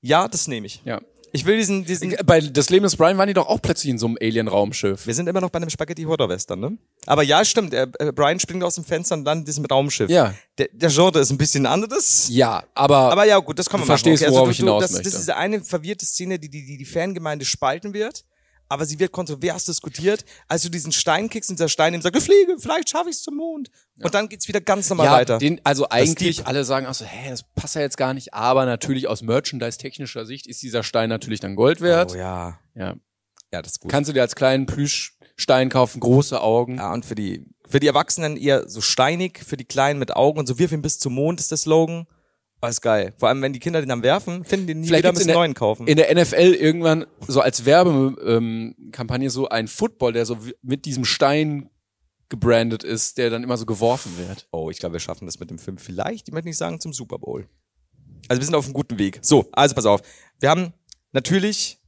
Speaker 2: ja, das nehme ich.
Speaker 3: Ja.
Speaker 2: Ich will diesen, diesen,
Speaker 3: Bei Das Leben des Brian waren die doch auch plötzlich in so einem Alien-Raumschiff.
Speaker 2: wir sind immer noch bei einem Spaghetti-Horror-Western, ne? Aber ja, stimmt, äh, äh, Brian springt aus dem Fenster und landet in diesem Raumschiff.
Speaker 3: Ja.
Speaker 2: Der, der Genre ist ein bisschen anderes.
Speaker 3: Ja, aber,
Speaker 2: Aber ja, gut, das kann
Speaker 3: Du
Speaker 2: man
Speaker 3: verstehst,
Speaker 2: machen.
Speaker 3: worauf
Speaker 2: also du-
Speaker 3: ich
Speaker 2: du-
Speaker 3: hinaus
Speaker 2: das, Das
Speaker 3: möchte.
Speaker 2: ist diese eine verwirrte Szene, die die, die die Fangemeinde spalten wird. Aber sie wird kontrovers diskutiert, als du diesen Stein kickst und dieser Stein ihm sagt, "Du Fliege, vielleicht schaffe ich es zum Mond. Und dann geht's wieder ganz normal
Speaker 3: ja,
Speaker 2: weiter.
Speaker 3: Den, also
Speaker 2: ist
Speaker 3: eigentlich alle sagen auch so, hä, das passt ja jetzt gar nicht. Aber natürlich aus Merchandise-technischer Sicht ist dieser Stein natürlich dann Gold wert.
Speaker 2: oh ja.
Speaker 3: ja.
Speaker 2: Ja, das ist gut.
Speaker 3: Kannst du dir als kleinen Plüschstein kaufen, große Augen.
Speaker 2: ja, und für die, für die Erwachsenen eher so steinig, für die Kleinen mit Augen und so wirf ihn bis zum Mond ist der Slogan. Alles geil. Vor allem, wenn die Kinder den dann werfen, finden die nie
Speaker 3: Vielleicht
Speaker 2: wieder,
Speaker 3: gibt's
Speaker 2: müssen
Speaker 3: in der-
Speaker 2: neuen kaufen.
Speaker 3: In der NFL irgendwann so als Werbekampagne so ein Football, der so w- mit diesem Stein gebrandet ist, der dann immer so geworfen wird.
Speaker 2: Oh, ich glaube, wir schaffen das mit dem Film vielleicht, ich möchte nicht sagen, zum Super Bowl. Also wir sind auf einem guten Weg. So, also pass auf. Wir haben natürlich,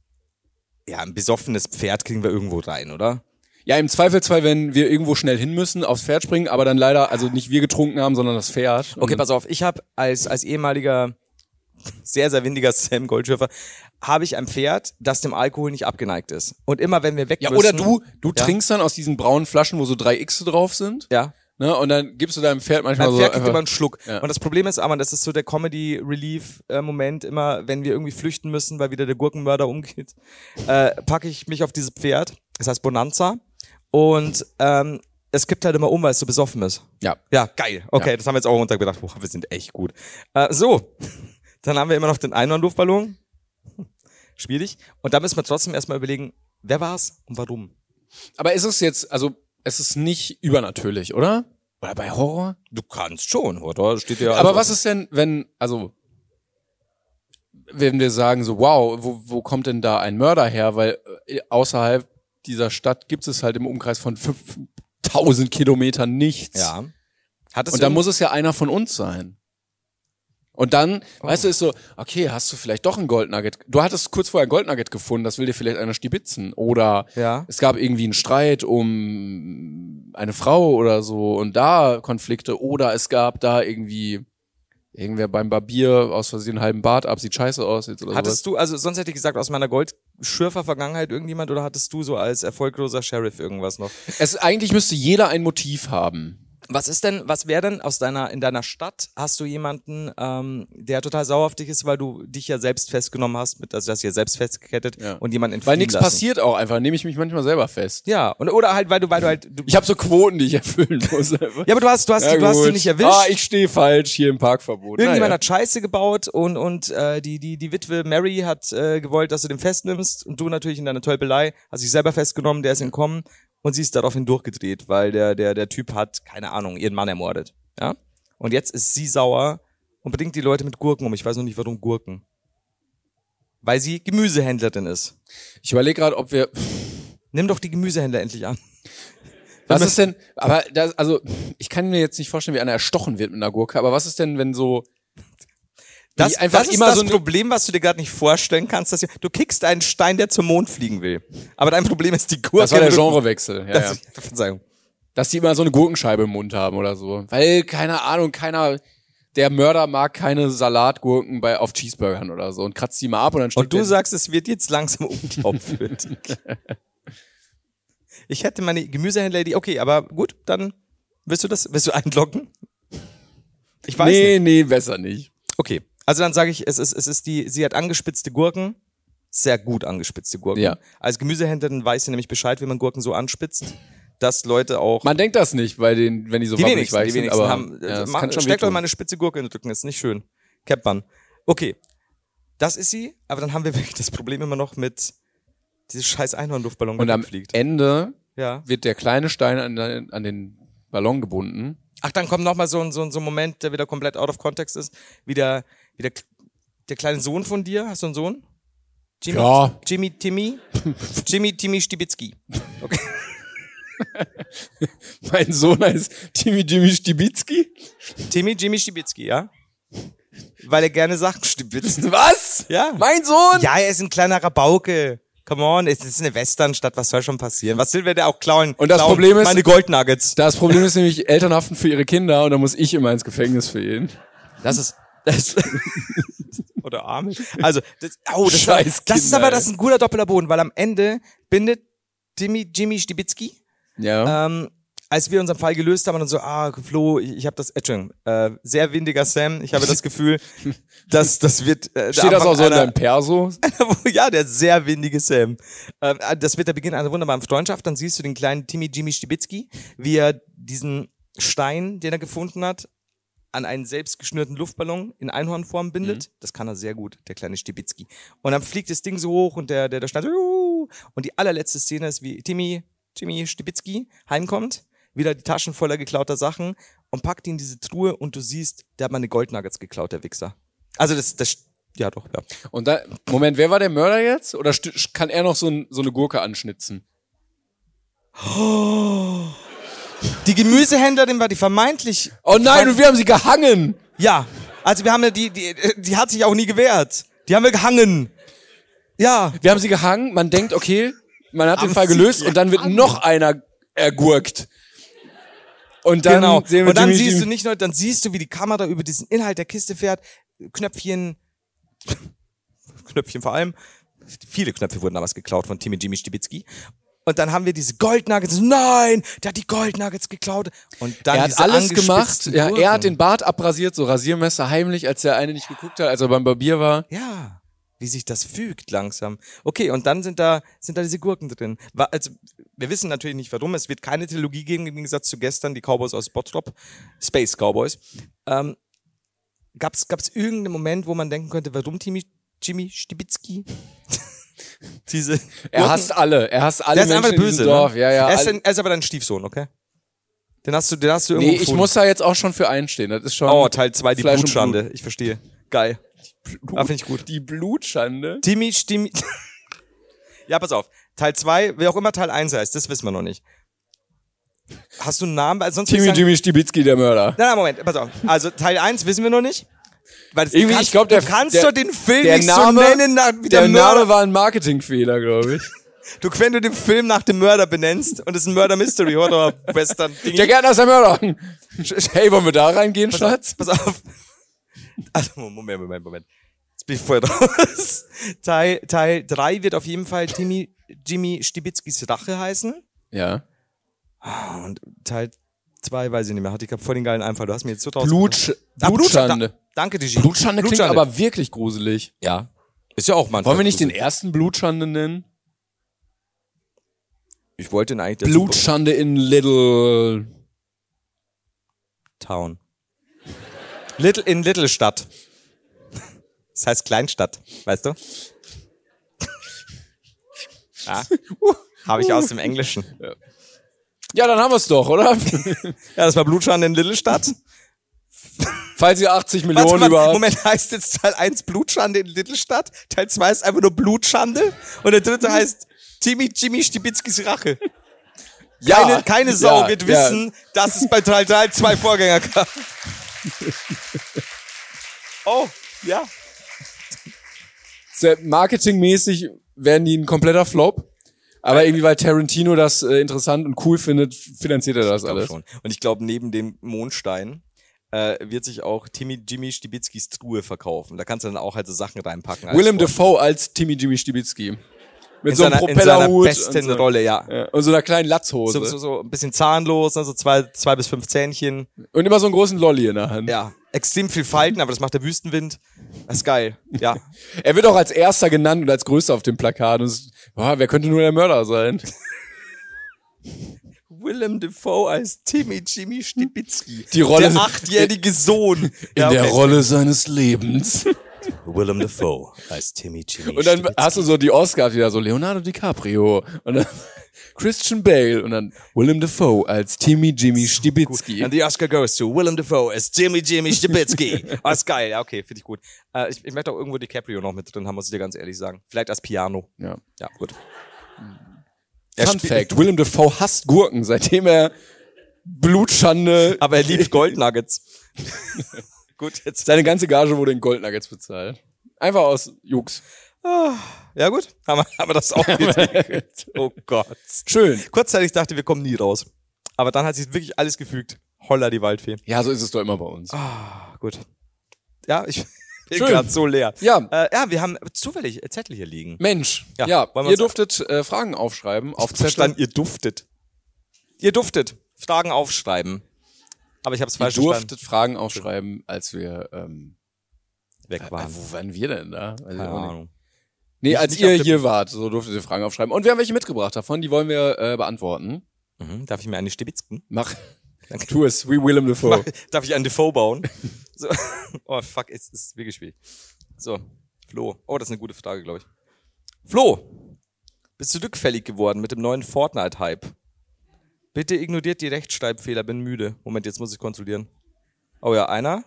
Speaker 2: ja, ein besoffenes Pferd kriegen wir irgendwo rein, oder?
Speaker 3: Ja, im Zweifelsfall, wenn wir irgendwo schnell hin müssen, aufs Pferd springen, aber dann leider, also nicht wir getrunken haben, sondern das Pferd.
Speaker 2: Okay,
Speaker 3: Und-
Speaker 2: pass auf. Ich habe als, als ehemaliger, sehr, sehr windiger Sam Goldschürfer, habe ich ein Pferd, das dem Alkohol nicht abgeneigt ist. Und immer, wenn wir weg
Speaker 3: Ja,
Speaker 2: müssen,
Speaker 3: oder du, du
Speaker 2: Ja.
Speaker 3: trinkst dann aus diesen braunen Flaschen, wo so drei Xe drauf sind,
Speaker 2: Ja,
Speaker 3: ne, und dann gibst du deinem Pferd manchmal
Speaker 2: Mein Pferd
Speaker 3: so
Speaker 2: kriegt
Speaker 3: Also einfach,
Speaker 2: immer einen Schluck.
Speaker 3: Ja.
Speaker 2: Und das Problem ist aber, das ist so der Comedy-Relief-Moment immer, wenn wir irgendwie flüchten müssen, weil wieder der Gurkenmörder umgeht, äh, packe ich mich auf dieses Pferd. Das heißt Bonanza. Und ähm, es kippt halt immer um, weil es so besoffen ist.
Speaker 3: ja.
Speaker 2: Ja, geil. Okay,
Speaker 3: Ja.
Speaker 2: das haben wir jetzt auch runtergedacht. Boah, wir sind echt gut. Äh, so, dann haben wir immer noch den Einhorn-Luftballon. Hm, Schwierig. Und da müssen wir trotzdem erstmal überlegen, wer war's und warum.
Speaker 3: Aber ist es jetzt, also, es ist nicht übernatürlich, oder? Oder bei Horror?
Speaker 2: Du kannst schon, oder? Steht ja also
Speaker 3: Aber was ist denn, wenn, also, wenn wir sagen so, wow, wo, wo kommt denn da ein Mörder her? Weil äh, außerhalb dieser Stadt gibt es halt im Umkreis von 5000 Kilometern nichts.
Speaker 2: Ja. Hat es
Speaker 3: Und dann
Speaker 2: irgend-
Speaker 3: muss es ja einer von uns sein. Und dann, weißt du, ist so, okay, hast du vielleicht doch ein Goldnugget. Du hattest kurz vorher ein Goldnugget gefunden, das will dir vielleicht einer stibitzen. Oder
Speaker 2: Ja.
Speaker 3: es gab irgendwie einen Streit um eine Frau oder so und da Konflikte. Oder es gab da irgendwie irgendwer beim Barbier aus Versehen einen halben Bart ab, sieht scheiße aus jetzt oder
Speaker 2: Hattest du, also sonst hätte ich gesagt, aus meiner Goldschürfer-Vergangenheit irgendjemand oder hattest du so als erfolgloser Sheriff irgendwas noch?
Speaker 3: sowas. Es, eigentlich müsste jeder ein Motiv haben.
Speaker 2: Was ist denn, was wäre denn aus deiner, in deiner Stadt, hast du jemanden, ähm, der total sauer auf dich ist, weil du dich ja selbst festgenommen hast, mit, also das ja selbst festgekettet
Speaker 3: Ja.
Speaker 2: und jemanden
Speaker 3: Weil
Speaker 2: entfliehen
Speaker 3: nichts
Speaker 2: lassen.
Speaker 3: passiert auch einfach, nehme ich mich manchmal selber fest.
Speaker 2: Ja, und, oder halt, weil du, weil du halt, du,
Speaker 3: Ich habe so Quoten, die ich erfüllen muss.
Speaker 2: ja, aber du hast, du hast,
Speaker 3: Ja,
Speaker 2: du hast
Speaker 3: gut.
Speaker 2: die nicht erwischt.
Speaker 3: Ah, ich stehe falsch hier im Parkverbot.
Speaker 2: Irgendjemand
Speaker 3: Naja.
Speaker 2: hat Scheiße gebaut und, und äh, die, die, die Witwe Mary hat äh, gewollt, dass du den festnimmst und du natürlich in deiner Tölpelei hast dich selber festgenommen, der ist entkommen und sie ist daraufhin durchgedreht, weil der, der, der Typ hat, keine Ahnung, ihren Mann ermordet. Ja? Und jetzt ist sie sauer und bedingt die Leute mit Gurken um. Ich weiß noch nicht, warum Gurken. Weil sie Gemüsehändlerin ist.
Speaker 3: Ich überlege gerade, ob wir.
Speaker 2: Nimm doch die Gemüsehändler endlich an.
Speaker 3: Was ist denn? Aber das, also ich kann mir jetzt nicht vorstellen, wie einer erstochen wird mit einer Gurke. Aber was ist denn, wenn so?
Speaker 2: Das,
Speaker 3: Die einfach
Speaker 2: das ist
Speaker 3: immer
Speaker 2: das
Speaker 3: so eine-
Speaker 2: Problem, was du dir gerade nicht vorstellen kannst. Dass du, du kickst einen Stein, der zum Mond fliegen will. Aber dein Problem ist die Gurke.
Speaker 3: Das war der
Speaker 2: im Rücken.
Speaker 3: Genrewechsel. Ja, ja.
Speaker 2: Das, Verzeihung.
Speaker 3: Dass die immer so eine Gurkenscheibe im Mund haben oder so. Weil keine Ahnung, keiner. Der Mörder mag keine Salatgurken bei auf Cheeseburgern oder so und kratzt die mal ab und dann steckt
Speaker 2: Und du
Speaker 3: der-
Speaker 2: sagst, es wird jetzt langsam unglaubwürdig. ich hätte meine Gemüsehändler, die, okay, aber gut, dann willst du das, willst du einloggen? Ich weiß
Speaker 3: nee,
Speaker 2: nicht.
Speaker 3: nee, besser nicht.
Speaker 2: Okay. Also dann sage ich, es ist, es ist die, sie hat angespitzte Gurken. Sehr gut angespitzte Gurken.
Speaker 3: Ja.
Speaker 2: Als Gemüsehändlerin weiß sie nämlich Bescheid, wie man Gurken so anspitzt, dass Leute auch.
Speaker 3: Man denkt das nicht, weil den, wenn die so
Speaker 2: die
Speaker 3: wabbelig
Speaker 2: wenigsten,
Speaker 3: weich
Speaker 2: die
Speaker 3: sind,
Speaker 2: wenigsten
Speaker 3: aber
Speaker 2: haben. also äh,
Speaker 3: ja, das
Speaker 2: ma-
Speaker 3: kann schon
Speaker 2: steckt euch
Speaker 3: wehtun.
Speaker 2: mal eine spitze Gurke in den Rücken, ist nicht schön. Kennt man. Okay. Das ist sie, aber dann haben wir wirklich das Problem immer noch mit dieses scheiß Einhornluftballon,
Speaker 3: Und
Speaker 2: der
Speaker 3: am
Speaker 2: fliegt.
Speaker 3: Ende
Speaker 2: Ja.
Speaker 3: wird der kleine Stein an, den- an den Ballon gebunden.
Speaker 2: Ach, dann kommt nochmal so ein, so, ein, so ein Moment, der wieder komplett out of context ist. Wie der, wie der, der kleine Sohn von dir, hast du einen Sohn? Jimmy,
Speaker 3: Ja.
Speaker 2: Jimmy Timmy? Jimmy Timmy Stibitzki.
Speaker 3: Mein Sohn heißt Timmy Jimmy Stibitzki.
Speaker 2: Timmy Jimmy Stibitzki, ja? Weil er gerne Sachen stibitzt.
Speaker 3: Was?
Speaker 2: Ja.
Speaker 3: Mein Sohn?
Speaker 2: Ja, er ist ein kleiner Rabauke. Come on, es ist eine Westernstadt, was soll schon passieren? Was will wer der auch klauen?
Speaker 3: Und das
Speaker 2: klauen?
Speaker 3: Problem ist-
Speaker 2: Meine Goldnuggets.
Speaker 3: Das Problem ist nämlich, Eltern haften für ihre Kinder und dann muss ich immer ins Gefängnis für ihn.
Speaker 2: Das ist. Das Oder Arme. Also, das, oh, das,
Speaker 3: Scheiß
Speaker 2: das ist
Speaker 3: Kinder,
Speaker 2: aber
Speaker 3: ey.
Speaker 2: das ist ein guter doppelter Boden, weil am Ende bindet Timmy Jimmy Stibitzki
Speaker 3: Ja.
Speaker 2: ähm, als wir unseren Fall gelöst haben und dann so, ah, Flo, ich, ich habe das, Entschuldigung, äh, sehr windiger Sam, ich habe das Gefühl, dass das wird äh, der
Speaker 3: Steht das
Speaker 2: Anfang
Speaker 3: auch so in
Speaker 2: einer-
Speaker 3: deinem Perso?
Speaker 2: ja, der sehr windige Sam. Ähm, das wird der Beginn einer wunderbaren Freundschaft. Dann siehst du den kleinen Timmy Jimmy Stibitzki, wie er diesen Stein, den er gefunden hat, an einen selbst geschnürten Luftballon in Einhornform bindet. Das kann er sehr gut, der kleine Stibitzki. Und dann fliegt das Ding so hoch und der, der, der Stein so, "Juhu!" und die allerletzte Szene ist, wie Timmy Jimmy Stibitzki heimkommt, wieder die Taschen voller geklauter Sachen und packt ihn in diese Truhe und du siehst, der hat meine Goldnuggets geklaut, der Wichser. Also das, das, ja doch, ja.
Speaker 3: Und da, Moment, wer war der Mörder jetzt? Oder st- kann er noch so, ein, so eine Gurke anschnitzen?
Speaker 2: Die Gemüsehändlerin war die vermeintlich.
Speaker 3: Oh nein, und wir haben sie gehangen!
Speaker 2: Ja. Also wir haben ja die, die, die hat sich auch nie gewehrt. Die haben wir gehangen. Ja.
Speaker 3: Wir haben sie gehangen, man denkt, okay, man hat den
Speaker 2: Haben
Speaker 3: Fall
Speaker 2: sie
Speaker 3: gelöst und dann wird noch einer ergurkt. Und dann
Speaker 2: genau.
Speaker 3: sehen wir
Speaker 2: Und dann
Speaker 3: Jimmy,
Speaker 2: siehst du
Speaker 3: Jimmy-
Speaker 2: nicht nur, dann siehst du, wie die Kamera über diesen Inhalt der Kiste fährt. Knöpfchen. Knöpfchen vor allem. Viele Knöpfe wurden damals geklaut von Timmy Jimmy Stibitzki. Und dann haben wir diese Goldnuggets. Nein, der hat die Goldnuggets geklaut. Und dann
Speaker 3: er hat
Speaker 2: diese
Speaker 3: alles gemacht.
Speaker 2: angespitzten
Speaker 3: Ja, er
Speaker 2: Gurken.
Speaker 3: hat den Bart abrasiert, so Rasiermesser heimlich, als der eine nicht geguckt hat, als er beim Barbier war.
Speaker 2: Ja, wie sich das fügt langsam. Okay, und dann sind da, sind da diese Gurken drin. Wa- Also, wir wissen natürlich nicht warum. Es wird keine Trilogie geben, im Gegensatz zu gestern, die Cowboys aus Bottrop, Space Cowboys. Ähm, gab's, gab's irgendeinen Moment, wo man denken könnte, warum Timmy, Jimmy Stibitzki? diese.
Speaker 3: Er
Speaker 2: Gurken-
Speaker 3: hasst alle. Er hasst alle
Speaker 2: Der ist
Speaker 3: Menschen
Speaker 2: einfach
Speaker 3: in diesem
Speaker 2: böse.
Speaker 3: Dorf.
Speaker 2: Ne?
Speaker 3: Ja, ja.
Speaker 2: Er ist,
Speaker 3: alle-
Speaker 2: ein, er ist aber dein Stiefsohn, okay? Den hast du, den hast du irgendwo
Speaker 3: nee, ich
Speaker 2: gefunden.
Speaker 3: muss da jetzt auch schon für einstehen. Das ist schon
Speaker 2: Oh, Teil 2, die
Speaker 3: Fleisch und
Speaker 2: Blutschande. Ich verstehe. Geil.
Speaker 3: Blut.
Speaker 2: Ah, finde ich gut.
Speaker 3: Die Blutschande.
Speaker 2: Timmy, Timmy. ja, pass auf. Teil 2, wer auch immer Teil 1 heißt, das wissen wir noch nicht. Hast du einen Namen? Weil Sonst
Speaker 3: Timmy
Speaker 2: würde ich sagen-
Speaker 3: Jimmy Stibitzki, der Mörder.
Speaker 2: Nein, nein, Moment, pass auf. Also Teil 1 wissen wir noch nicht. Weil das-
Speaker 3: Irgendwie,
Speaker 2: du kannst,
Speaker 3: ich glaub, der-
Speaker 2: du kannst
Speaker 3: der-
Speaker 2: doch den Film
Speaker 3: der
Speaker 2: nicht
Speaker 3: Name-
Speaker 2: so nennen, nach, wie der,
Speaker 3: Der Mörder
Speaker 2: Mörder.
Speaker 3: war ein Marketingfehler, glaube ich.
Speaker 2: Du, wenn du den Film nach dem Mörder benennst und es ist ein Murder Mystery oder Western Ding.
Speaker 3: Der Gärtner ist der Mörder. Hey, wollen wir da reingehen, Schatz?
Speaker 2: Pass auf. Also, Moment, Moment, Moment. Jetzt bin ich voll raus. Teil, Teil 3 wird auf jeden Fall Timmy, Jimmy Stibitzkis Rache heißen.
Speaker 3: Ja.
Speaker 2: Und Teil 2 weiß ich nicht mehr. Hatte ich hab voll den geilen Einfall. Du hast mir jetzt so draus-
Speaker 3: Blutsch
Speaker 2: Ah,
Speaker 3: Blutschande.
Speaker 2: Da, danke, Digi.
Speaker 3: Blutschande klingt aber wirklich gruselig.
Speaker 2: Ja. Ist ja auch manchmal.
Speaker 3: Wollen wir nicht den
Speaker 2: gruselig.
Speaker 3: ersten Blutschande nennen?
Speaker 2: Ich wollte den eigentlich. der
Speaker 3: Blutschande in Little.
Speaker 2: Town. Little in Little Stadt. Das heißt Kleinstadt, weißt du? Ja.
Speaker 3: Uh.
Speaker 2: Habe ich aus dem Englischen.
Speaker 3: Ja, dann haben wir es doch, oder?
Speaker 2: Ja, das war Blutschande in Little Stadt.
Speaker 3: Falls ihr 80
Speaker 2: Warte,
Speaker 3: Millionen
Speaker 2: warte,
Speaker 3: über.
Speaker 2: Moment, heißt jetzt Teil 1 Blutschande in Littelstadt, Teil 2 ist einfach nur Blutschande und der dritte heißt Timmy Jimmy Stibitzkis Rache.
Speaker 3: Ja,
Speaker 2: keine, keine Sau
Speaker 3: ja,
Speaker 2: wird
Speaker 3: ja.
Speaker 2: wissen, dass es bei Teil 3 zwei Vorgänger gab. oh, ja.
Speaker 3: Sehr Marketingmäßig werden die ein kompletter Flop. Aber irgendwie, weil Tarantino das äh, interessant und cool findet, finanziert er das alles.
Speaker 2: Schon. Und ich glaube, neben dem Mondstein äh, wird sich auch Timmy Jimmy Stibitzkis Truhe verkaufen. Da kannst du dann auch halt so Sachen reinpacken. als
Speaker 3: Willem
Speaker 2: Vor-
Speaker 3: Dafoe als Timmy Jimmy Stibitzki. Mit
Speaker 2: in
Speaker 3: so einem
Speaker 2: seiner, in seiner
Speaker 3: Propellerhut
Speaker 2: besten
Speaker 3: und so.
Speaker 2: Rolle, ja.
Speaker 3: Und so einer kleinen Latzhose.
Speaker 2: So, so, so ein bisschen zahnlos, ne? so zwei, zwei bis fünf Zähnchen.
Speaker 3: Und immer so einen großen Lolli in der Hand.
Speaker 2: Ja, extrem viel Falten, aber das macht der Wüstenwind. Das ist geil, ja.
Speaker 3: Er wird auch als erster genannt und als größter auf dem Plakat. Und es, boah, wer könnte nur der Mörder sein?
Speaker 2: Willem Dafoe als Timmy Jimmy Stibitzki.
Speaker 3: Die Rolle-
Speaker 2: der achtjährige Sohn. In
Speaker 3: Rolle seines Lebens.
Speaker 2: Willem Dafoe als Timmy Jimmy
Speaker 3: Und dann hast du so die Oscars wieder so Leonardo DiCaprio und dann Christian Bale und dann Willem Dafoe als Timmy Jimmy Stibitzki.
Speaker 2: And the Oscar goes to Willem Dafoe as Jimmy Jimmy Stibitzki. oh, ist geil, ja, okay, finde ich gut. Äh, ich, ich möchte auch irgendwo DiCaprio noch mit drin haben, muss ich dir ganz ehrlich sagen. Vielleicht als Piano.
Speaker 3: Ja.
Speaker 2: Ja, gut. Er
Speaker 3: Fun
Speaker 2: spielt-
Speaker 3: Fact, Willem Dafoe hasst Gurken, seitdem er Blutschande,
Speaker 2: Aber er liebt Goldnuggets. gut, jetzt.
Speaker 3: seine ganze Gage wurde in Goldnuggets bezahlt. Einfach aus Jux.
Speaker 2: Ja, gut. Haben wir, haben wir das auch wieder. oh Gott.
Speaker 3: Schön.
Speaker 2: Kurzzeitig dachte, wir kommen nie raus. Aber dann hat sich wirklich alles gefügt. Holla die Waldfee.
Speaker 3: Ja, so ist es doch immer bei uns.
Speaker 2: Ah, gut. Ja, ich bin
Speaker 3: Schön.
Speaker 2: gerade so leer.
Speaker 3: Ja. Mhm.
Speaker 2: Äh, ja, wir haben zufällig Zettel hier liegen.
Speaker 3: Mensch,
Speaker 2: Ja,
Speaker 3: ja,
Speaker 2: wollen wir
Speaker 3: ihr
Speaker 2: uns-
Speaker 3: durftet äh, Fragen aufschreiben auf Zettel.
Speaker 2: Verstanden, ihr duftet. Ihr duftet. Fragen aufschreiben. Aber ich habe es
Speaker 3: Ihr
Speaker 2: falsch verstanden.
Speaker 3: durftet Fragen aufschreiben, als wir ähm,
Speaker 2: Weg
Speaker 3: äh,
Speaker 2: waren.
Speaker 3: wo waren wir denn da? Weiß ich
Speaker 2: Keine
Speaker 3: auch nicht.
Speaker 2: Ahnung.
Speaker 3: Nee,
Speaker 2: Nicht-
Speaker 3: als
Speaker 2: nicht
Speaker 3: ihr
Speaker 2: auf der
Speaker 3: hier wart, so durftet ihr Fragen aufschreiben. Und wir haben welche mitgebracht davon, die wollen wir äh, beantworten.
Speaker 2: Mhm. Darf ich mir eine Stibitzken?
Speaker 3: Mach,
Speaker 2: Danke.
Speaker 3: tu es, we Willem Dafoe.
Speaker 2: Darf ich einen Defoe bauen? So. Oh fuck, es ist wirklich schwierig. So, Flo. Oh, das ist eine gute Frage, glaube ich. Flo, bist du rückfällig geworden mit dem neuen Fortnite-Hype? Bitte ignoriert die Rechtschreibfehler, bin müde. Moment, jetzt muss ich kontrollieren. Oh ja, einer?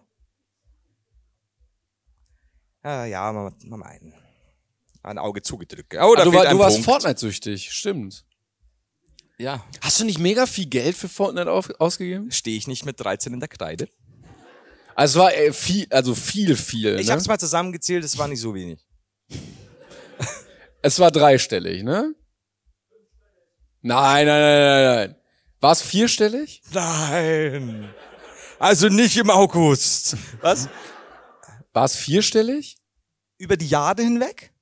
Speaker 2: Ah, ja, mal, mal mal einen. Ein Auge zugedrückt. Oh, da
Speaker 3: Ah, du
Speaker 2: fehlt
Speaker 3: war,
Speaker 2: ein
Speaker 3: du warst
Speaker 2: Punkt.
Speaker 3: Fortnite-süchtig, stimmt.
Speaker 2: Ja.
Speaker 3: Hast du nicht mega viel Geld für Fortnite auf, ausgegeben?
Speaker 2: Stehe ich nicht mit 13 in der Kreide?
Speaker 3: Also es war äh, viel, also viel, viel.
Speaker 2: Ich
Speaker 3: ne?
Speaker 2: hab's mal zusammengezählt, es war nicht so wenig.
Speaker 3: Es war dreistellig, ne? Nein, nein, nein, nein, nein. War es vierstellig?
Speaker 2: Nein. Also nicht im August. Was?
Speaker 3: War es vierstellig?
Speaker 2: Über die Jahre hinweg?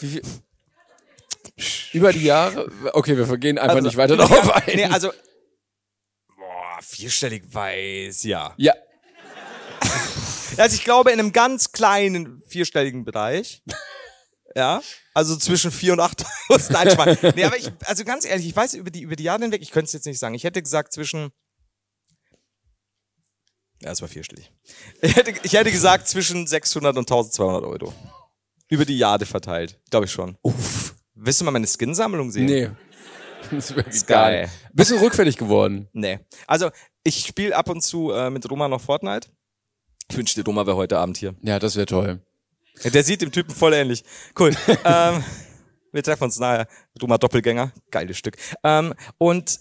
Speaker 3: Wie viel? Über die Jahre? Okay, wir gehen einfach
Speaker 2: Also-
Speaker 3: nicht weiter darauf ein.
Speaker 2: Nee, also. Boah, vierstellig weiß, ja.
Speaker 3: ja,
Speaker 2: Also ich glaube, in einem ganz kleinen vierstelligen Bereich. Ja, also zwischen 4 und 8.000. Nein, Spaß. Nee, aber ich, also ganz ehrlich, ich weiß über die, über die Jahre hinweg, ich könnte es jetzt nicht sagen. Ich hätte gesagt zwischen, ja, es war vierstellig. Ich hätte, ich hätte gesagt zwischen 600 und 1200 Euro. Über die Jahre verteilt. Glaube ich schon. Uff. Willst du mal meine Skinsammlung sehen?
Speaker 3: Nee. Das ist wirklich
Speaker 2: Ist
Speaker 3: geil.
Speaker 2: geil.
Speaker 3: Bisschen rückfällig geworden.
Speaker 2: Nee. Also, ich spiele ab und zu äh, mit Roma noch Fortnite. Ich wünschte, Roma wäre heute Abend hier.
Speaker 3: Ja, das wäre toll.
Speaker 2: Ja, Der sieht dem Typen voll ähnlich. Cool. ähm, wir treffen uns nahe. Roma Doppelgänger. Geiles Stück. Ähm, und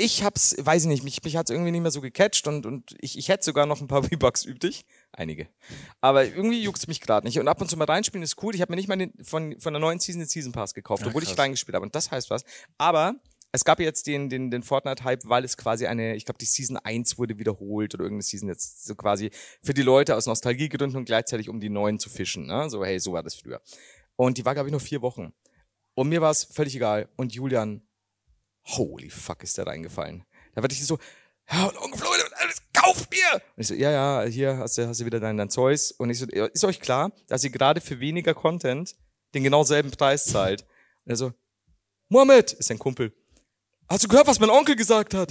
Speaker 2: ich hab's, weiß ich nicht, mich, mich hat's irgendwie nicht mehr so gecatcht und, und ich, ich hätte sogar noch ein paar V-Bucks übrig. Einige. Aber irgendwie juckt's mich gerade nicht. Und ab und zu mal reinspielen ist cool. Ich habe mir nicht mal den, von, von der neuen Season den Season Pass gekauft, obwohl ich reingespielt habe. Und das heißt was. Aber es gab jetzt den, den, den Fortnite-Hype, weil es quasi eine, ich glaube, die Season 1 wurde wiederholt oder irgendeine Season jetzt so quasi für die Leute aus Nostalgiegründen und gleichzeitig um die neuen zu fischen. Ne? So, hey, so war das früher. Und die war, glaube ich, nur vier Wochen. Und mir war es völlig egal. Und Julian, holy fuck, ist der reingefallen. Da werd ich so, ja, und Onkel Flo, alles, kauf mir! Und ich so, ja, ja, hier hast du, hast du wieder dein, dein Zeus. Und ich so, ja, ist euch klar, dass ihr gerade für weniger Content den genau selben Preis zahlt? Und er so, Mohammed, ist ein Kumpel. Hast du gehört, was mein Onkel gesagt hat?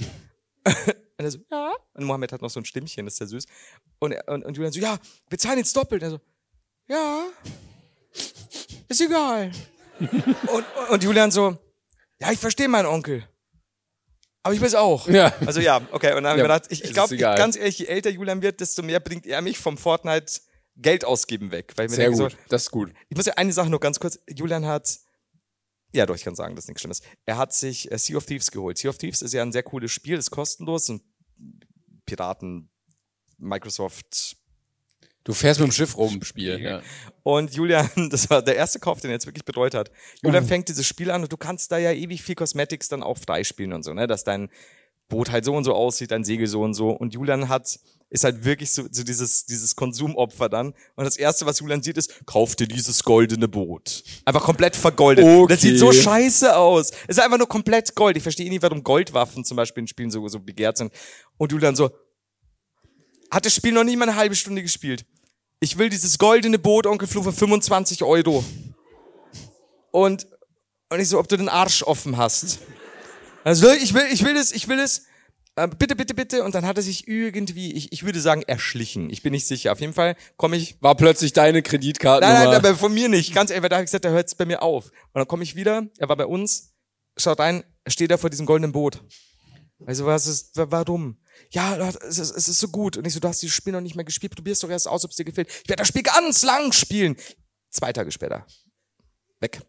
Speaker 2: Und er so, ja. Und Mohammed hat noch so ein Stimmchen, das ist ja süß. Und, er- und, und Julian so, ja, wir zahlen jetzt doppelt. Und er so, ja, ist egal. und, und Julian so, ja, ich verstehe meinen Onkel. Aber ich weiß auch.
Speaker 3: Ja.
Speaker 2: Also ja, okay. Und dann haben wir
Speaker 3: Ja,
Speaker 2: gedacht, ich,
Speaker 3: es
Speaker 2: ich
Speaker 3: ist
Speaker 2: glaube,
Speaker 3: egal.
Speaker 2: ganz ehrlich, je älter Julian wird, desto mehr bringt er mich vom Fortnite Geld ausgeben weg. Weil ich mir
Speaker 3: Sehr
Speaker 2: denke
Speaker 3: gut.
Speaker 2: So,
Speaker 3: Das ist gut.
Speaker 2: ich muss ja eine Sache nur ganz kurz. Julian hat, ja doch, ich kann sagen, das ist nichts Schlimmes. Er hat sich äh, Sea of Thieves geholt. Sea of Thieves ist ja ein sehr cooles Spiel, ist kostenlos. Ein Piraten, Microsoft,
Speaker 3: Du fährst mit dem Schiff rum, Spiel. Ja.
Speaker 2: Und Julian, das war der erste Kauf, den er jetzt wirklich bereut hat. Julian fängt dieses Spiel an und du kannst da ja ewig viel Cosmetics dann auch freispielen und so, ne? Dass dein Boot halt so und so aussieht, dein Segel so und so. Und Julian hat ist halt wirklich so, so dieses, dieses Konsumopfer dann. Und das erste, was Julian sieht, ist, kauf dir dieses goldene Boot. Einfach komplett vergoldet.
Speaker 3: Okay.
Speaker 2: Das sieht so scheiße aus. Es ist einfach nur komplett Gold. Ich verstehe nicht, warum Goldwaffen zum Beispiel in Spielen so, so begehrt sind. Und Julian so, hat das Spiel noch nicht mal eine halbe Stunde gespielt. Ich will dieses goldene Boot, Onkel Flo, für 25 Euro. Und, und ich so, ob du den Arsch offen hast. Also, ich will, ich will es, ich will es. Äh, bitte, bitte, bitte. Und dann hat er sich irgendwie, ich, ich würde sagen, erschlichen. Ich bin nicht sicher. Auf jeden Fall komme ich.
Speaker 3: War plötzlich deine Kreditkarte.
Speaker 2: Nein, nein, aber von mir nicht. Ganz ehrlich, da habe ich gesagt, da hört es bei mir auf. Und dann komme ich wieder, er war bei uns, schaut rein, steht da vor diesem goldenen Boot. Also, was ist, wa- warum? Ja, es ist, es ist so gut. Und ich so, du hast dieses Spiel noch nicht mehr gespielt, probierst doch erst aus, ob es dir gefällt. Ich werde das Spiel ganz lang spielen. Zwei Tage später. Weg.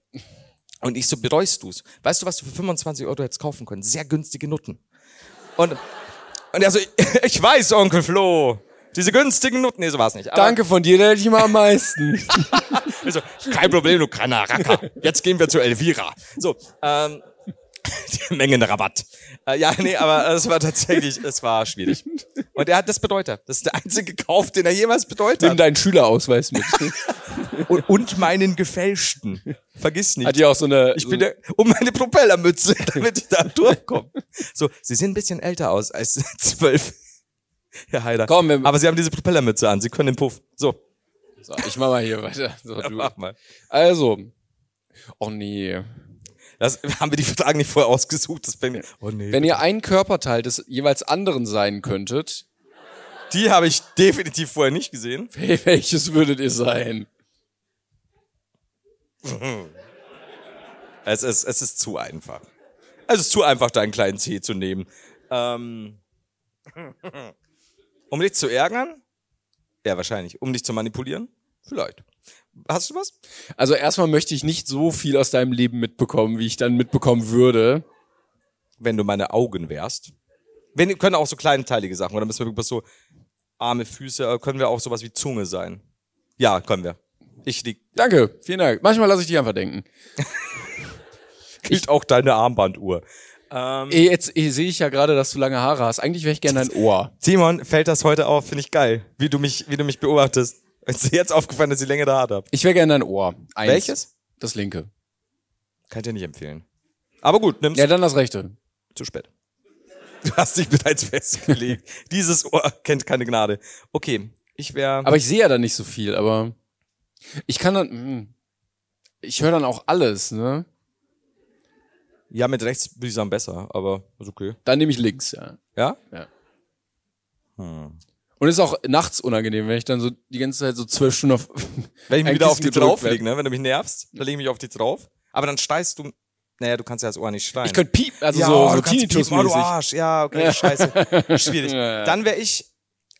Speaker 2: Und ich so, bereust du's? Weißt du, was du für 25 Euro hättest kaufen können? Sehr günstige Nutten. Und, und er so, ich weiß, Onkel Flo. Diese günstigen Nutten, nee, so war's nicht. Aber-
Speaker 3: Danke von dir, da hätte ich immer am meisten.
Speaker 2: ich so, Also, kein Problem, du kleiner Racker. Jetzt gehen wir zu Elvira. So, ähm, die Mengenrabatt. Äh, ja, nee, aber es war tatsächlich, es war schwierig. Und er hat das bedeutet. Das ist der einzige Kauf, den er jemals bedeutet
Speaker 3: Nimm
Speaker 2: hat.
Speaker 3: deinen Schülerausweis mit.
Speaker 2: Und, und meinen gefälschten. Vergiss nicht.
Speaker 3: Hat die auch so eine.
Speaker 2: Ich
Speaker 3: so
Speaker 2: bin der, um meine Propellermütze, damit ich da durchkomme. So, sie sehen ein bisschen älter aus als zwölf. Herr Heider.
Speaker 3: Komm, wir-
Speaker 2: Aber sie haben diese Propellermütze an, sie können den Puff. So,
Speaker 3: so, ich mach mal hier weiter. So, du.
Speaker 2: mach mal.
Speaker 3: Also. Oh nee.
Speaker 2: Das, haben wir die Fragen nicht vorher ausgesucht? Das fängt, oh nee.
Speaker 3: Wenn ihr ein Körperteil des jeweils anderen sein könntet,
Speaker 2: Die habe ich definitiv vorher nicht gesehen.
Speaker 3: wel- welches würdet ihr sein?
Speaker 2: Es ist, es ist zu einfach. Es ist zu einfach, deinen kleinen Tee zu nehmen. Ähm, um dich zu ärgern? Ja, wahrscheinlich. Um dich zu manipulieren? Vielleicht. Hast du was?
Speaker 3: Also erstmal möchte ich nicht so viel aus deinem Leben mitbekommen, wie ich dann mitbekommen würde.
Speaker 2: Wenn du meine Augen wärst. Wenn, können auch so kleinteilige Sachen, oder müssen wir wirklich so arme Füße, äh, können wir auch sowas wie Zunge sein? Ja, können wir. Ich lieg,
Speaker 3: Danke, vielen Dank. Manchmal lasse ich dich einfach denken.
Speaker 2: gilt auch deine Armbanduhr. Ähm.
Speaker 3: Eh, Jetzt eh, sehe ich ja gerade, dass du lange Haare hast. Eigentlich wäre ich gerne ein Ohr.
Speaker 2: Simon, fällt das heute auf? Finde ich geil, wie du mich, wie du mich beobachtest. Ist dir jetzt aufgefallen, dass ich länger da habe.
Speaker 3: Ich wäre gerne ein Ohr. Eins.
Speaker 2: Welches?
Speaker 3: Das linke.
Speaker 2: Kann ich dir nicht empfehlen. Aber gut, nimm's
Speaker 3: Ja, dann das rechte.
Speaker 2: zu spät. Du hast dich bereits festgelegt. Dieses Ohr kennt keine Gnade. Okay, ich wäre.
Speaker 3: Aber ich sehe ja dann nicht so viel, aber ich kann dann, mh. ich höre dann auch alles, ne?
Speaker 2: Ja, mit rechts würde ich sagen besser, aber ist okay.
Speaker 3: Dann nehme ich links, ja.
Speaker 2: Ja?
Speaker 3: Äh, Und ist auch nachts unangenehm, wenn ich dann so die ganze Zeit so zwölf Stunden auf,
Speaker 2: Wenn ich
Speaker 3: ein
Speaker 2: mir wieder auf dich
Speaker 3: Kissen gedrückt
Speaker 2: drauflege, ne? Wenn du mich nervst, dann lege ich mich auf dich drauf. Aber dann schreist du. Naja, du kannst ja das Ohr nicht schreien.
Speaker 3: Ich könnte piep, also
Speaker 2: ja,
Speaker 3: so, so
Speaker 2: du kannst
Speaker 3: tinnitus
Speaker 2: piepen, oh, du Arsch. Ja, okay, scheiße. Schwierig.
Speaker 3: Ja, ja.
Speaker 2: Dann wäre ich,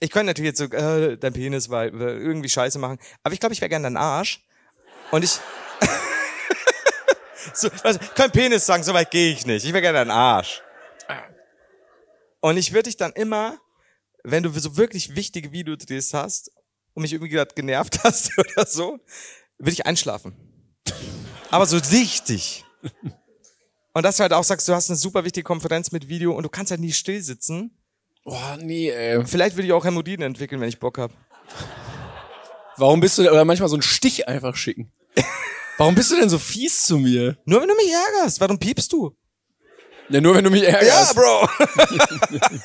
Speaker 2: ich könnte natürlich jetzt so, äh, dein Penis weil, weil irgendwie scheiße machen, aber ich glaube, ich wäre gern dein Arsch. Und ich, so, also, kein Penis sagen, so weit gehe ich nicht. Ich wäre gern dein Arsch. Und ich würde dich dann immer, wenn du so wirklich wichtige Videodrehs hast und mich irgendwie gerade genervt hast oder so, würde ich einschlafen. Aber so richtig. Und dass du halt auch sagst, du hast eine super wichtige Konferenz mit Video und du kannst halt nie still sitzen.
Speaker 3: Oh, nee, ey.
Speaker 2: Vielleicht würde ich auch Hämorrhoiden entwickeln, wenn ich Bock habe.
Speaker 3: Warum bist du, oder manchmal so einen Stich einfach schicken? Warum bist du denn so fies zu mir?
Speaker 2: Nur wenn du mich ärgerst, warum piepst du?
Speaker 3: Ja, nur wenn du mich ärgerst.
Speaker 2: Bro.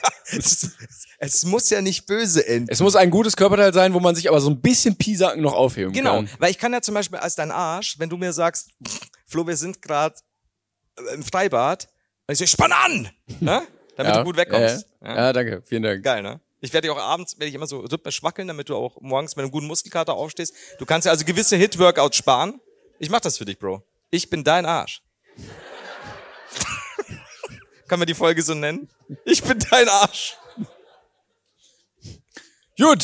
Speaker 2: es, es muss ja nicht böse enden.
Speaker 3: Es muss ein gutes Körperteil sein, wo man sich aber so ein bisschen Piesacken noch aufheben
Speaker 2: Genau,
Speaker 3: kann.
Speaker 2: weil ich kann ja zum Beispiel als dein Arsch, wenn du mir sagst, Flo, wir sind gerade im Freibad, und ich so, spann an, ne? damit
Speaker 3: Ja,
Speaker 2: du gut wegkommst.
Speaker 3: Ja,
Speaker 2: Ja.
Speaker 3: ja. danke, vielen Dank.
Speaker 2: Geil, ne? Ich werde dich auch abends, werde ich immer so rhythmisch wackeln, damit du auch morgens mit einem guten Muskelkater aufstehst. Du kannst ja also gewisse Hit-Workouts sparen. Ich mach das für dich, Bro. Ich bin dein Arsch. kann man die Folge so nennen? Ich bin dein Arsch.
Speaker 3: Gut.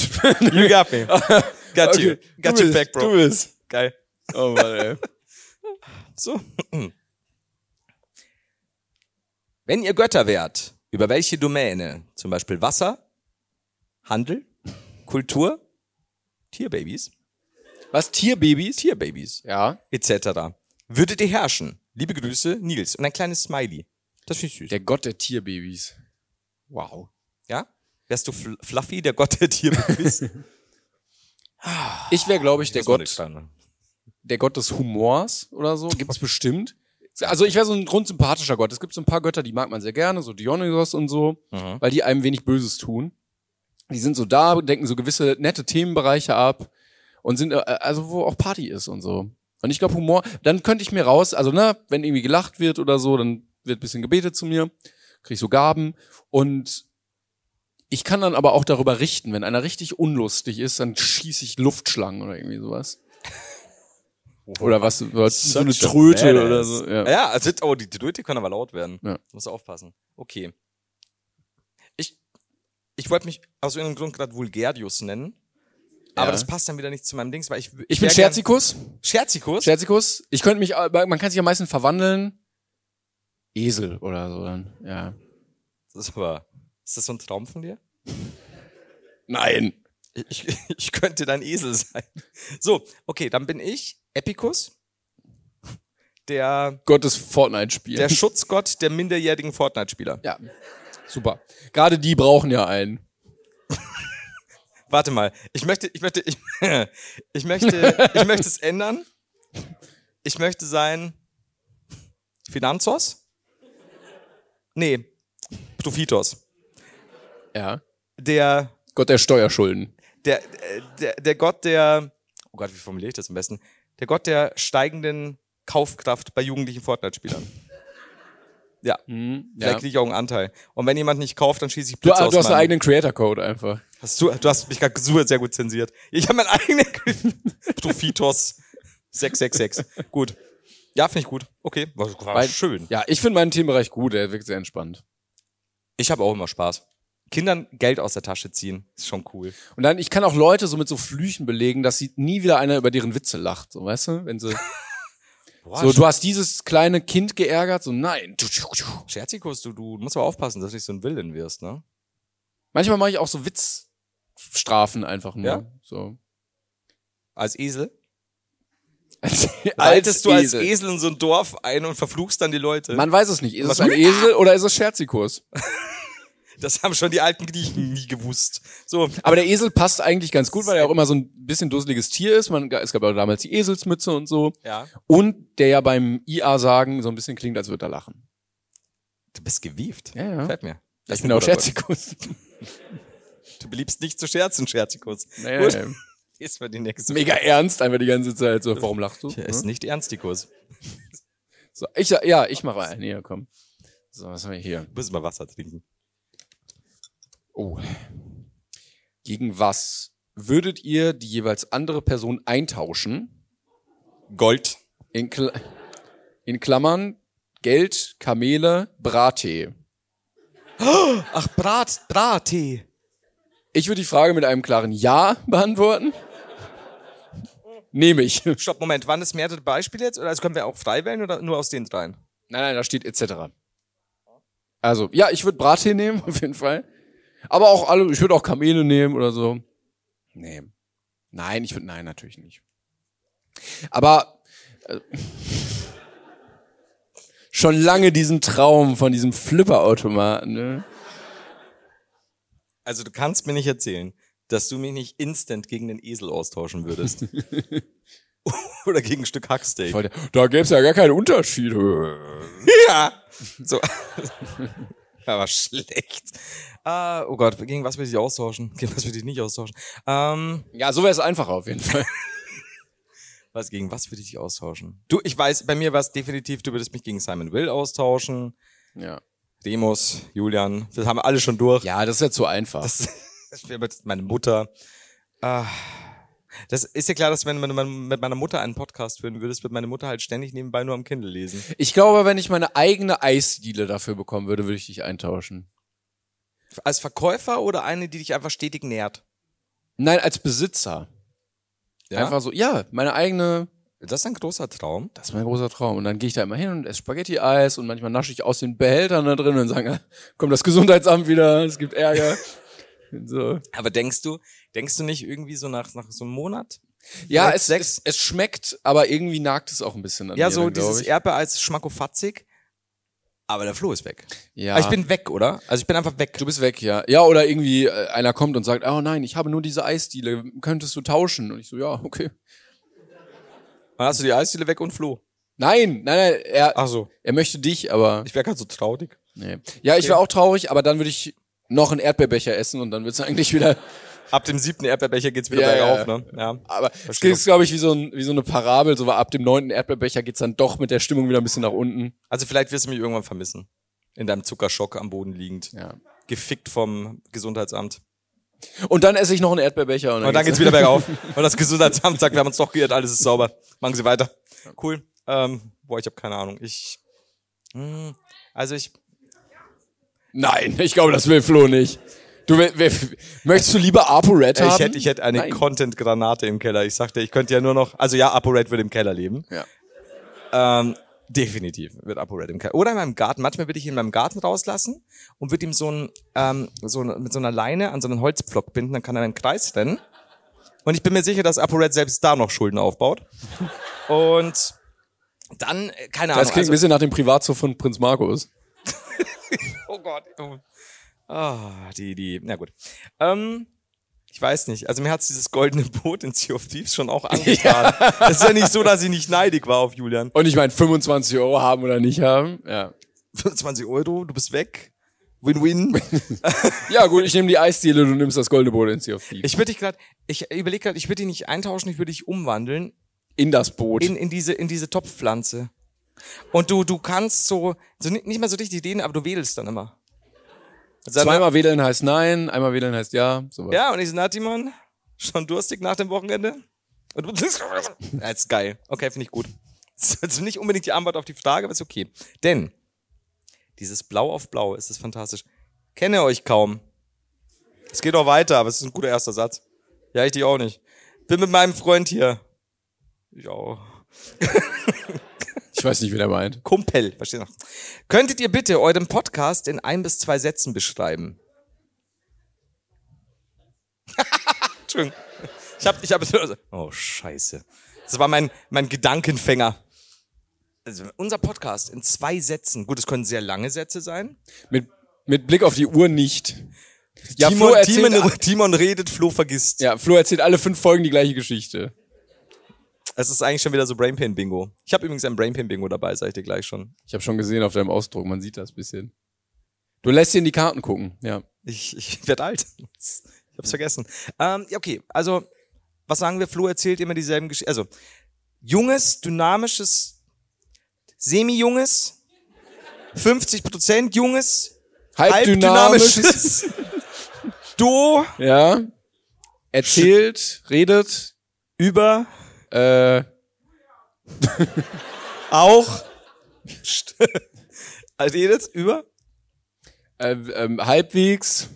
Speaker 2: You got me. Got you. Got
Speaker 3: du
Speaker 2: you
Speaker 3: bist,
Speaker 2: back, Bro.
Speaker 3: Du bist.
Speaker 2: Geil.
Speaker 3: Oh Mann, ey.
Speaker 2: So. Wenn ihr Götter wärt, über welche Domäne? Zum Beispiel Wasser, Handel, Kultur, Tierbabys,
Speaker 3: Was, Tierbabys?
Speaker 2: Tierbabys,
Speaker 3: Ja.
Speaker 2: etc. Würdet ihr herrschen? Liebe Grüße, Nils. Und ein kleines Smiley. Das finde ich süß.
Speaker 3: Der Gott der Tierbabys. Wow.
Speaker 2: ja? Wärst du Fl Fluffy, der Gott der Tiere ist?
Speaker 3: Ich wäre, glaube ich, der
Speaker 2: Das war
Speaker 3: Gott,
Speaker 2: kleine.
Speaker 3: der Gott des Humors oder so. Gibt's bestimmt. Also ich wäre so ein grundsympathischer Gott. Es gibt so ein paar Götter, die mag man sehr gerne, so Dionysos und so, weil die einem wenig Böses tun. Die sind so da, denken so gewisse nette Themenbereiche ab und sind, äh, also wo auch Party ist und so. Und ich glaube, Humor, dann könnte ich mir raus, also ne, wenn irgendwie gelacht wird oder so, dann wird ein bisschen gebetet zu mir, krieg ich so Gaben und ich kann dann aber auch darüber richten. Wenn einer richtig unlustig ist, dann schieße ich Luftschlangen oder irgendwie sowas. Oder was, was so eine
Speaker 2: Such a
Speaker 3: Tröte
Speaker 2: badass.
Speaker 3: oder so.
Speaker 2: Ja,
Speaker 3: Ja.
Speaker 2: also, oh, die Tröte kann aber laut werden.
Speaker 3: Ja.
Speaker 2: Muss aufpassen. Okay. Ich, ich wollte mich aus irgendeinem Grund gerade Vulgarius nennen. Aber
Speaker 3: Ja.
Speaker 2: das passt dann wieder nicht zu meinem Dings, weil ich.
Speaker 3: Ich
Speaker 2: wär
Speaker 3: bin
Speaker 2: gern-
Speaker 3: Scherzikus.
Speaker 2: Scherzikus?
Speaker 3: Scherzikus. Ich könnte mich, aber man kann sich am meisten verwandeln. Esel oder so dann. Ja.
Speaker 2: das ist aber. Ist das so ein Traum von dir?
Speaker 3: Nein.
Speaker 2: Ich, ich- ich könnte dein Esel sein. So, okay, dann bin ich Epicus. Der,
Speaker 3: Gottes Fortnite-Spiel.
Speaker 2: der Schutzgott der minderjährigen Fortnite-Spieler.
Speaker 3: ja. Super. Gerade die brauchen ja einen.
Speaker 2: Warte mal, ich möchte, ich möchte, ich, ich möchte, ich möchte es ändern. Ich möchte sein Finanzos? Nee, Profitos.
Speaker 3: Ja.
Speaker 2: Der,
Speaker 3: Gott der Steuerschulden.
Speaker 2: der, äh, der, der Gott der, oh Gott, wie formuliere ich das am besten? Der Gott der steigenden Kaufkraft bei jugendlichen Fortnite-Spielern. Ja, da
Speaker 3: Hm, Ja.
Speaker 2: kriege ich auch einen Anteil. Und wenn jemand nicht kauft, dann schieße ich
Speaker 3: Du, ah,
Speaker 2: Blitz aus
Speaker 3: du hast einen
Speaker 2: meinem-
Speaker 3: eigenen Creator-Code einfach.
Speaker 2: Hast du, du hast mich gerade super sehr gut zensiert. Ich habe meinen eigenen Griff. Profitos 666. Gut. Ja, finde ich gut. Okay. War, war
Speaker 3: Weil-
Speaker 2: schön.
Speaker 3: Ja, ich finde meinen Themenbereich gut, der wirkt sehr entspannt.
Speaker 2: Ich habe auch immer Spaß. Kindern Geld aus der Tasche ziehen, ist schon cool.
Speaker 3: Und dann, ich kann auch Leute so mit so Flüchen belegen, dass sie nie wieder einer über deren Witze lacht, so weißt du? Wenn sie. so, du hast dieses kleine Kind geärgert, so nein.
Speaker 2: Scherzikus, du, du musst aber aufpassen, dass du nicht so ein Villain wirst, ne?
Speaker 3: Manchmal mache ich auch so Witzstrafen einfach nur.
Speaker 2: Ja?
Speaker 3: So.
Speaker 2: Als Esel?
Speaker 3: Als,
Speaker 2: Reitest du als Esel in so ein Dorf ein und verfluchst dann die Leute?
Speaker 3: Man weiß es nicht. Ist
Speaker 2: Was-
Speaker 3: es ein Esel oder ist es Scherzikus?
Speaker 2: Das haben schon die alten Griechen nie gewusst. So,
Speaker 3: Aber der Esel passt eigentlich ganz gut, weil er auch immer so ein bisschen dusseliges Tier ist. Man, es gab ja damals die Eselsmütze und so.
Speaker 2: ja.
Speaker 3: Und der ja beim IA-Sagen so ein bisschen klingt, als würde er lachen.
Speaker 2: Du bist gewieft.
Speaker 3: Ja, ja.
Speaker 2: Gefällt mir. Das
Speaker 3: Ich
Speaker 2: ist
Speaker 3: bin
Speaker 2: ein
Speaker 3: auch
Speaker 2: guter Gott.
Speaker 3: Scherzikus.
Speaker 2: Du beliebst nicht zu scherzen, Scherzikus.
Speaker 3: Naja,
Speaker 2: Gut.
Speaker 3: ja.
Speaker 2: Ist mal die nächste Hm?
Speaker 3: Mega ernst, einfach die ganze Zeit so. Warum lachst du? Hm?
Speaker 2: Ja, ist nicht Ernstikus.
Speaker 3: So, ich, ja, ich mache einen. Nee, komm. So, was haben wir hier?
Speaker 2: Müssen mal Wasser trinken.
Speaker 3: Oh. Gegen was würdet ihr die jeweils andere Person eintauschen?
Speaker 2: Gold.
Speaker 3: In, Kl in Klammern Geld, Kamele, Brattee.
Speaker 2: Ach, Brat, Brattee.
Speaker 3: Ich würde die Frage mit einem klaren Ja beantworten. Nehme ich. Nein,
Speaker 2: Stopp, Moment, waren das mehrere Beispiele jetzt? Oder also können wir auch frei wählen oder nur aus den dreien?
Speaker 3: nein, da steht etc. Also, ja, ich würde Brattee nehmen, auf jeden Fall. Aber auch alle, ich würde auch Kamele nehmen oder so. Nee. Nein, ich würde, nein, natürlich nicht. Aber äh, schon lange diesen Traum von diesem Flipperautomaten, ne?
Speaker 2: Also du kannst mir nicht erzählen, dass du mich nicht instant gegen den Esel austauschen würdest. oder gegen ein Stück Hacksteak.
Speaker 3: Ich wollte, da gäbe es ja gar keinen Unterschied.
Speaker 2: Ja. So. Aber schlecht. Ah, oh Gott, gegen was will ich austauschen? Gegen was will ich nicht austauschen? Ähm,
Speaker 3: Ja, so wäre es einfacher auf jeden Fall.
Speaker 2: Was, gegen was würde ich dich austauschen? Du, ich weiß, bei mir war es definitiv, du würdest mich gegen Simon Will austauschen.
Speaker 3: Ja.
Speaker 2: Demos, Julian, das haben wir alle schon durch.
Speaker 3: Ja, das ist ja zu einfach.
Speaker 2: Das, das wäre mit- meine Mutter. Ah, das ist ja klar, dass wenn man mit meiner Mutter einen Podcast führen würdest, wird meine Mutter halt ständig nebenbei nur am Kindle lesen.
Speaker 3: Ich glaube, wenn ich meine eigene Eisdiele dafür bekommen würde, würde ich dich eintauschen.
Speaker 2: Als Verkäufer oder eine, die dich einfach stetig nährt?
Speaker 3: Nein, als Besitzer.
Speaker 2: Ja?
Speaker 3: Einfach so, ja, meine eigene,
Speaker 2: Das ist ein großer Traum.
Speaker 3: das ist mein großer Traum. Und dann gehe ich da immer hin und esse Spaghetti-Eis und manchmal nasche ich aus den Behältern da drin und sage, kommt das Gesundheitsamt wieder, es gibt Ärger. Und so.
Speaker 2: Aber denkst du, denkst du nicht irgendwie so nach, nach so einem Monat?
Speaker 3: Ja,
Speaker 2: Vielleicht
Speaker 3: es,
Speaker 2: sechs-
Speaker 3: es, es schmeckt, aber irgendwie nagt es auch ein bisschen an
Speaker 2: Ja,
Speaker 3: mir
Speaker 2: so
Speaker 3: dann, glaub
Speaker 2: dieses
Speaker 3: ich.
Speaker 2: Erbe als schmackofatzig. Aber der Flo ist weg.
Speaker 3: Ja.
Speaker 2: Aber ich bin weg, oder? Also ich bin einfach weg.
Speaker 3: Du bist weg, ja. Ja, oder irgendwie äh, einer kommt und sagt, oh nein, ich habe nur diese Eisdiele, könntest du tauschen? Und ich so, ja, okay.
Speaker 2: Dann hast du die Eisdiele weg und Flo.
Speaker 3: Nein, nein, nein, er,
Speaker 2: Ach so.
Speaker 3: er möchte dich, aber.
Speaker 2: Ich wäre gerade so traurig.
Speaker 3: Nee. Ja, ich wäre auch traurig, aber dann würde ich noch einen Erdbeerbecher essen und dann wird's eigentlich wieder.
Speaker 2: Ab dem siebten Erdbeerbecher geht's wieder
Speaker 3: Ja,
Speaker 2: bergauf,
Speaker 3: ja.
Speaker 2: ne? Ja.
Speaker 3: Aber es
Speaker 2: Verstehe.
Speaker 3: ist, glaube ich, wie so, ein, wie so eine Parabel, so ab dem neunten Erdbeerbecher geht's dann doch mit der Stimmung wieder ein bisschen nach unten.
Speaker 2: Also vielleicht wirst du mich irgendwann vermissen. In deinem Zuckerschock am Boden liegend.
Speaker 3: Ja.
Speaker 2: Gefickt vom Gesundheitsamt.
Speaker 3: Und dann esse ich noch einen Erdbeerbecher und dann,
Speaker 2: Und dann geht's wieder bergauf. Und das Gesundheitsamt sagt, wir haben uns doch geirrt, alles ist sauber. Machen Sie weiter. Cool. Ähm, boah, ich habe keine Ahnung. Ich. Hm, also ich.
Speaker 3: Nein, ich glaube, das will Flo nicht. Du, wer, wer, möchtest du lieber ApoRed haben?
Speaker 2: Ich hätte, ich hätte eine
Speaker 3: Nein.
Speaker 2: Content-Granate im Keller. Ich sagte, ich könnte ja nur noch. Also ja, ApoRed würde im Keller leben.
Speaker 3: Ja.
Speaker 2: Ähm, definitiv wird ApoRed im Keller. Oder in meinem Garten. Manchmal würde ich ihn in meinem Garten rauslassen und würde ihm so ein, ähm, so ein, mit so einer Leine an so einen Holzpflock binden, dann kann er im Kreis rennen. Und ich bin mir sicher, dass ApoRed selbst da noch Schulden aufbaut. Und dann, äh, keine Ahnung.
Speaker 3: Das klingt ein bisschen nach dem Privatzoo von Prinz Markus.
Speaker 2: Oh Gott. Oh. Ah, die, die, na gut. Ähm, ich weiß nicht. Also mir hat's dieses goldene Boot in Sea of Thieves schon auch angetan. Es ist ja nicht so, dass ich nicht neidig war auf Julian.
Speaker 3: Und ich meine, 25 Euro haben oder nicht haben. Ja,
Speaker 2: 25 Euro, du bist weg. Win-win.
Speaker 3: ja gut, ich nehme die Eisdiele, du nimmst das goldene Boot ins Sea of Thieves.
Speaker 2: Ich würde dich gerade, ich überlege gerade, ich würde dich nicht eintauschen, ich würde dich umwandeln
Speaker 3: In das Boot.
Speaker 2: in, in diese, in diese Topfpflanze. Und du, du kannst so, so ni- nicht mehr so richtig Ideen, aber du wedelst dann immer. Sag mal,
Speaker 3: Zweimal wählen heißt nein, einmal wählen heißt ja, sowas.
Speaker 2: Ja, und ich so, na, Timon, schon durstig nach dem Wochenende? Und du Das ist geil. Okay, finde ich gut. Das ist also nicht unbedingt die Antwort auf die Frage, aber ist okay. Denn dieses Blau auf Blau ist das fantastisch. Kenne euch kaum. Es geht auch weiter, aber es ist ein guter erster Satz. Ja, ich dich auch nicht. Bin mit meinem Freund hier. Ich auch.
Speaker 3: Ich weiß nicht, wie der meint.
Speaker 2: Kumpel, versteht noch. Könntet ihr bitte euren Podcast in ein bis zwei Sätzen beschreiben? Entschuldigung. Ich hab, ich hab, oh Scheiße. Das war mein, mein Gedankenfänger. Also unser Podcast in zwei Sätzen. Gut, es können sehr lange Sätze sein.
Speaker 3: Mit, mit Blick auf die Uhr nicht. Ja,
Speaker 2: Timon,
Speaker 3: Flo erzählt,
Speaker 2: Timon, Timon redet, Flo vergisst.
Speaker 3: ja, Flo erzählt alle fünf Folgen die gleiche Geschichte.
Speaker 2: Es ist eigentlich schon wieder so Brainpain Bingo. Ich habe übrigens ein Brainpain Bingo dabei, sag ich dir gleich schon.
Speaker 3: Ich habe schon gesehen auf deinem Ausdruck, man sieht das bisschen. Du lässt ihn die Karten gucken, ja.
Speaker 2: Ich, ich werde alt. Ich hab's vergessen. Ähm, ja, okay, also, was sagen wir? Flo erzählt immer dieselben Geschichten. Also, junges, dynamisches, semi-junges, 50% junges, halb dynamisches, Do
Speaker 3: Ja. Erzählt, redet,
Speaker 2: über
Speaker 3: äh,
Speaker 2: auch St- redet über
Speaker 3: äh, ähm, halbwegs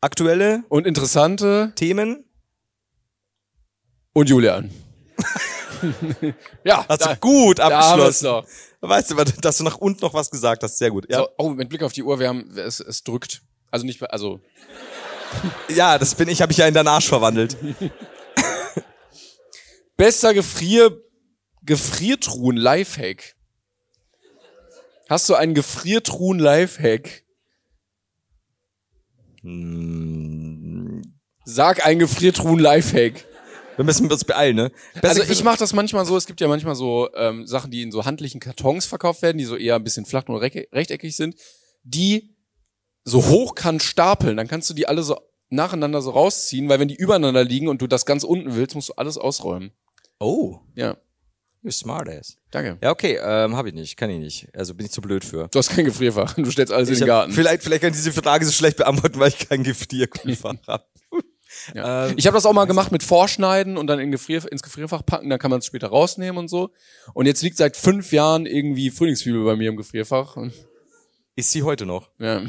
Speaker 2: aktuelle
Speaker 3: und interessante
Speaker 2: Themen.
Speaker 3: und Julian. ja,
Speaker 2: Hast
Speaker 3: da,
Speaker 2: du gut
Speaker 3: da haben wir
Speaker 2: abgeschlossen.
Speaker 3: es doch.
Speaker 2: Weißt du, dass du nach unten noch was gesagt hast. Sehr gut. Ja,
Speaker 3: So, oh, mit Blick auf die Uhr, wir haben, es, es drückt. Also nicht, also
Speaker 2: ja das bin ich, habe ich ja in deinen Arsch verwandelt.
Speaker 3: besser Gefrier, Gefriertruhen Lifehack. Hast du einen Gefriertruhen Lifehack? Sag einen Gefriertruhen Lifehack.
Speaker 2: Wir müssen uns beeilen, ne?
Speaker 3: Also ich mache das manchmal so, es gibt ja manchmal so ähm, Sachen, die in so handlichen Kartons verkauft werden, die so eher ein bisschen flach und recke- rechteckig sind, die so hoch kann stapeln, dann kannst du die alle so nacheinander so rausziehen, weil wenn die übereinander liegen und du das ganz unten willst, musst du alles ausräumen.
Speaker 2: Oh,
Speaker 3: Ja,
Speaker 2: you're smart ass.
Speaker 3: danke.
Speaker 2: Ja, okay, ähm, habe ich nicht, kann ich nicht. Also bin ich zu blöd für.
Speaker 3: Du hast kein Gefrierfach, du stellst alles
Speaker 2: Ich
Speaker 3: in den
Speaker 2: hab-
Speaker 3: Garten.
Speaker 2: Vielleicht, vielleicht kann ich diese Frage so schlecht beantworten, weil ich keinen Gefrierkühlfach habe.
Speaker 3: Ja. ich habe das auch mal gemacht mit Vorschneiden und dann in Gefrier, ins Gefrierfach packen, dann kann man es später rausnehmen und so. Und jetzt liegt seit fünf Jahren irgendwie Frühlingszwiebel bei mir im Gefrierfach. Und,
Speaker 2: Ist sie heute noch?
Speaker 3: ja.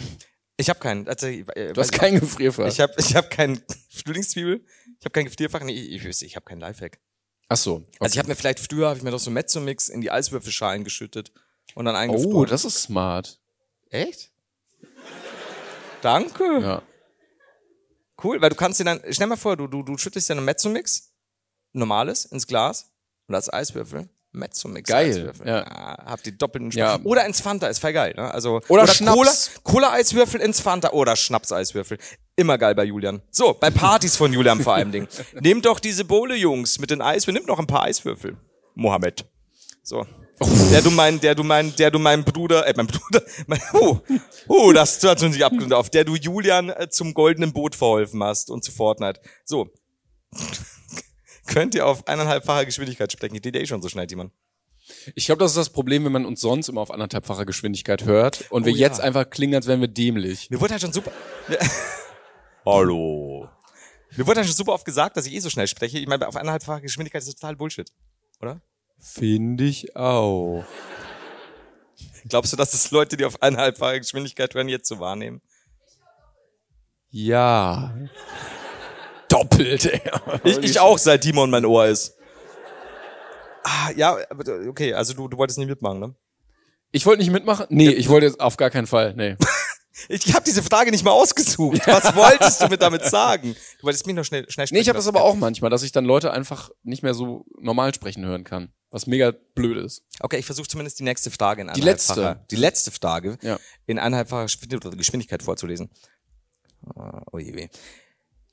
Speaker 2: Ich habe keinen. Also, äh,
Speaker 3: Du hast kein Gefrierfach.
Speaker 2: Ich habe ich hab keinen Frühlingszwiebel. Ich habe kein Gefrierfach. Nee, ich, ich, wüsste, ich habe keinen Lifehack.
Speaker 3: Ach so. Okay.
Speaker 2: Also ich habe mir vielleicht früher habe ich mir doch so Mezzo-Mix in die Eiswürfelschalen geschüttet und dann eingefroren.
Speaker 3: oh, das ist smart.
Speaker 2: echt? Danke.
Speaker 3: Ja.
Speaker 2: Cool, weil du kannst dir dann, stell mal vor, du, du, du schüttest dir einen Mezzomix, normales, ins Glas und als Eiswürfel. Mezzomix.
Speaker 3: Geil,
Speaker 2: Eiswürfel.
Speaker 3: ja.
Speaker 2: Ah, habt die doppelten
Speaker 3: Ja.
Speaker 2: Schnaps. Oder ins Fanta, ist voll geil. Ne? Also,
Speaker 3: Oder Schnaps.
Speaker 2: Cola, Cola-Eiswürfel ins Fanta oder Schnaps-Eiswürfel. Immer geil bei Julian. So, bei Partys von Julian vor allem Ding. Nehmt doch diese Bowle, Jungs, mit den Eiswürfeln. Nehmt noch ein paar Eiswürfel. Mohammed. So. Der du mein, der du mein, der du mein Bruder, äh, mein Bruder, mein, oh, oh, das hört sich nicht abgründet auf, der du Julian äh, zum goldenen Boot verholfen hast und zu Fortnite. So. Könnt ihr auf eineinhalbfacher Geschwindigkeit sprechen? Geht ihr eh schon so schnell, Timon?
Speaker 3: Ich glaube, das ist das Problem, wenn man uns sonst immer auf anderthalbfacher Geschwindigkeit hört und wir
Speaker 2: Oh ja.
Speaker 3: jetzt einfach klingen, als wären wir dämlich.
Speaker 2: Mir wurde halt schon super. Mir- Hallo. Mir wurde halt schon super oft gesagt, dass ich eh so schnell spreche. Ich meine, auf eineinhalbfacher Geschwindigkeit ist das total Bullshit. Oder?
Speaker 3: Finde ich auch.
Speaker 2: Glaubst du, dass das Leute, die auf eineinhalbfacher Geschwindigkeit hören, jetzt so wahrnehmen?
Speaker 3: Ja. Doppelt. ey.
Speaker 2: Ich, ich auch, seit Timon mein Ohr ist. Ah, ja, aber, äh, okay, also du, du wolltest nicht mitmachen, ne?
Speaker 3: Ich wollte nicht mitmachen? Nee, ich wollte jetzt auf gar keinen Fall. Nee.
Speaker 2: Ich habe diese Frage nicht mal ausgesucht. Was wolltest du mir damit sagen? Du wolltest mich noch schnell, schnell sprechen.
Speaker 3: Nee, ich habe das
Speaker 2: lassen.
Speaker 3: aber auch manchmal, dass ich dann Leute einfach nicht mehr so normal sprechen hören kann. Was mega blöd ist.
Speaker 2: Okay, ich versuche zumindest die nächste Frage in
Speaker 3: Die
Speaker 2: eineinhalbfacher-
Speaker 3: letzte.
Speaker 2: Die letzte Frage
Speaker 3: Ja.
Speaker 2: in eineinhalbfacher Geschwind- Geschwindigkeit vorzulesen. Ah, Oh je, weh.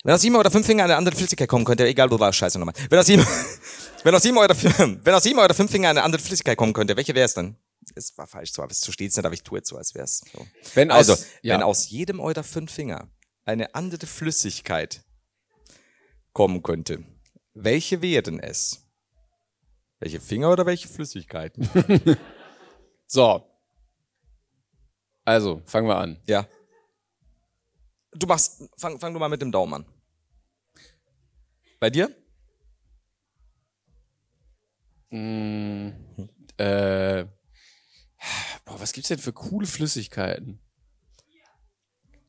Speaker 2: Wenn aus sieben oder fünf Finger eine andere Flüssigkeit kommen könnte, egal, du warst scheiße nochmal. Wenn aus sieben, wenn aus sieben oder fünf, wenn aus sieben oder fünf Finger eine andere Flüssigkeit kommen könnte, welche wäre es dann? Es war falsch, so, aber es steht nicht, aber ich tue jetzt so, als wäre es. So.
Speaker 3: Wenn aus-
Speaker 2: also,
Speaker 3: ja.
Speaker 2: wenn aus jedem oder fünf Finger eine andere Flüssigkeit kommen könnte, welche wären es? Welche Finger oder welche Flüssigkeiten?
Speaker 3: So. Also, fangen wir an.
Speaker 2: Ja. Du machst, fang, fang du mal mit dem Daumen an. Bei dir?
Speaker 3: Mm, äh, boah, was gibt's denn für coole Flüssigkeiten?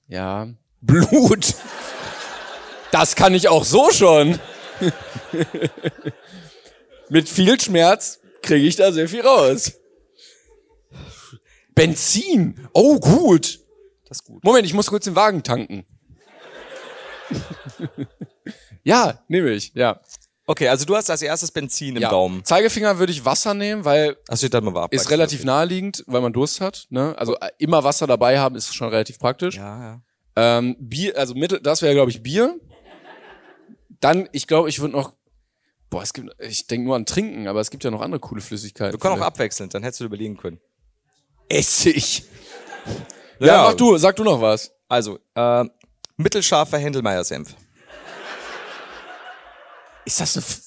Speaker 3: Ja, Blut. Das kann ich auch so schon. Mit viel Schmerz kriege ich da sehr viel raus. Benzin. Oh, gut.
Speaker 2: Das ist gut.
Speaker 3: Moment, ich muss kurz den Wagen tanken. ja, nehme ich. Ja.
Speaker 2: Okay, also du hast als erstes Benzin im
Speaker 3: ja.
Speaker 2: Daumen.
Speaker 3: Zeigefinger würde ich Wasser nehmen, weil
Speaker 2: Also dann mal ab.
Speaker 3: ist relativ naheliegend, weil man Durst hat. Ne? Also äh, immer Wasser dabei haben ist schon relativ praktisch.
Speaker 2: Ja, ja.
Speaker 3: Ähm, Bier, also Mittel, das wäre glaube ich Bier. Dann, ich glaube, ich würde noch, boah, es gibt, ich denke nur an Trinken, aber es gibt ja noch andere coole Flüssigkeiten.
Speaker 2: Wir können auch abwechselnd, dann hättest du überlegen können.
Speaker 3: Essig. Ja, mach du, sag du noch was.
Speaker 2: Also, äh, mittelscharfer Händelmeier-Senf.
Speaker 3: Ist das eine, F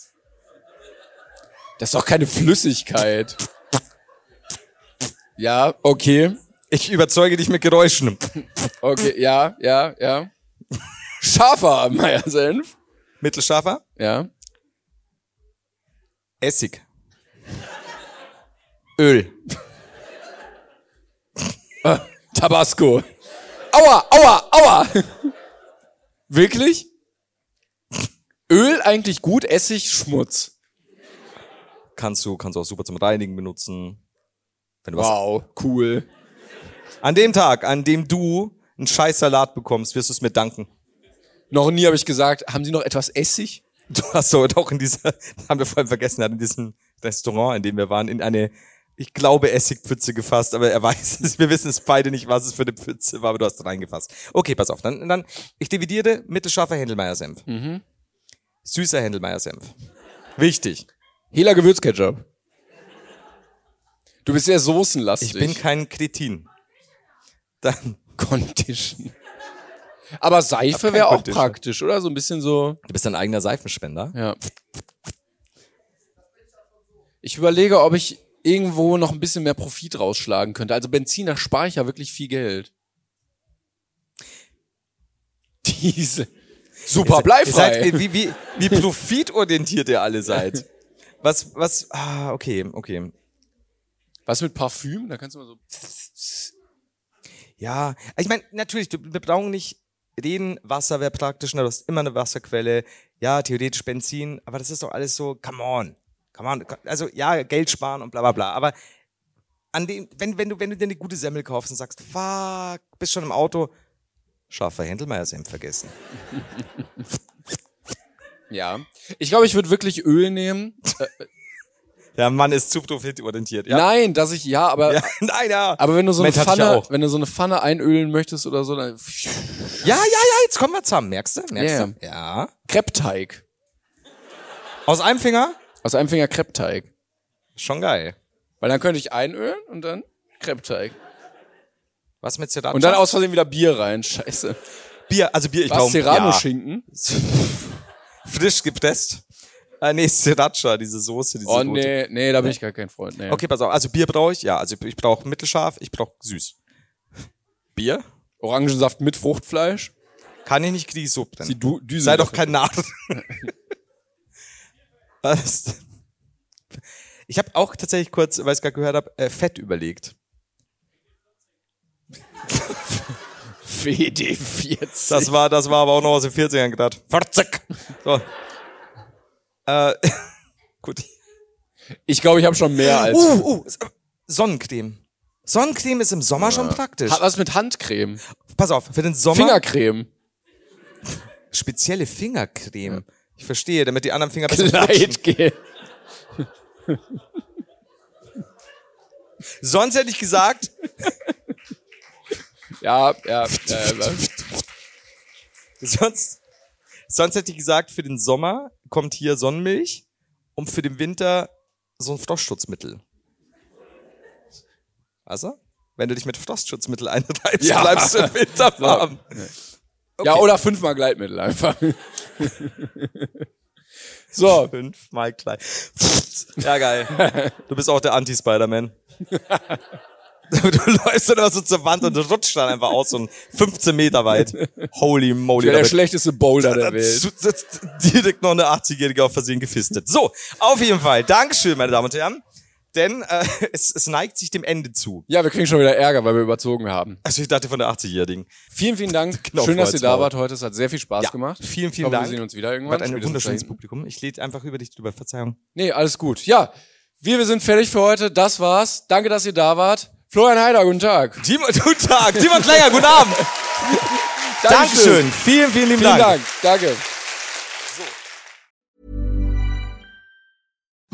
Speaker 3: das ist doch keine Flüssigkeit. ja, okay,
Speaker 2: Ich überzeuge dich mit Geräuschen.
Speaker 3: okay, ja, ja, ja. Scharfer Meiersenf.
Speaker 2: mittelscharfer
Speaker 3: Ja.
Speaker 2: Essig. Öl.
Speaker 3: Äh, Tabasco. Aua, aua, aua. Wirklich? Öl eigentlich gut, Essig Schmutz.
Speaker 2: Kannst du, kannst du auch super zum Reinigen benutzen. Wenn du was
Speaker 3: Wow, cool.
Speaker 2: An dem Tag, an dem du einen scheiß Salat bekommst, wirst du es mir danken.
Speaker 3: Noch nie habe ich gesagt, haben Sie noch etwas Essig?
Speaker 2: Du hast so doch in dieser, haben wir vorhin vergessen, er hat in diesem Restaurant, in dem wir waren, in eine, ich glaube, Essigpfütze gefasst, aber er weiß es, wir wissen es beide nicht, was es für eine Pfütze war, aber du hast reingefasst. Okay, pass auf, dann, dann ich dividiere mittelscharfer Händelmeier-Senf. Süßer Händelmeier-Senf. Wichtig.
Speaker 3: Hela Gewürzketchup. Du bist sehr soßenlastig.
Speaker 2: Ich bin kein Kretin. Dann,
Speaker 3: Condition. Aber Seife wäre auch
Speaker 2: Condition.
Speaker 3: praktisch, oder? So ein bisschen so.
Speaker 2: du bist dein eigener Seifenspender.
Speaker 3: Ja. Ich überlege, ob ich irgendwo noch ein bisschen mehr Profit rausschlagen könnte. Also Benzin, da spare ich ja wirklich viel Geld. Diese. Super, bleib
Speaker 2: Ihr seid,
Speaker 3: frei.
Speaker 2: äh, wie, wie, wie profitorientiert ihr alle seid. Was, was, ah, okay, okay.
Speaker 3: Was mit Parfüm? Da kannst du mal so.
Speaker 2: Ja, ich meine, natürlich, du, wir brauchen nicht reden, Wasser wäre praktisch, ne, du hast immer eine Wasserquelle, ja, theoretisch Benzin, aber das ist doch alles so, come on, come on, also ja, Geld sparen und bla bla bla, aber an dem, wenn, wenn, du, wenn du dir eine gute Semmel kaufst und sagst, fuck, bist schon im Auto, scharfer Händelmeier-Senf vergessen.
Speaker 3: Ja. Ich glaube, ich würde wirklich Öl nehmen.
Speaker 2: Der Mann ist zu profitorientiert. Ja.
Speaker 3: Nein, dass ich ja, aber
Speaker 2: Ja, nein, ja.
Speaker 3: aber wenn du so eine
Speaker 2: Moment, hatte ich
Speaker 3: Pfanne,
Speaker 2: ja auch.
Speaker 3: wenn du so eine Pfanne einölen möchtest oder so, dann
Speaker 2: Ja, ja, ja, jetzt kommen wir zusammen. Merkst du? Merkst
Speaker 3: Ja.
Speaker 2: du? Ja.
Speaker 3: Kreppteig.
Speaker 2: Aus einem Finger?
Speaker 3: Aus einem Finger Kreppteig.
Speaker 2: Schon geil.
Speaker 3: Weil dann könnte ich einölen und dann Kreppteig.
Speaker 2: Was mit Cerat?
Speaker 3: Und dann aus Versehen wieder Bier rein. Scheiße.
Speaker 2: Bier, also Bier, ich
Speaker 3: Was?
Speaker 2: glaube,
Speaker 3: Serrano-Schinken?
Speaker 2: frisch gepresst. Äh, nee, Sriracha, diese Soße, diese
Speaker 3: Oh
Speaker 2: rote.
Speaker 3: nee, nee, da bin ich gar kein Freund. Nee.
Speaker 2: Okay, pass auf. Also Bier brauche ich, ja. Also ich brauche mittelscharf, ich brauche süß. Bier?
Speaker 3: Orangensaft mit Fruchtfleisch.
Speaker 2: Kann ich nicht Grießsuppe.
Speaker 3: Die du Düsen
Speaker 2: Sei doch kein Narr. Was? Ich habe auch tatsächlich kurz, weil ich es gerade gehört habe, äh, Fett überlegt.
Speaker 3: WD40.
Speaker 2: Das war, das war aber auch noch aus den 40ern gedacht. 40! So. äh, gut.
Speaker 3: Ich glaube, ich habe schon mehr als.
Speaker 2: Uh, uh, Sonnencreme. Sonnencreme ist im Sommer schon praktisch.
Speaker 3: Hat was mit Handcreme.
Speaker 2: Pass auf, für den Sommer
Speaker 3: Fingercreme.
Speaker 2: spezielle Fingercreme. Ich verstehe, damit die anderen Finger besser flutschen.
Speaker 3: Gleitgel.
Speaker 2: Sonst hätte ich gesagt,
Speaker 3: Ja, ja, ja, ja.
Speaker 2: sonst, sonst hätte ich gesagt, für den Sommer kommt hier Sonnenmilch und für den Winter so ein Frostschutzmittel. Also, wenn du dich mit Frostschutzmittel einreibst,
Speaker 3: Ja.
Speaker 2: bleibst du im Winter warm.
Speaker 3: ja, oder fünfmal Gleitmittel einfach. so,
Speaker 2: Fünfmal klein. Ja, geil. Du bist auch der Anti-Spider-Man. Du läufst dann immer so zur Wand und rutscht dann einfach aus, so ein 15 Meter weit. Holy moly.
Speaker 3: der, der
Speaker 2: damit-
Speaker 3: schlechteste Boulder der Welt.
Speaker 2: Zu- zu- zu- Direkt noch eine 80-Jährige auf Versehen gefistet. So, auf jeden Fall. Dankeschön, meine Damen und Herren. Denn äh, es, es neigt sich dem Ende zu.
Speaker 3: Ja, wir kriegen schon wieder Ärger, weil wir überzogen haben.
Speaker 2: Also ich dachte von der 80-Jährigen.
Speaker 3: Vielen, vielen Dank.
Speaker 2: Genau,
Speaker 3: Schön, dass ihr da
Speaker 2: Freudesmaul.
Speaker 3: wart heute. Es hat sehr viel Spaß
Speaker 2: Ja,
Speaker 3: gemacht.
Speaker 2: vielen, vielen
Speaker 3: ich hoffe,
Speaker 2: Dank.
Speaker 3: Wir sehen uns wieder irgendwann.
Speaker 2: Hat ein
Speaker 3: Spätestens
Speaker 2: wunderschönes
Speaker 3: dahin.
Speaker 2: Publikum. Ich lese einfach über dich drüber. Verzeihung.
Speaker 3: Nee, alles gut. Ja, wir, wir sind fertig für heute. Das war's. Danke, dass ihr da wart. Florian Heider, guten Tag.
Speaker 2: Timon, guten Tag. Timon Klenger, guten Abend. Dankeschön. Vielen, vielen lieben
Speaker 3: Vielen
Speaker 2: Dank.
Speaker 3: Dank. Danke.